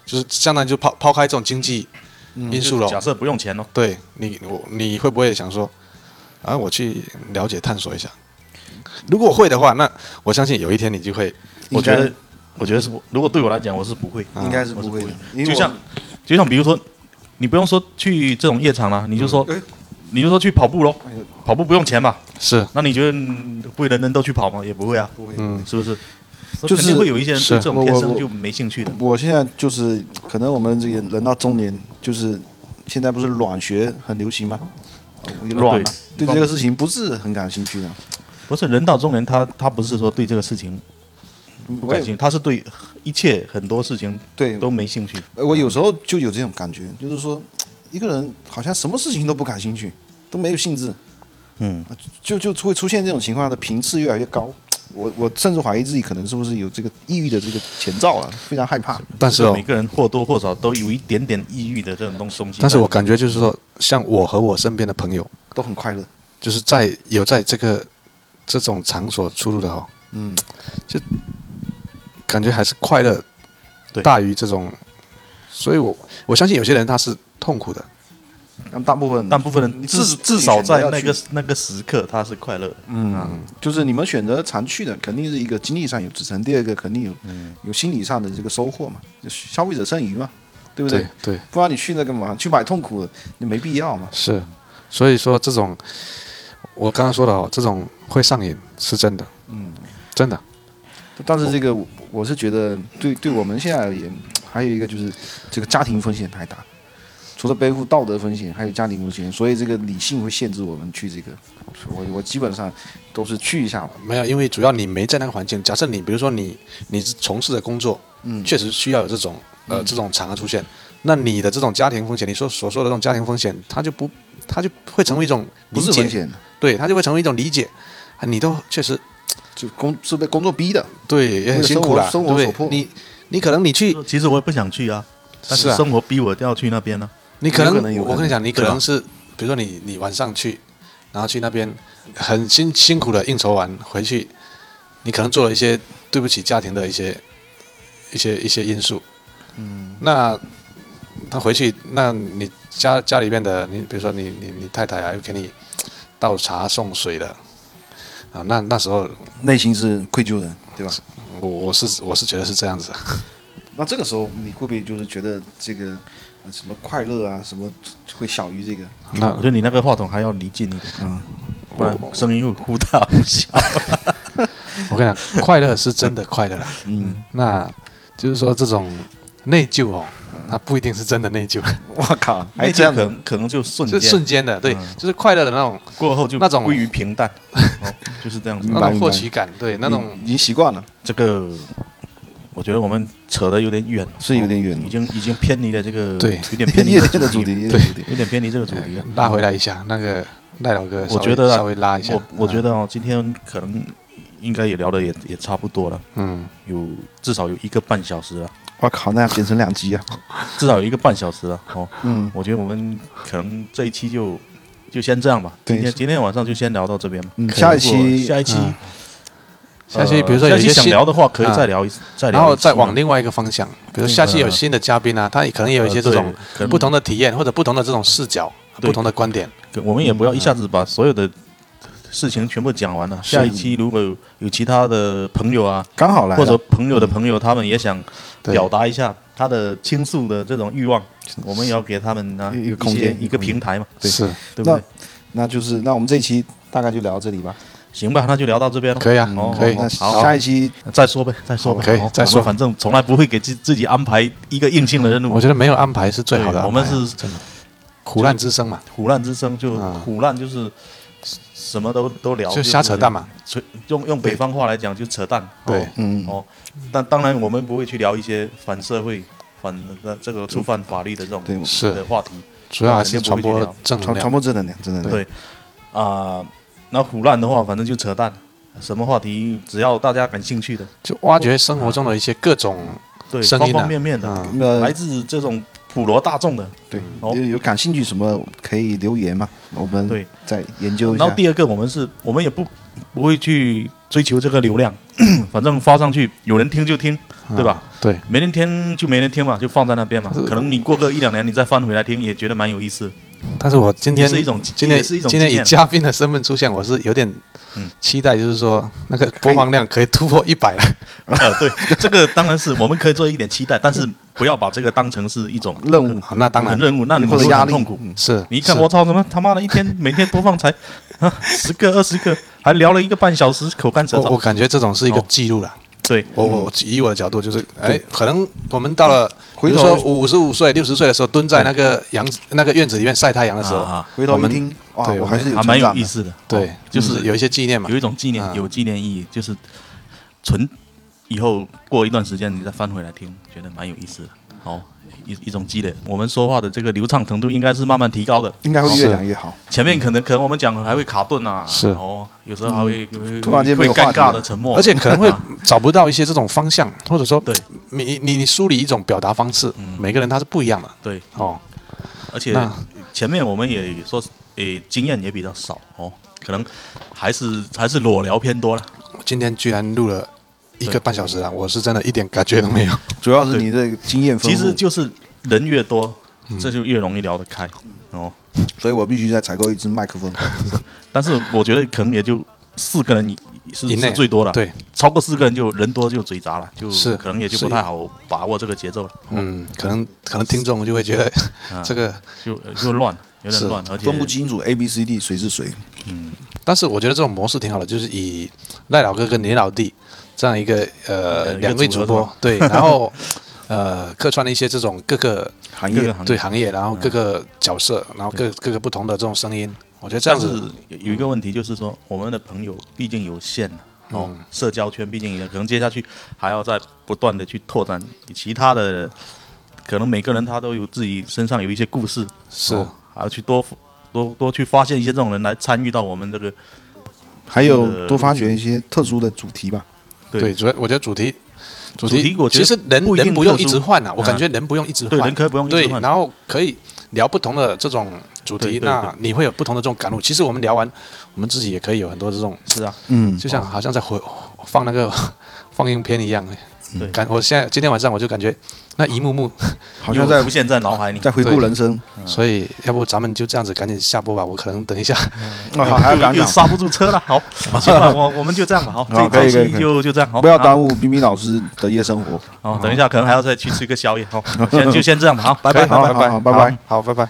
S1: 就是相当于就抛抛开这种经济因素
S2: 就
S1: 了。
S2: 假设不用钱哦，
S1: 对你我你会不会想说，啊，我去了解探索一下？如果会的话，那我相信有一天你就会
S2: 我
S3: 应
S2: 觉
S3: 该
S2: 得，我觉得是不，如果对我来讲，我是不会。
S3: 应该是不会
S2: 啊我
S3: 的
S2: 是，
S3: 因为
S2: 就
S3: 我嗯
S2: 像就像比如说，你不用说去这种夜场啦、你就说、
S3: 哎
S2: 你就说去跑步咯，跑步不用钱吧？
S1: 是
S2: 那你觉得嗯会人人都去跑吗？也不会啊，不会，
S1: 嗯
S2: 是不是？
S3: 就是
S2: 肯定会有一些人
S1: 是
S2: 对这种天
S3: 我
S2: 生
S3: 我
S2: 就没兴趣的。
S3: 我现在就是可能我们这个人到中年，就是现在不是软学很流行吗？
S2: 软啊
S3: 对这个事情不是很感兴趣的。
S2: 不是人到中年，他他不是说对这个事情不
S3: 我
S2: 感
S3: 也
S2: 兴趣，他是对一切很多事情
S3: 对
S2: 都没兴趣。
S3: 呃我有时候就有这种感觉，就是说一个人好像什么事情都不感兴趣，都没有兴致，
S2: 嗯，
S3: 就就会出现这种情况的频次越来越高。我我甚至怀疑自己可能是不是有这个抑郁的这个前兆了，非常害怕。
S1: 但是哦
S2: 每，个人或多或少都有一点点抑郁的这种东东西。
S1: 但是我感觉就是说，像我和我身边的朋友，
S3: 都很快乐，
S1: 就是在有在这个这种场所出入的哦，
S3: 嗯，
S1: 就感觉还是快乐
S2: 对
S1: 大于这种，所以我我相信有些人他是痛苦的，
S3: 那么大部分
S2: 大部分人
S3: 你
S2: 至
S3: 自
S2: 至少在那，
S3: 自己选择要
S2: 个
S3: 去
S2: 那个时刻他是快乐的。
S3: 嗯，就是你们选择常去的，肯定是一个经济上有支撑，第二个肯定有
S1: 嗯
S3: 有心理上的这个收获嘛，就消费者剩余嘛，对不对？
S1: 对，
S3: 不然你去那干嘛？去买痛苦，你没必要嘛。
S1: 是，所以说这种我刚刚说的哦，这种会上瘾是真的，嗯，真的，
S3: 但是这个我我是觉得对对我们现在而言，还有一个就是这个家庭风险太大，除了背负道德风险，还有家庭风险，所以这个理性会限制我们去这个。我我基本上都是去一下，
S1: 没有，因为主要你没在那个环境。假设你比如说你你是从事的工作，嗯，确实需要有这种呃、
S3: 嗯
S1: 这种场合出现，那你的这种家庭风险，你说所说的这种家庭风险，它就不它就会成为一种
S3: 不
S1: 理
S3: 是
S1: 解，
S3: 风险，
S1: 对，它就会成为一种理解。啊你都确实
S3: 就工是被工作逼的。
S1: 对也
S3: 为
S1: 很
S3: 了
S1: 辛
S3: 生
S1: 苦
S3: 活
S1: 了，
S3: 生活
S1: 对
S3: 所
S1: 不对
S3: 迫
S1: 你你可能你去，
S2: 其实我也不想去啊，但
S1: 是
S2: 是
S1: 啊
S2: 生活逼我要去那边啊呢、
S1: 你可能
S3: 有可能有可啊
S1: 我跟你
S3: 能
S1: 讲，你可
S2: 对吧
S1: 能是比如说你你晚上去，然后去那边很辛辛苦的应酬完回去，你可能做了一些对不起家庭的一些一些一些因素，嗯，那他回去，那你家家里面的你比如说你你你太太啊，又给你倒茶送水的。啊，那那时候
S3: 内心是愧疚的，对吧？
S1: 我我是我是觉得是这样子，
S3: 那这个时候你会不会就是觉得这个呃什么快乐啊，什么会小 于这个？
S1: 那
S2: 我觉得你那个话筒还要离近一点，
S3: 嗯，
S2: 不然声音会忽大忽小。
S1: 我跟你讲，快乐是真的快乐啦。嗯，那就是说这种内疚哦，
S2: 嗯
S1: 它不一定是真的内疚，
S3: 我靠，还
S2: 哎，
S3: 这
S2: 这样
S3: 样
S2: 可能可能就瞬
S1: 就
S2: 间嗯
S1: 是瞬间的，对，就是快乐的那种
S2: 过后就
S1: 那种
S2: 归于平淡，哦、就是这样子
S3: 明。白
S1: 那种获取感，
S2: 嗯
S1: 对，那种
S3: 已已经习惯了，
S2: 这个我觉得我们扯的有点远，哦
S3: 是有点远
S2: 已经已经偏离了这个，
S1: 对
S2: 有点偏离
S3: 夜
S2: 这
S3: 店
S2: 个
S3: 的主题，夜店的主题
S2: 有点偏离这个主题了。
S1: 拉回来一下。那个赖老哥稍微，
S2: 我觉得啊
S1: 稍微拉哎一下
S2: 我，我觉得哦，今天可能应该也聊的也也差不多了，
S1: 嗯，
S2: 有至少有一个半小时了，
S3: 我靠，那要剪成两集啊！
S2: 至少有一个半小时了。哦，
S3: 嗯，
S2: 我觉得我们可能这一期就就先这样吧。
S3: 对
S2: 今天今天晚上就先聊到这边吧。
S3: 嗯
S2: 可能
S3: 下一期
S2: 如果下一期
S1: 嗯下
S2: 呃
S1: 期比如说有
S2: 下
S1: 一
S2: 期
S1: 些
S2: 想
S1: 新，
S2: 聊的话，可以
S1: 啊
S2: 再聊一次，再聊一
S1: 然
S2: 期嘛，
S1: 后再往另外一个方向，比如下期有新的嘉宾啊，他也可能也有一些这种
S2: 呃对可能
S1: 不同的体验或者不同的这种视角、
S2: 对
S1: 不同的观点，
S2: 我们也不要一下子把所有的事情全部讲完了。下一期如果有有其他的朋友啊，
S3: 刚好来了嗯
S2: 或者朋友的朋友，他们也想
S1: 对
S2: 表达一下他的倾诉的这种欲望，我们也要给他们呢
S3: 一个
S2: 一
S3: 空
S2: 些
S3: 间
S2: 一个平台嘛，
S1: 是
S2: 对不
S3: 那
S2: 对？
S3: 那就是那我们这一期大概就聊到这里吧。
S2: 行吧，那就聊到这边了。
S1: 可以啊
S2: 哦，
S1: 可以
S2: 好
S3: 那
S2: 好，好
S3: 下一期
S2: 再说呗，再说呗，
S1: 可以
S2: 好
S1: 再说
S2: 我们反正从来不会给自自己安排一个硬性的任务
S1: 我。觉得没有安排是最好的安排
S2: 对
S1: 啊。
S2: 我们是
S1: 真的苦难之声嘛，
S2: 苦难之声，就
S1: 啊
S2: 苦难就是什么都都聊，
S1: 就瞎扯淡嘛。
S2: 就是，用用北方话来讲就扯淡。
S1: 对
S2: 哦
S3: 嗯，
S2: 哦，但当然我们不会去聊一些反社会、反呃这个触犯法律的这种
S3: 对
S1: 是
S2: 的话题。
S1: 主要还是传
S2: 肯定不会去
S1: 播
S2: 嗯聊
S1: 正能
S3: 传传
S1: 量。
S3: 播正能量，正能量。
S2: 对啊，那胡乱的话，反正就扯淡，什么话题只要大家感兴趣的，
S1: 就挖掘生活中的一些各种
S2: 对，
S1: 声
S2: 方
S1: 音啊
S2: 方面面的，
S1: 嗯
S3: 那
S2: 来自这种普罗大众的。
S3: 对，
S2: 哦
S3: 有有感兴趣什么可以留言嘛？我们
S2: 对
S3: 再研究一
S2: 然后
S3: 下。
S2: 第二个，我们是我们也不不会去追求这个流量， 反正发上去有人听就听，
S3: 啊
S2: 对吧？
S1: 对，
S2: 没人听就没人听嘛，就放在那边嘛。可能你过个一两年，你再翻回来听，也觉得蛮有意思。
S1: 但是我今天
S2: 也是一种
S1: 今天
S2: 也是一种
S1: 今天
S2: 经
S1: 以
S2: 验嗯
S1: 嘉宾的身份出现，我是有点期待，就是说那个播放量可以突破一百了。
S2: 呃，对，这个当然是我们可以做一点期待，但是不要把这个当成是一种
S3: 任务
S1: 好，那当然
S2: 任务，那你
S3: 或
S2: 会
S3: 者压
S2: 很
S3: 力
S2: 痛苦。
S3: 嗯
S1: 是，
S2: 你一看
S1: 是
S2: 我操，什么他妈的一 天每天播放才 啊十个二十个，还聊了一个半小时，口干舌
S1: 我我
S2: 燥。
S1: 感觉这种是一个
S2: 哦嗯
S1: 记录了。
S2: 对，
S1: 我我以我的角度就是，哎，可能我们到了，比
S3: 回
S1: 如
S3: 头
S1: 说五十五岁、六十岁的时候，蹲在那个阳那个院子里面晒太阳的时候
S2: 啊啊，啊
S3: 回
S1: 我
S3: 头一
S1: 们
S3: 听，哇，
S1: 对
S3: 我还是有
S2: 还蛮有
S3: 成长
S2: 意
S3: 的。嗯
S2: 思的。哦
S1: 对，就是有一些纪念嘛
S2: 有。一种纪念，
S1: 嗯
S2: 有纪念意义，就是存以后过一段时间你再翻回来听，觉得蛮有意思的。哦，一一种积累。我们说话的这个流畅程度应该是慢慢提高的。
S3: 应该会
S1: 是
S3: 越讲越好。
S2: 前面可能可能我们讲还会卡顿啊，
S1: 是嗯
S2: 哦，有时候还会、会
S3: 突然间
S2: 会
S3: 没有
S2: 尴
S3: 话题
S2: 尬
S3: 了
S2: 的沉 默，
S1: 而且可能会找不到一些这种方向，或者说
S2: 哦对嗯
S1: 你你你梳理一种表达方式，每个人他是不一样的
S2: 对，
S1: 哦。
S2: 而且
S1: 那
S2: 前面我们也说，诶，经验也比较少哦，可能还是还是裸聊偏多了。
S1: 今天居然录了一个半小时啊，我是真的一点感觉都没 有。
S3: 主要是你的经验丰
S2: 其
S3: 富，
S2: 实就是人越多，
S1: 嗯
S2: 这就越容易聊得开哦。
S3: 所以我必须再采购一支麦克风。
S2: 但是我觉得可能也就四个人以是
S1: 以内
S2: 是最多了，，
S1: 对，
S2: 超过四个人就人多就嘴杂了，就是可能也就是不太好把握这个节奏了，
S1: 嗯，可能可能听众就会觉得
S2: 啊
S1: 这个，
S2: 就就乱，有点
S1: 是
S2: 乱，而且
S3: 分不清楚 A、B、C、D 谁是谁。
S1: 但是我觉得这种模式挺好的，就是以赖老哥跟林老弟这样一个
S2: 呃
S1: 呃
S2: 一个
S1: 两位主
S2: 组合是
S1: 播，对，然后呃客串了一些这种各个
S3: 行
S2: 各个
S3: 业
S2: 行业
S1: 对行业，然后各个角色，然后各各个不同的这种声音，我觉得这样
S2: 但
S1: 子
S2: 是有一个问题，就是说我们的朋友毕竟有限啊
S1: 嗯
S2: 哦，社交圈毕竟有限，可能接下去还要再不断的去拓展其他的，可能每个人他都有自己身上有一些故事，
S1: 是
S2: 哦还要去多多多去发现一些这种人来参与到我们这个
S3: 还有多发掘一些特殊的主题吧。
S2: 对
S1: 对，主要我觉得主题。主
S2: 主题我觉得
S1: 其实人
S2: 不一定
S1: 人不用
S2: 特殊
S1: 一直换啊，我
S2: 啊
S1: 感觉人不用一直换，
S2: 对人可以不用一直
S1: 对
S2: 换
S1: 然后可以聊不同的这种主
S2: 对
S1: 题，
S2: 对对
S1: 那你会有不同的这种感悟。其实我们聊完，我们自己也可以有很多这种，
S2: 是啊，
S3: 嗯，
S1: 就像好像在回放那个放映片一样。
S2: 对
S1: 感我现在今天晚上我就感觉那一幕幕，
S3: 好像在
S2: 又浮现在脑海里。
S3: 在回顾
S1: 对
S3: 人生，
S2: 嗯
S1: 所以要不咱们就这样子赶紧下播吧，我可能等一下。
S3: 啊，好 还要赶
S2: 又
S3: 赶，
S2: 刹不住车了， 好，行吧，我我们就这样吧，好，
S3: 好
S2: 这一
S3: 可以可
S2: 期
S3: 以可以
S2: 就就这样，好，
S3: 不要
S2: 好
S3: 耽误冰冰老师的夜生活。
S2: 哦，等一下可能还要再去吃个宵夜，好，先就先这样吧，好，拜
S3: 拜
S2: 拜，
S3: 好好好，拜拜。
S1: 好，拜拜。